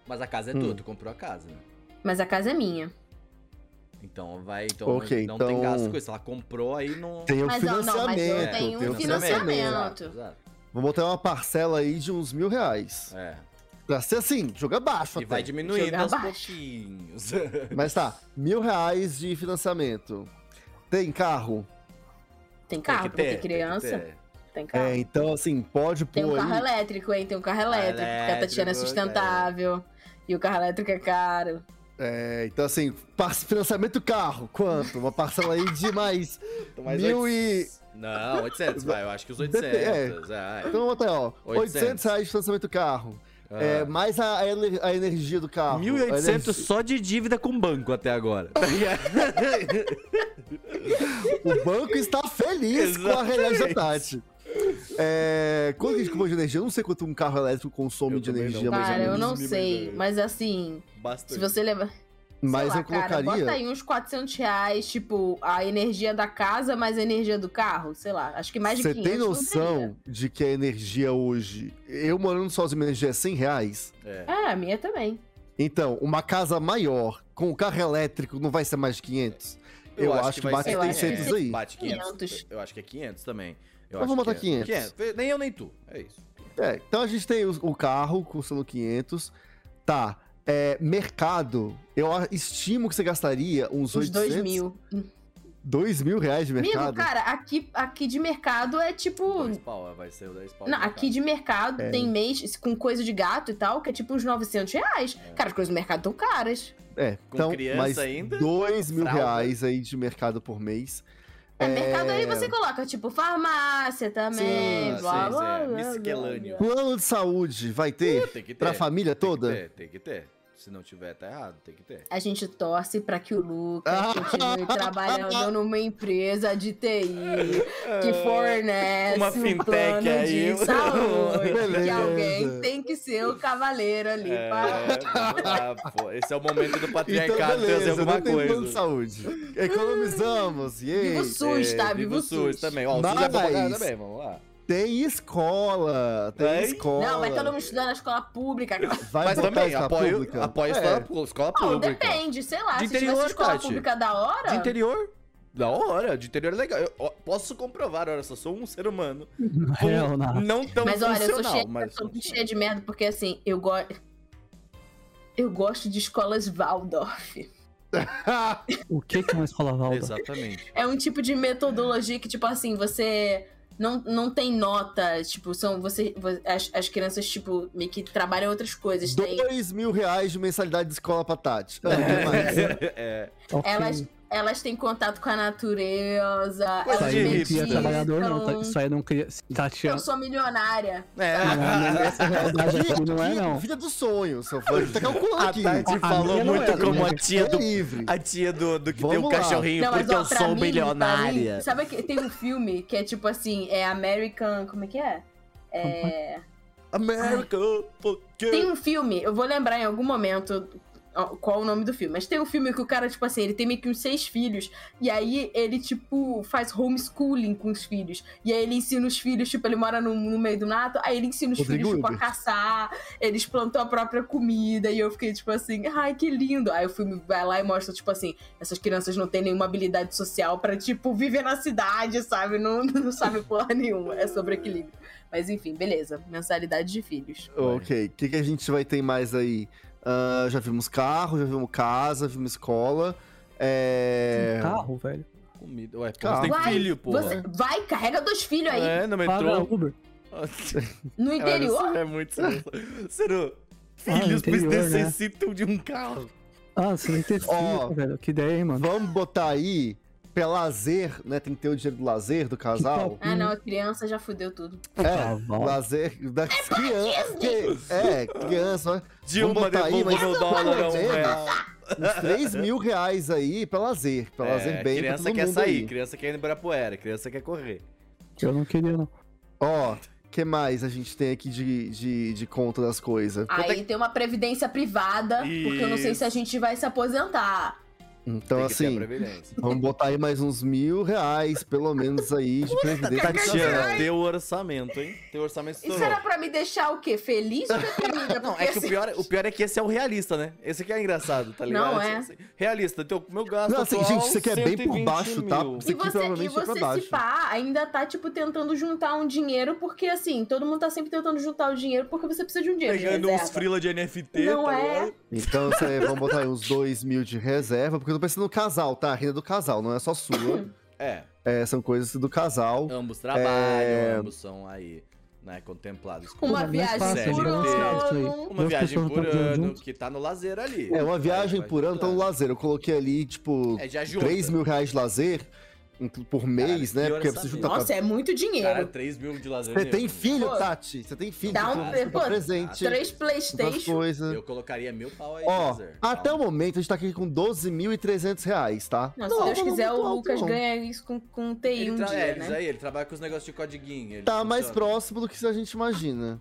A: mas a casa é
D: Hum.
A: tua, tu comprou a casa, né?
E: mas a casa é minha.
A: Então vai, então
D: Ok,
A: não tem
D: então-
A: gasto com isso. Ela comprou aí não. é,
D: Tem o
E: Mas, ó, não, mas eu
D: financiamento.
E: tenho um
D: tem o
E: financiamento.
A: Exato, exato.
D: Vou botar uma parcela aí de uns mil reais.
A: É.
D: Pra ser assim, joga
A: E
D: baixo até.
A: vai diminuindo
E: Jogar
A: aos
E: abaixo.
A: pouquinhos.
D: Mas tá, mil reais de financiamento. Tem carro?
E: Tem carro, tem,
A: ter,
E: criança, tem,
A: que ter.
E: carro.
D: É, então assim, pode pôr
E: Tem um carro
D: aí.
E: elétrico, hein? Tem um carro elétrico, porque a Tatiana é
A: Elétrico,
E: sustentável. E o carro elétrico é caro.
D: É, então assim, par- financiamento carro, quanto? Uma parcela aí de mais.
A: Então, mais
D: Mil
A: oito-
D: e-
A: Não, 800, vai. Eu acho que os
D: Dep-
A: 800. ah, é.
D: Então até, ó, 800,
A: 800
D: reais de financiamento carro.
A: Ah.
D: É, mais a, a ener- a energia do carro.
A: 1.800 só de dívida com banco até agora. É.
D: A energia- O banco está feliz com a realidade da Tati. É, quanto que a gente compra de energia? Eu não sei quanto um carro elétrico consome
A: Eu
D: de
A: também não.
D: energia, é mais ou
E: Cara, eu
D: menos.
E: não
A: mínimo,
E: sei.
A: né?
E: Mas assim, se
A: Bastante.
E: você levar. sei
D: Mas
E: lá,
D: eu colocaria.
E: Cara, bota aí uns 400 reais, tipo, a energia da casa mais a energia do carro, sei lá. Acho que mais de
D: Você
E: 500.
D: tem
E: não
D: noção de que a energia hoje. Eu morando sozinho, minha energia é 100 reais.
E: teria. É, a minha também.
D: Então, uma casa maior com o carro elétrico não vai ser mais de 500. Eu, acho, que
A: vai
D: bate
A: ser
E: eu acho
D: 600
A: 500,
D: aí.
A: Bate 500.
E: 500.
A: Eu acho que é 500 também. Eu
D: Então
A: acho
D: vamos botar
A: que é.
D: 500.
A: Nem eu, nem tu. É isso.
D: É, então a gente tem o, o carro custando 500. Tá. é, mercado, eu a- estimo que você gastaria uns,
E: Uns
D: 800.
E: 2 mil.
D: 2 mil reais de
E: Amigo,
D: mercado.
E: cara, aqui, aqui de mercado é tipo.
A: 10 pau, vai ser o 10 pau. um
E: Não,
A: no
E: aqui de mercado tem mês com coisa de gato e tal, que é tipo uns 900 reais.
A: É.
E: Cara, as coisas do mercado estão caras.
D: é,
A: Com
D: então,
A: criança
D: mais
A: ainda?
D: 2 mil
A: Fralda.
D: reais aí de mercado por mês.
E: É, mercado aí você coloca, tipo, farmácia também,
A: Sim,
E: blá,
A: sim,
E: blá,
A: sim,
E: blá,
A: é, miscelâneo.
E: blá,
D: Plano de saúde vai ter?
A: caso. Tem que ter.
D: Pra família
A: tem que
D: toda?
A: ter, Tem que ter. Se não tiver, tá errado. Tem que ter.
E: A gente torce pra que o Lucas continue trabalhando numa empresa de TI que
A: É.
E: fornece
A: uma
E: um
A: fintech
E: plano
A: aí.
E: de saúde. que
D: Beleza.
E: alguém tem que ser o cavaleiro ali
A: É,
E: para...
A: vamos lá, pô. Esse é o momento do
D: Então,
A: patriarcado trazer
D: beleza,
A: alguma
D: não tem plano de
A: coisa.
D: saúde. Economizamos,
E: Viva
D: yay!
E: o SUS, tá? Viva o SUS.
A: também. Ó, É, o SUS é bom pra caralho
D: Mas-
A: também, vamos lá.
D: Tem escola, tem
A: Vai?
D: escola.
E: Não, mas todo mundo estudando na escola pública. cara.
D: Vai
A: Mas
D: botar
A: também,
D: escola
A: apoio,
D: pública?
A: apoio
D: É.
A: escola, pu- escola
E: Bom,
A: pública.
E: depende, sei lá.
A: De
E: se tivesse
A: interior,
E: escola
A: Tati.
E: pública da hora...
A: De interior? Da hora, de interior é legal. Eu, ó, posso comprovar, olha, só sou um ser humano.
C: Na real, na
A: Não tão
E: Mas olha, eu sou
A: funcional,
E: cheia,
A: é mas...
E: eu sou cheia de merda, porque assim, eu gosto. Eu gosto de escolas Waldorf.
C: O que que é uma escola Valda?
A: Exatamente.
E: É um tipo de metodologia que, tipo assim, você não, não tem nota. Tipo, são você. vo- As, as crianças, tipo, meio que trabalham outras coisas. Tem,
D: Dois mil reais de mensalidade de escola pra Tati.
E: É.
D: Ah, o que mais?
A: É,
C: Ok.
E: elas, elas têm contato com a natureza.
A: Coisa
E: elas
C: Isso aí não cria
A: Medita.
C: é trabalhador, não. tá?
E: meditam.
C: Isso aí não cria. Tatiana.
E: Eu sou milionária.
A: é.
D: Aqui,
C: Não é,
D: aqui,
C: não.
D: Vida do sonho, seu fã. Tá
A: A
D: calculando aqui.
A: Tati falou
C: minha não
A: muito
C: era,
A: como a
C: né?
A: tia
D: É
A: do.
D: livre.
A: A tia do, do que tem o
D: Vamos lá.
A: cachorrinho,
E: Não, mas,
A: porque
E: ó,
A: eu
E: pra
A: sou um
E: mim, pra
A: bilionária.
E: mim, sabe que tem um filme que é tipo assim, é American. Como é que é? É.
A: America, porque.
E: Tem um filme, eu vou lembrar em algum momento ó, qual o nome do filme, mas tem um filme que o cara, tipo assim, ele tem meio que uns seis filhos, e aí ele, tipo, faz homeschooling com os filhos. E aí ele ensina os filhos, tipo, ele mora no, no meio do mato, aí ele ensina os
D: Rodrigo
E: filhos, tipo, a
D: Hilbert.
E: caçar, eles plantam a própria comida, e eu fiquei, tipo assim, ai, que lindo. Aí o filme vai lá e mostra, tipo assim, essas crianças não têm nenhuma habilidade social pra, tipo, viver na cidade, sabe? Não, não sabe porra nenhuma, é sobre equilíbrio. Mas enfim, beleza, mensalidade de filhos.
D: Ok, o que, que a gente vai ter mais aí? Ah, já vimos carro, já vimos casa, vimos escola. É...
C: Carro, velho.
A: Comida. Ué, pô,
D: Calma.
A: você tem
E: Uai,
A: filho, pô.
E: Você vai, carrega dois filhos aí.
A: É, no
C: Paga
A: metrô.
C: Uber.
E: No
A: Cara,
E: interior.
A: isso é muito sério. Sério,
C: Ah,
A: filhos pois
C: interior, né?
A: necessitam de um carro.
C: Ah, você tem que ter filho,
D: Ó.
C: velho. Que ideia, hein, mano.
D: Vamos botar aí pra lazer, né? Tem que ter o dinheiro do lazer do casal.
E: Ah, não, a criança já fudeu tudo.
D: É,
C: bom.
D: lazer da criança. que- é, criança, né? Vamos
A: Dilma
D: botar aí,
A: devolva
D: mas-
A: meu dólar a um
D: Vamos
A: real.
D: Uns 3 mil reais aí pra lazer. Pra lazer bem pra
A: É, criança
D: todo
A: quer
D: mundo
A: sair,
D: aí.
A: criança quer ir no Ibirapuera, criança quer correr.
C: Eu não queria, não.
D: Ó, o que mais a gente tem aqui de, de, de conta das coisas?
A: é
E: Aí tem uma previdência privada, porque eu não sei se a gente vai se aposentar.
D: Então,
A: Tem que ter a
D: assim,
A: previdência.
D: vamos botar aí mais uns mil reais, pelo menos, aí, de previdência.
A: Tatiana, teu orçamento, hein? Teu orçamento
E: Isso
A: estourou.
E: era pra me deixar o quê? Feliz ou deprimida?
A: Não,
E: Porque,
A: é que o
E: assim,
A: pior, o pior é que esse é o realista, né? Esse aqui é engraçado, tá ligado?
E: Não é.
A: Realista, teu, meu gasto
D: Não, assim,
A: atual,
D: gente, isso aqui é bem por
A: 120
D: baixo, tá?
A: mil.
D: Isso
E: E
D: aqui
E: você, e
D: provavelmente é pra
E: você se
D: baixo.
E: pá, ainda tá, tipo, tentando juntar um dinheiro, porque assim, todo mundo tá sempre tentando juntar o dinheiro porque você precisa de um dinheiro. de
A: Pegando uns
E: reserva.
A: frila de NFT,
E: Não
A: tá
E: é.
A: ligado?
D: Então, você, vamos botar aí uns dois mil de reserva, porque eu tô pensando no casal, tá? A renda do casal, não é só sua.
A: É,
D: É, são coisas do casal.
A: ambos trabalham,
D: É.
A: ambos são aí, né, contemplados. com
E: Uma
C: Porra, mas
E: viagem
C: fácil, é
E: por um
A: né?
C: Isso aí.
E: ano.
A: Uma
C: Duas
A: viagem
C: pessoas
A: por
C: trabalhando
A: ano,
C: junto.
A: que tá no lazer ali.
D: É, uma
A: Aí
D: viagem
A: vai
D: por ano, então
A: juntando.
D: lazer. Eu coloquei ali, tipo,
A: É, já junta.
D: 3 mil reais de lazer em- por mês,
A: que
D: né? Porque
A: orçamento.
D: você junta pra
E: Nossa, é muito
A: Cara,
E: dinheiro.
A: 3 mil de lazer.
D: Você
A: mesmo.
D: tem filho,
E: Pô.
D: Tati? Você tem filho?
E: Dá um
D: você compra
E: pre- pô,
D: presente.
E: Três
D: outras
E: Playstation.
D: coisas.
A: Eu colocaria meu pau aí.
D: Ó,
A: lazer.
D: até o
A: Calma.
D: momento a gente tá aqui com 12.300 reais, tá?
E: Não, se Deus
D: tá
E: quiser,
D: muito
E: o
D: alto,
E: Lucas
D: não.
E: ganha isso com, com TI
A: Ele,
E: um
A: tra- é,
E: dia,
A: eles
E: né?
A: aí, ele trabalha com os negócios de codiguinho. ele
D: Tá mais
A: funciona.
D: próximo do que a gente imagina.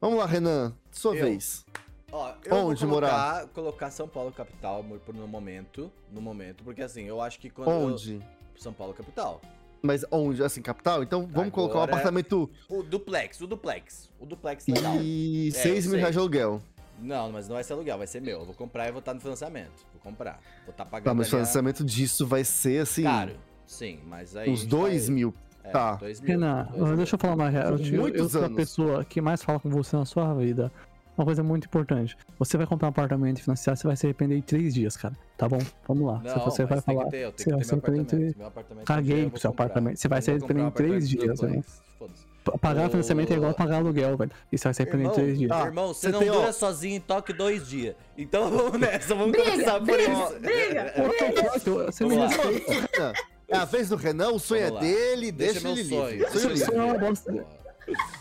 D: Vamos lá, Renan. Sua
A: Eu?
D: vez.
A: Ó, eu
D: Onde
A: vou colocar,
D: morar?
A: colocar São Paulo capital mo- por no momento, no momento, porque assim, eu acho que quando
D: Onde?
A: eu- São Paulo capital.
D: Mas onde? Assim, capital? Então vamos colocar um
A: Agora- é
D: apartamento
A: O duplex, o duplex, o duplex legal.
D: e
A: É, eu
D: 6 mil
A: sei.
D: reais de aluguel.
A: Não, mas não vai ser aluguel, vai ser meu. Eu vou comprar e vou estar no financiamento. Vou comprar. Vou estar pagando.
D: Tá, mas o
A: ali a-
D: financiamento disso vai ser, assim,
A: Caro. Sim, mas aí.
D: uns 2 mil.
A: É,
D: tá.
A: dois mil,
C: Renan,
A: dois mil.
C: deixa eu falar uma real. Eu, eu
D: Muitos
C: sou a
D: anos.
C: pessoa que mais fala com você na sua vida. Uma coisa muito importante. Você vai comprar um apartamento e financiar, você vai se arrepender em três dias, cara. Tá bom? Vamos lá.
A: Não,
C: Se você
A: mas
C: vai
A: tem
C: falar.
A: que ter, eu
C: você
A: tenho
C: vai
A: que ter
C: ser
A: meu apartamento.
C: arrependido.
A: Meu apartamento
C: Caguei
A: eu vou
C: pro seu
A: comprar.
C: apartamento. Você vai
A: Eu
C: ser
A: vou comprar um
C: arrependido em três
A: apartamento
C: dias, né?
A: duplex. Foda-se.
C: Pagar
A: Ô.
C: o financiamento é igual pagar aluguel, velho. E você vai se arrepender em três dias.
D: Tá.
A: irmão, você
D: Você
A: não
D: tem, ó-
A: dura sozinho em toque dois dias. Então vamos nessa, vamos
E: Briga,
A: começar por
E: briga,
A: isso.
E: briga.
C: Outro Você me
A: Vamos lá.
C: respeita.
D: Renan, É a vez do Renan, o sonho é
A: Vamos lá.
D: dele, deixa,
A: Deixa meu
D: ele
A: sonho.
D: livre.
C: Deixa
D: Sonho livre.
C: meu sonho. é uma bosta.
A: Porra.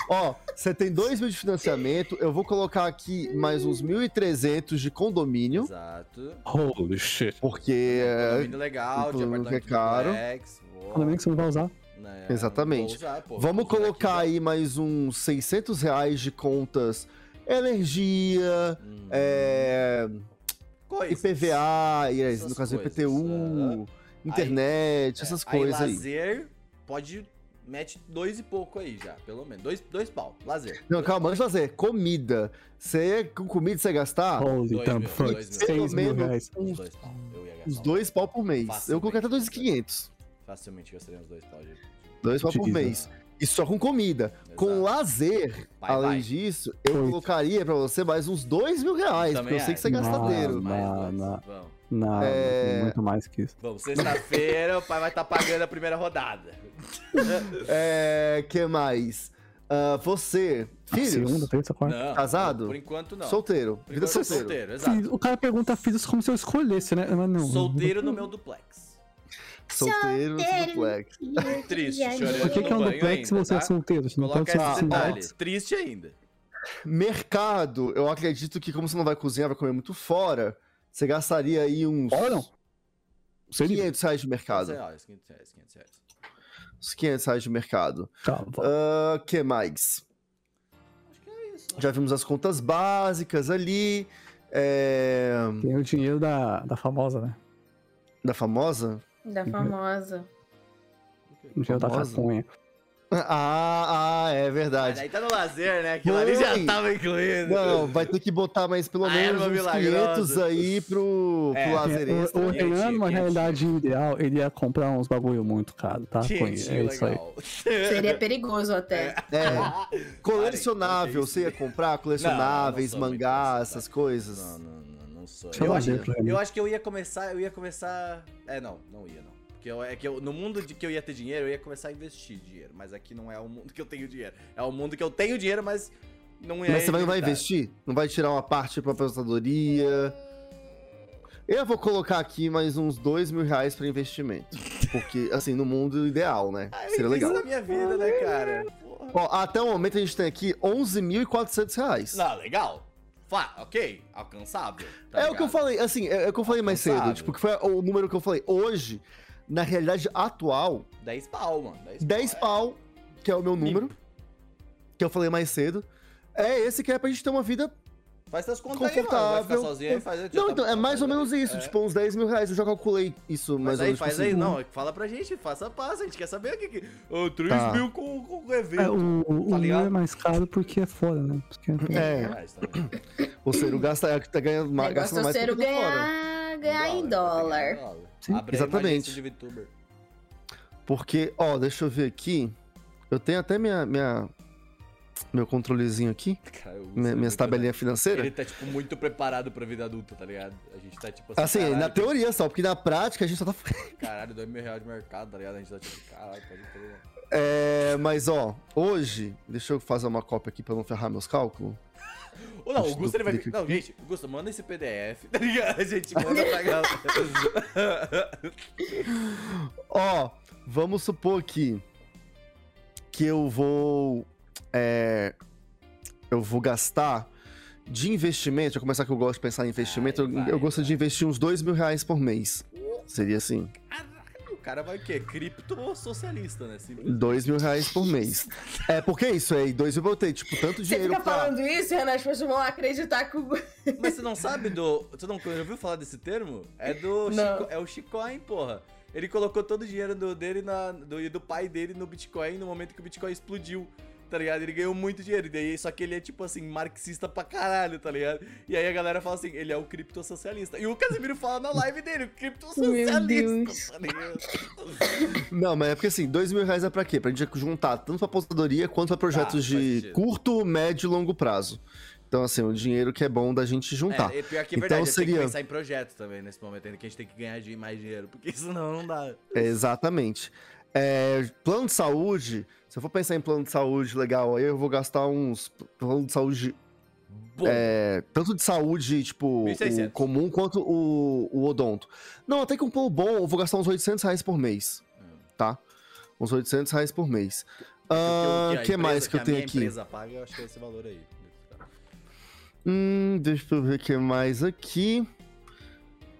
D: Ó, você tem 2 mil de financiamento, eu vou colocar aqui mais uns 1.300 de condomínio,
A: Exato.
C: Holy shit.
D: porque... é,
A: Condomínio legal, de
D: condomínio que é
A: apartamento
D: caro.
A: duplex, boa,
C: Condomínio que você não vai usar.
A: né,
D: Exatamente.
A: vou usar, pô,
D: Vamos
A: vou usar
D: colocar
A: aqui, né?
D: aí mais uns 600 reais de contas, energia,
A: ó. Hum.
D: é,
A: Coisas.
D: IPVA, e aí,
A: Essas
D: no caso
A: coisas,
D: IPTU, internet, essas
A: É,
D: coisas
A: aí.
D: aí.
A: lazer, pode... Mete dois e pouco aí já, pelo menos. Dois, dois pau, lazer.
D: Não, calma, antes de fazer, comida. Você, com comida você gastar
C: Holy
A: Ah, dois
C: damn
A: mil, um.
C: fuck.
A: dois mil.
C: Então, Seis mil
D: Pelo menos
C: reais.
A: Uns
D: uns,
A: dois pau. Eu ia gastar
D: uns
A: um
D: dois pau por mês. Eu
A: Facilmente.
D: coloquei até 2,500.
A: Facilmente gastaria uns dois pau. De... Ah,
D: Dois pau por
C: Jesus.
D: mês. É Isso só com comida. Com lazer,
A: Bye,
D: além
A: bye.
D: disso, eu
C: Oito.
D: colocaria pra você mais uns dois mil reais, porque eu sei que você é
C: acho.
D: gastadeiro.
C: Nossa.
A: Mais
C: Não,
A: dois.
C: não.
A: Vamos.
C: Não,
D: É.
C: muito mais que isso.
A: Vamos, sexta-feira o pai vai estar pagando a primeira rodada.
D: É, que mais? Ah, você,
C: Segunda,
D: filhos,
C: terça, quarta.
A: Não,
D: Casado?
A: Por enquanto não.
D: solteiro,
A: Por
D: vida
A: enquanto, solteiro.
D: solteiro.
A: exato.
C: O cara pergunta filhos como se eu escolhesse, né? Mas não.
A: Solteiro no meu duplex.
D: Solteiro, duplex.
A: Triste,
C: Por
A: chorando.
C: que, que é um
A: Banho
C: duplex se
A: ainda,
C: você é
A: tá?
C: solteiro? Você não
A: Coloca
C: pode
A: esse
C: ser assim, né?
D: Ah,
A: detalhe.
C: solteiro.
A: Triste ainda.
D: Mercado, eu acredito que como você não vai cozinhar, vai comer muito fora, você gastaria aí uns
C: Fora?
D: uns 500 reais de mercado.
A: 500 reais, 500 reais, 500 reais.
D: Uns 500 reais de mercado.
C: Tá, bom.
D: Ah, que mais?
A: Acho que é isso.
D: Já vimos as contas básicas ali. é,
C: Tem o dinheiro da, da famosa, né?
D: Da famosa?
E: Da famosa.
C: O dinheiro da
D: Famosa?
C: capunha.
D: Ah, ah, é
A: Mas
D: verdade.
A: aí tá no lazer, né? Aquilo ali já
D: Oi.
A: tava incluído.
D: Não, vai ter que botar mais pelo
A: A
D: menos
A: erva
D: uns
A: é milagrosa.
D: 500 aí pro, pro
A: É.
D: lazer
C: É,
D: extra.
C: o o
A: Quietinho,
C: Renan, numa
A: quietinho.
C: realidade ideal, ele ia comprar uns bagulho muito caro, tá?
A: Gente,
C: Cunha? É isso aí.
A: Ah, legal.
E: Seria perigoso até.
D: É. Colecionável, você ia comprar colecionáveis,
A: Não, eu não sou muito
D: mangás,
A: dessas
D: essas coisas.
A: Não, não, não, não sou.
C: Deixa eu
A: Eu
D: um
C: lá
A: acho,
C: ver pra ele.
A: eu acho que eu ia começar, eu ia começar. É, não, não ia, não. Porque eu- é que eu, no mundo de que eu ia ter dinheiro, eu ia começar a investir dinheiro. Mas aqui não é o mundo que eu tenho dinheiro. É o mundo que eu tenho dinheiro, mas não é.
D: Mas você vai- não vai
A: ilimitado.
D: investir? Não vai tirar uma parte pra aposentadoria? Eu vou colocar aqui mais uns dois mil reais pra investimento. Porque, assim, no mundo ideal, né?
A: Ah, eu
D: Seria
A: invisto
D: legal.
A: na minha vida, né, cara? Porra.
D: Ó, até o momento a gente tem aqui 11.400 reais.
A: Não, legal. Fa ok, alcançável. tá
D: é o
A: ligado?
D: que eu falei, assim, é, é o que eu falei mais cedo.
A: Alcançável.
D: Tipo, que foi o número que eu falei. Hoje, na realidade atual,
A: 10 pau, mano. 10 pau.
D: 10 pau, é que é o meu número, que eu falei mais cedo, é esse que é pra gente ter uma vida
A: Faz suas contas aí, mano. Vai ficar
D: Confortável.
A: sozinho aí, faz aí. já
D: Não,
A: tá-
D: então, é mais ou menos isso. Tipo, uns 10 mil reais. Eu já calculei isso, mais
A: Mas
D: ou
A: aí,
D: menos.
A: faz
D: tipo,
A: aí,
D: assim,
A: não. é Fala pra gente, faça a passa, a gente quer saber o que que. Ô, 3
D: Tá. um-
A: mil com, com o
C: É,
A: evento.
C: o o
A: Tá
C: Will
A: ligado?
C: é mais caro porque é fora, né? Porque
D: É,
A: Mas também.
D: o Ciro gasta, tá ganhando
E: O
D: mais,
E: negócio
D: gasta
E: é o
D: mais
E: Ciro
D: porque tá fora.
A: Um
E: ganhar, ganhar
A: né?
E: em dólar.
A: Abre aí
C: Sim,
A: uma
D: exatamente.
A: agência de VTuber.
D: Porque, ó, deixa eu ver aqui. Eu tenho até minha, minha meu controlezinho aqui,
A: Cara, eu uso
D: minha,
A: ele
D: minhas
A: muito, né?
D: tabelinhas financeiras.
A: Ele tá, tipo, muito preparado pra vida adulta, tá ligado? A gente tá, tipo,
D: Assim,
A: caralho,
D: na teoria só, porque na prática a gente só tá.
A: Caralho, dois mil reais de mercado, tá ligado? A gente tá, tipo, caralho, pode crer.
D: É, mas ó, hoje, deixa eu fazer uma cópia aqui pra não ferrar meus cálculos.
A: Ou não, o
D: Deixa
A: Gusta
D: eu
A: ele vai.
D: clicar
A: Não, gente, Gusta, manda esse PDF, tá ligado? A gente manda pra galera.
D: Ó, vamos supor que que eu vou é, eu vou gastar de investimento, já começar que eu gosto de pensar em investimento, eu-
A: vai,
D: eu gosto de investir uns dois mil reais por mês. Seria assim,
A: o cara vai o quê? Cripto ou socialista, né? Simples.
D: dois mil reais por mês. É, porque é isso aí, dois mil eu botei, tipo, tanto
E: Você
D: dinheiro
E: fica
D: pra...
E: falando isso, Renan, as pessoas vão acreditar que o
A: Mas você não sabe do. Você não já ouviu falar desse termo? É do.
E: Não.
A: Chico- É o Chicoin, porra. Ele colocou todo o dinheiro do, dele na, do, e do pai dele no Bitcoin no momento que o Bitcoin explodiu. Tá ligado? Ele ganhou muito dinheiro. E daí, só que ele é tipo assim, marxista pra caralho, tá ligado? E aí a galera fala assim, ele é o criptossocialista. E o Casimiro fala na live dele, o
E: Meu
A: criptossocialista,
E: Deus.
A: tá ligado?
D: Não, mas é porque assim, dois mil reais é pra quê? Pra gente juntar tanto pra aposentadoria quanto pra projetos
A: Tá, faz
D: de
A: sentido.
D: curto, médio e longo prazo. Então, assim, um dinheiro que é bom da gente juntar.
A: É, e pior que é
D: Então
A: verdade, a gente tem
D: seria-
A: que pensar em projeto também nesse momento ainda, que a gente tem que ganhar de- mais dinheiro, porque senão não dá.
D: É, Exatamente. É, plano de saúde, se eu for pensar em plano de saúde legal, aí eu vou gastar uns. Plano de saúde.
A: Bom,
D: é, tanto de saúde, tipo,
A: 1.600.
D: o comum quanto o, o odonto. Não, até que um plano bom, eu vou gastar uns 800 reais por mês. Tá? Uns 800 reais por mês.
A: é o
D: O
A: a
D: Ah, que, mais
A: empresa- né,
D: que eu
A: a
D: tenho
A: minha
D: aqui?
A: empresa paga, eu acho que é esse valor aí.
D: Hum, deixa eu ver o que mais aqui.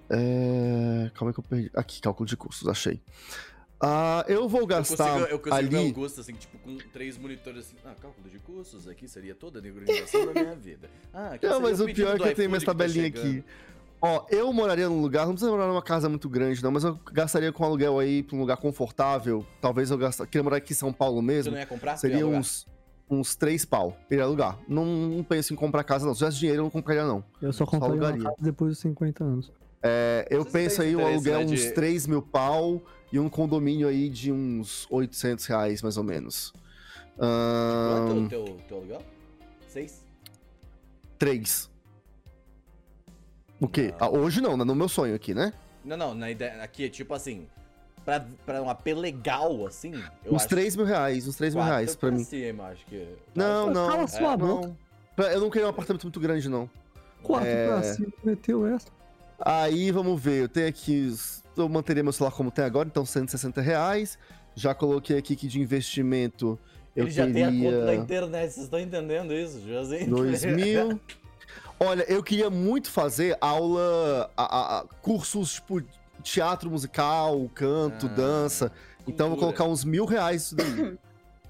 D: É... Calma aí que eu perdi. Aqui, cálculo de custos, achei. Ah, eu vou
A: Eu
D: gastar
A: consigo, eu consigo ver
D: ali.
A: o Augusto, assim, tipo, com três monitores, assim, ah, cálculo de custos, aqui seria toda a negociação da minha vida. Ah, aqui
D: Não,
A: seria
D: mas o
A: pedido
D: pior é
A: do
D: que eu tenho
A: iFood
D: minhas
A: que tá
D: tabelinhas
A: chegando.
D: aqui. Ó, eu moraria num lugar, não precisa morar numa casa muito grande, não, mas eu gastaria com aluguel aí pra um lugar confortável. Talvez eu gastaria. Queria morar aqui em São Paulo
A: Tu
D: mesmo.
A: não ia comprar? Tu ia
D: Seria
A: alugar?
D: uns, uns três pau. Iria alugar. Não, não penso em comprar casa, não. Se tivesse dinheiro, eu não compraria, não.
C: eu só comprei uma
D: alugaria.
C: casa depois dos 50 anos.
D: É, eu
A: Vocês
D: penso
A: têm
D: aí o
A: interesse,
D: aluguel
A: né, de-
D: uns 3 mil pau e um condomínio aí de uns 800 reais, mais ou menos.
A: Quanto é
D: Ahn,
A: o teu, teu aluguel? Seis?
D: Três. O quê?
A: Não.
D: Ah, hoje não, né? no meu sonho aqui, né?
A: Não, não, na ideia, aqui é tipo assim, pra, pra um apê legal, assim, eu
D: uns
A: acho
D: 3 mil reais, uns 3 mil
A: quatro
D: reais pra mim.
A: cima, acho que...
D: Não, não.
C: Cala sua
A: é,
C: boca.
D: Não. Pra- Eu não queria um apartamento muito grande, não.
C: Quatro
D: É.
C: pra cima, meteu essa.
D: Aí, vamos ver, eu tenho aqui. os- Eu manteria meu celular como tem agora, então 160 reais. Já coloquei aqui que de investimento eu
A: Ele já
D: queria.
A: tem a conta da internet, né? vocês estão entendendo isso? José?
D: 2000. Olha, eu queria muito fazer aula, a- a- a- cursos tipo teatro musical, canto,
A: Ah,
D: dança. Então eu vou
A: cultura.
D: colocar uns mil reais isso daí.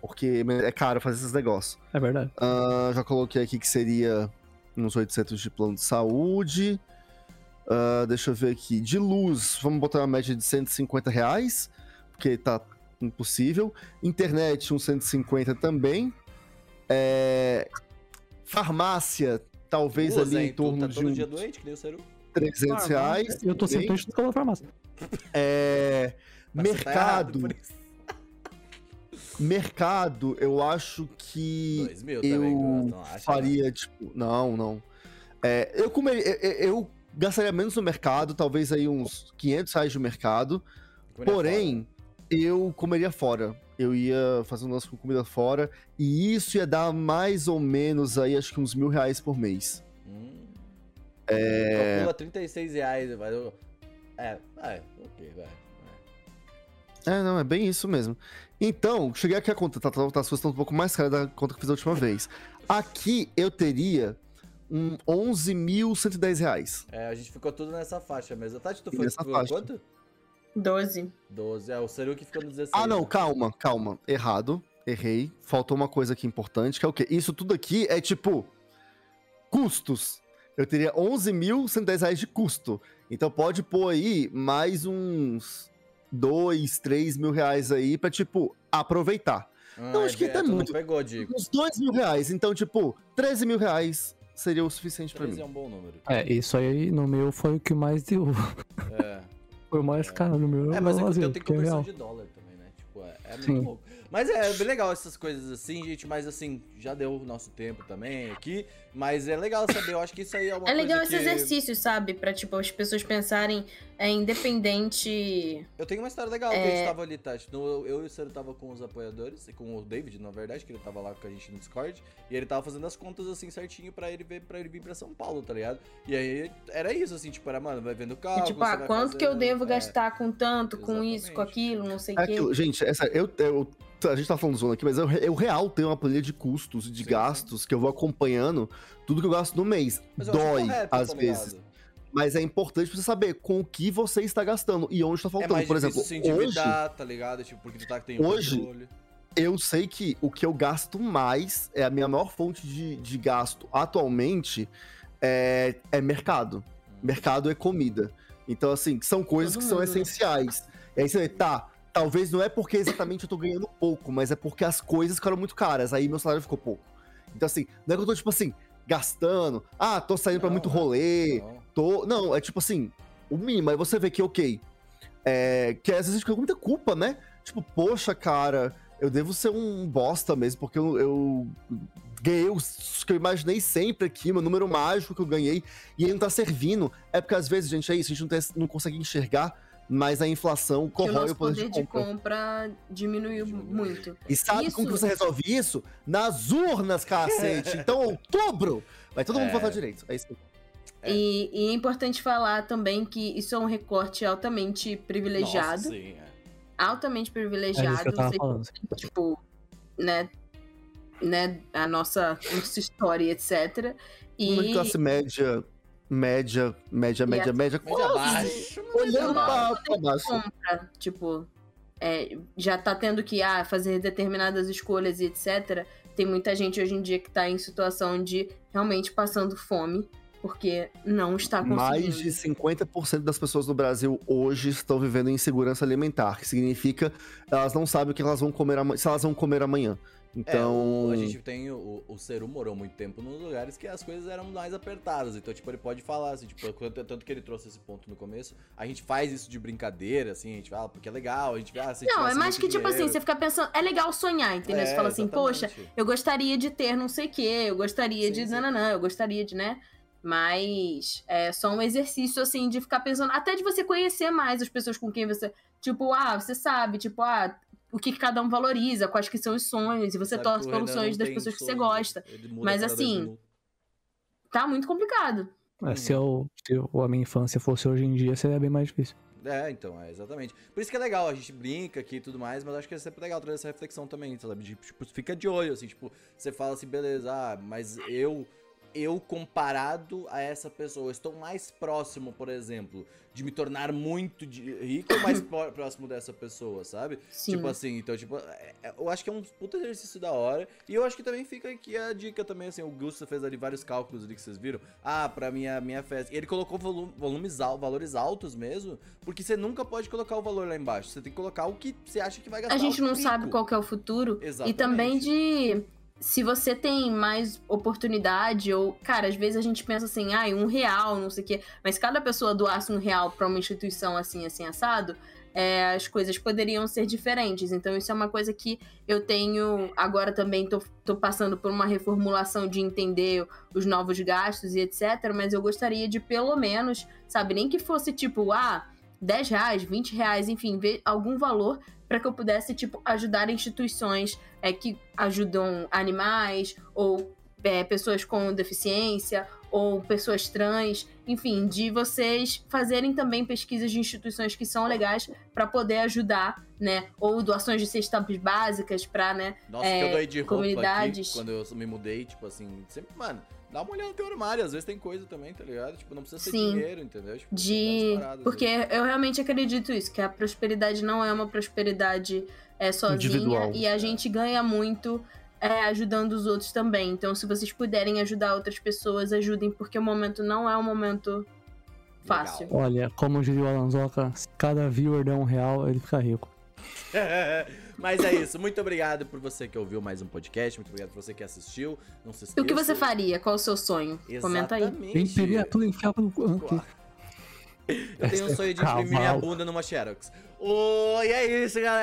D: porque é caro fazer esses negócios.
C: É verdade.
D: Ah, já coloquei aqui que seria uns 800 de plano de saúde. Ah, deixa eu ver aqui. De luz, vamos botar uma média de 150 reais, porque tá impossível. Internet, uns 150 também. É, Farmácia, talvez
A: Duas,
D: ali
A: hein?
D: em torno
A: tu tá
D: de
A: todo
D: uns
A: dia doente, que nem o Seru.
D: 300 reais.
C: Ah, Eu tô sempre
D: também.
C: enchendo pela farmácia.
D: É,
A: Mas você tá errado
D: mercado,
A: por isso.
D: mercado, eu acho que...
A: 2000 também,
D: eu
A: não acho.
D: faria, tipo, não, não. É, eu comeria, eu, eu gastaria menos no mercado, talvez aí uns 500 reais no mercado,
A: é né?
D: porém, eu comeria fora. Eu ia fazer um lance com comida fora, e isso ia dar mais ou menos aí, acho que uns mil reais por mês.
A: é... Calcula 36 reais, vai. eu- É, vai, ok, vai.
D: É, não, é bem isso mesmo. Então, cheguei aqui a conta, tá, tá, tá, as coisas estão um pouco mais caras da conta que eu fiz a última vez. Aqui eu teria um 11.110 reais.
A: É, a gente ficou tudo nessa faixa mesmo. Tati, tu
D: E
A: foi
D: nessa
A: tu-
D: faixa.
A: quanto?
E: 12.
A: 12. É, o Seru que ficou no 16.
D: Ah, não,
A: né?
D: calma, calma. Errado, errei. Faltou uma coisa aqui importante, que é o quê? Isso tudo aqui é tipo. Custos. eu teria 11.110 reais de custo. Então pode pôr aí mais uns 2, 3 mil reais aí pra, tipo, aproveitar. Não, acho que tá
A: tu Ah, é não
D: muito.
A: pegou, Dico.
D: Uns 2 mil reais. Então, tipo, 13 mil reais seria o suficiente pra
A: 13
D: mim.
A: é um bom número.
C: É, isso aí no meu foi o que mais deu.
A: É.
C: Foi o mais caro no meu.
A: É, mas é que o
C: vazio,
A: teu tem
C: porque é
A: conversão
C: real.
A: de dólar também, né? Tipo, é, é
C: Sim.
A: muito louco. Mas é bem legal essas coisas assim, gente. Mas assim, já deu o nosso tempo também aqui. Mas é legal saber, eu acho que isso aí é uma
E: É legal esse
A: coisa que...
E: exercício, sabe? Pra, tipo, as pessoas pensarem é, independente.
A: Eu tenho uma história legal que a
E: É.
A: gente tava ali, Tati. No- eu, eu e o Sandro tava com os apoiadores, e com o David, na verdade, que ele tava lá com a gente no Discord. E ele tava fazendo as contas assim certinho pra ele ver para ele vir pra São Paulo, tá ligado? E aí era isso, assim, tipo, era, mano, vai é. vendo o carro.
E: tipo, ah, quanto que eu devo gastar com tanto, com isso,
A: exatamente.
E: com aquilo, não sei o
D: É
E: quê.
D: aquilo, gente, essa, eu, eu- a gente tá falando zona aqui, mas eu, eu real tenho uma planilha de custos, de
A: Sim.
D: gastos, que eu vou acompanhando tudo que eu gasto no mês.
A: é
D: Dói, às
A: tá
D: vezes. Mas é importante pra você saber com o que você está gastando e onde está
A: É
D: faltando.
A: mais
D: Por exemplo,
A: se
D: hoje
A: endividar, tá ligado? Tipo, porque tu tá tem
D: hoje-
A: controle.
D: eu sei que o que eu gasto mais, é a minha maior fonte de, de gasto atualmente, é, é mercado. Mercado é comida. Então, assim, são coisas
E: Todo
D: que são
E: mundo, né?
D: essenciais. E aí você vê, tá, talvez não é porque exatamente eu tô ganhando pouco, mas é porque as coisas ficaram muito caras, aí meu salário ficou pouco. Então, assim, não é que eu tô, tipo assim, gastando, ah, tô saindo pra
A: Não,
E: né?
D: muito
A: é.
D: rolê,
A: Não.
D: tô. Não, é tipo assim, o mínimo. Aí você vê que, ok. É, que às vezes a gente fica com muita culpa, né? Tipo, poxa, cara, eu devo ser um bosta mesmo, porque eu, eu ganhei os que eu imaginei sempre aqui, meu número mágico que eu ganhei, e ele não tá servindo. É porque às vezes, gente, é isso, a gente não, tem- não consegue enxergar, mas a inflação
E: Que o
D: corrói
E: nosso
D: o poder, de compra.
E: diminuiu
A: Diminuiu.
E: muito.
D: E sabe como que
E: Isso-
D: você resolve isso? Nas urnas, cacete! Então, outubro! Vai todo mundo
A: É.
D: votar direito. É isso.
A: É.
E: E, e é importante falar também que isso é um recorte altamente privilegiado.
A: Nossa, sim, é.
E: altamente
C: É isso que
E: privilegiado.
C: eu tava
E: sei-
C: falando.
E: tipo, né? Né, a nossa, nossa história, etc.
D: Uma de
E: E
A: assim.
D: classe média, média, média, média, média.
A: Média
D: quase
A: baixa.
E: média
D: Olhando pra, pra baixo.
E: compra, tipo, é, já tá tendo que ah, fazer determinadas escolhas e etc. Tem muita gente hoje em dia que tá em situação de realmente passando fome, porque não está conseguindo.
D: Mais de 50% das pessoas no Brasil hoje estão vivendo em insegurança alimentar, que significa elas não sabem o que elas vão comer ama- se elas vão comer amanhã. Então,
A: É, o- a gente tem. O, o Seru morou muito tempo nos lugares que as coisas eram mais apertadas. Então, tipo, ele pode falar, assim, tipo, tanto tanto que ele trouxe esse ponto no começo. A gente faz isso de brincadeira, assim, a gente fala, porque é legal, a gente fala, ah, se
E: Não, é
A: tivesse
E: mais que,
A: muito
E: tipo assim,
A: dinheiro.
E: você fica pensando, é legal sonhar, entendeu?
A: É,
E: você fala assim, poxa,
A: exatamente.
E: eu gostaria de ter não sei o quê, eu gostaria
A: Sim,
E: de
A: sim.
E: nananã, eu gostaria de, né? Mas é só um exercício, assim, de ficar pensando, até de você conhecer mais as pessoas com quem você. Tipo, ah, você sabe, tipo, ah, o que que cada um valoriza, quais que são os sonhos, e você
A: Sabe que
E: torce
A: o
E: pelos
A: Renan não
E: sonhos das
A: tem
E: pessoas que você
A: sonhos,
E: gosta.
A: ele muda
E: Mas,
A: a cada dois
E: assim,
A: minutos.
E: Tá muito complicado.
C: É, se, eu, se eu- a minha infância fosse hoje em dia, seria bem mais difícil.
A: É, então, é, exatamente. Por isso que é legal, a gente brinca aqui e tudo mais, mas acho que é sempre legal trazer essa reflexão também, sabe? De, tipo, fica de olho, assim, tipo, você fala assim, beleza, ah, mas eu, eu comparado a essa pessoa, eu estou mais próximo, por exemplo, de me tornar muito de- rico ou mais pró- próximo dessa pessoa, sabe?
E: Sim.
A: Tipo assim, então, tipo, é- é- eu acho que é um puta exercício da hora. E eu acho que também fica aqui a dica também, assim, o Gusto fez ali vários cálculos ali que vocês viram. Ah, pra minha, minha festa. E ele colocou volu- volumes al- valores altos mesmo, porque você nunca pode colocar o valor lá embaixo. Você tem que colocar o que você acha que vai gastar.
E: a gente
A: o tá
E: não
A: um pico.
E: sabe qual que é o futuro. E
A: Exatamente.
E: também de se você tem mais oportunidade, ou, cara, às vezes a gente pensa assim, ai, um real, não sei o quê. Mas se cada pessoa doasse um real pra uma instituição assim, assim, assado, é, as coisas poderiam ser diferentes. Então, isso é uma coisa que eu tenho. Agora também tô, tô passando por uma reformulação de entender os novos gastos e etc. Mas eu gostaria de, pelo menos, sabe, nem que fosse tipo, ah, 10 reais, 20 reais, enfim, ver algum valor para que eu pudesse, tipo, ajudar instituições é, que ajudam animais, ou é, pessoas com deficiência, ou pessoas trans, enfim, de vocês fazerem também pesquisas de instituições que são legais para poder ajudar, né? Ou doações de cestas básicas para, né?
A: Nossa, que eu
E: é,
A: doei de roupa
E: comunidades.
A: aqui, quando eu me mudei, tipo assim, sempre, mano, dá uma olhada no teu armário, às vezes tem coisa também, tá ligado? Tipo, não precisa ser
E: Sim.
A: dinheiro, entendeu? Tipo, tem
E: de
A: várias paradas
E: porque
A: aí.
E: eu realmente acredito isso que a prosperidade não é uma prosperidade é sozinha
D: Individual.
E: e a gente ganha muito é, ajudando os outros também. Então, se vocês puderem ajudar outras pessoas, ajudem, porque o momento não é um momento é fácil.
C: Olha, como diria o Alanzoca, se cada viewer der um real, ele fica rico.
A: Mas é isso. Muito obrigado por você que ouviu mais um podcast. Muito obrigado por você que assistiu. Não se esqueça.
E: O que você faria? Qual o seu sonho? Comenta aí.
C: Ele pegar tudo e enfiar pelo cu.
A: Eu tenho um sonho de imprimir minha
C: Cavalo.
A: bunda numa Xerox. Oh, e é isso, galera.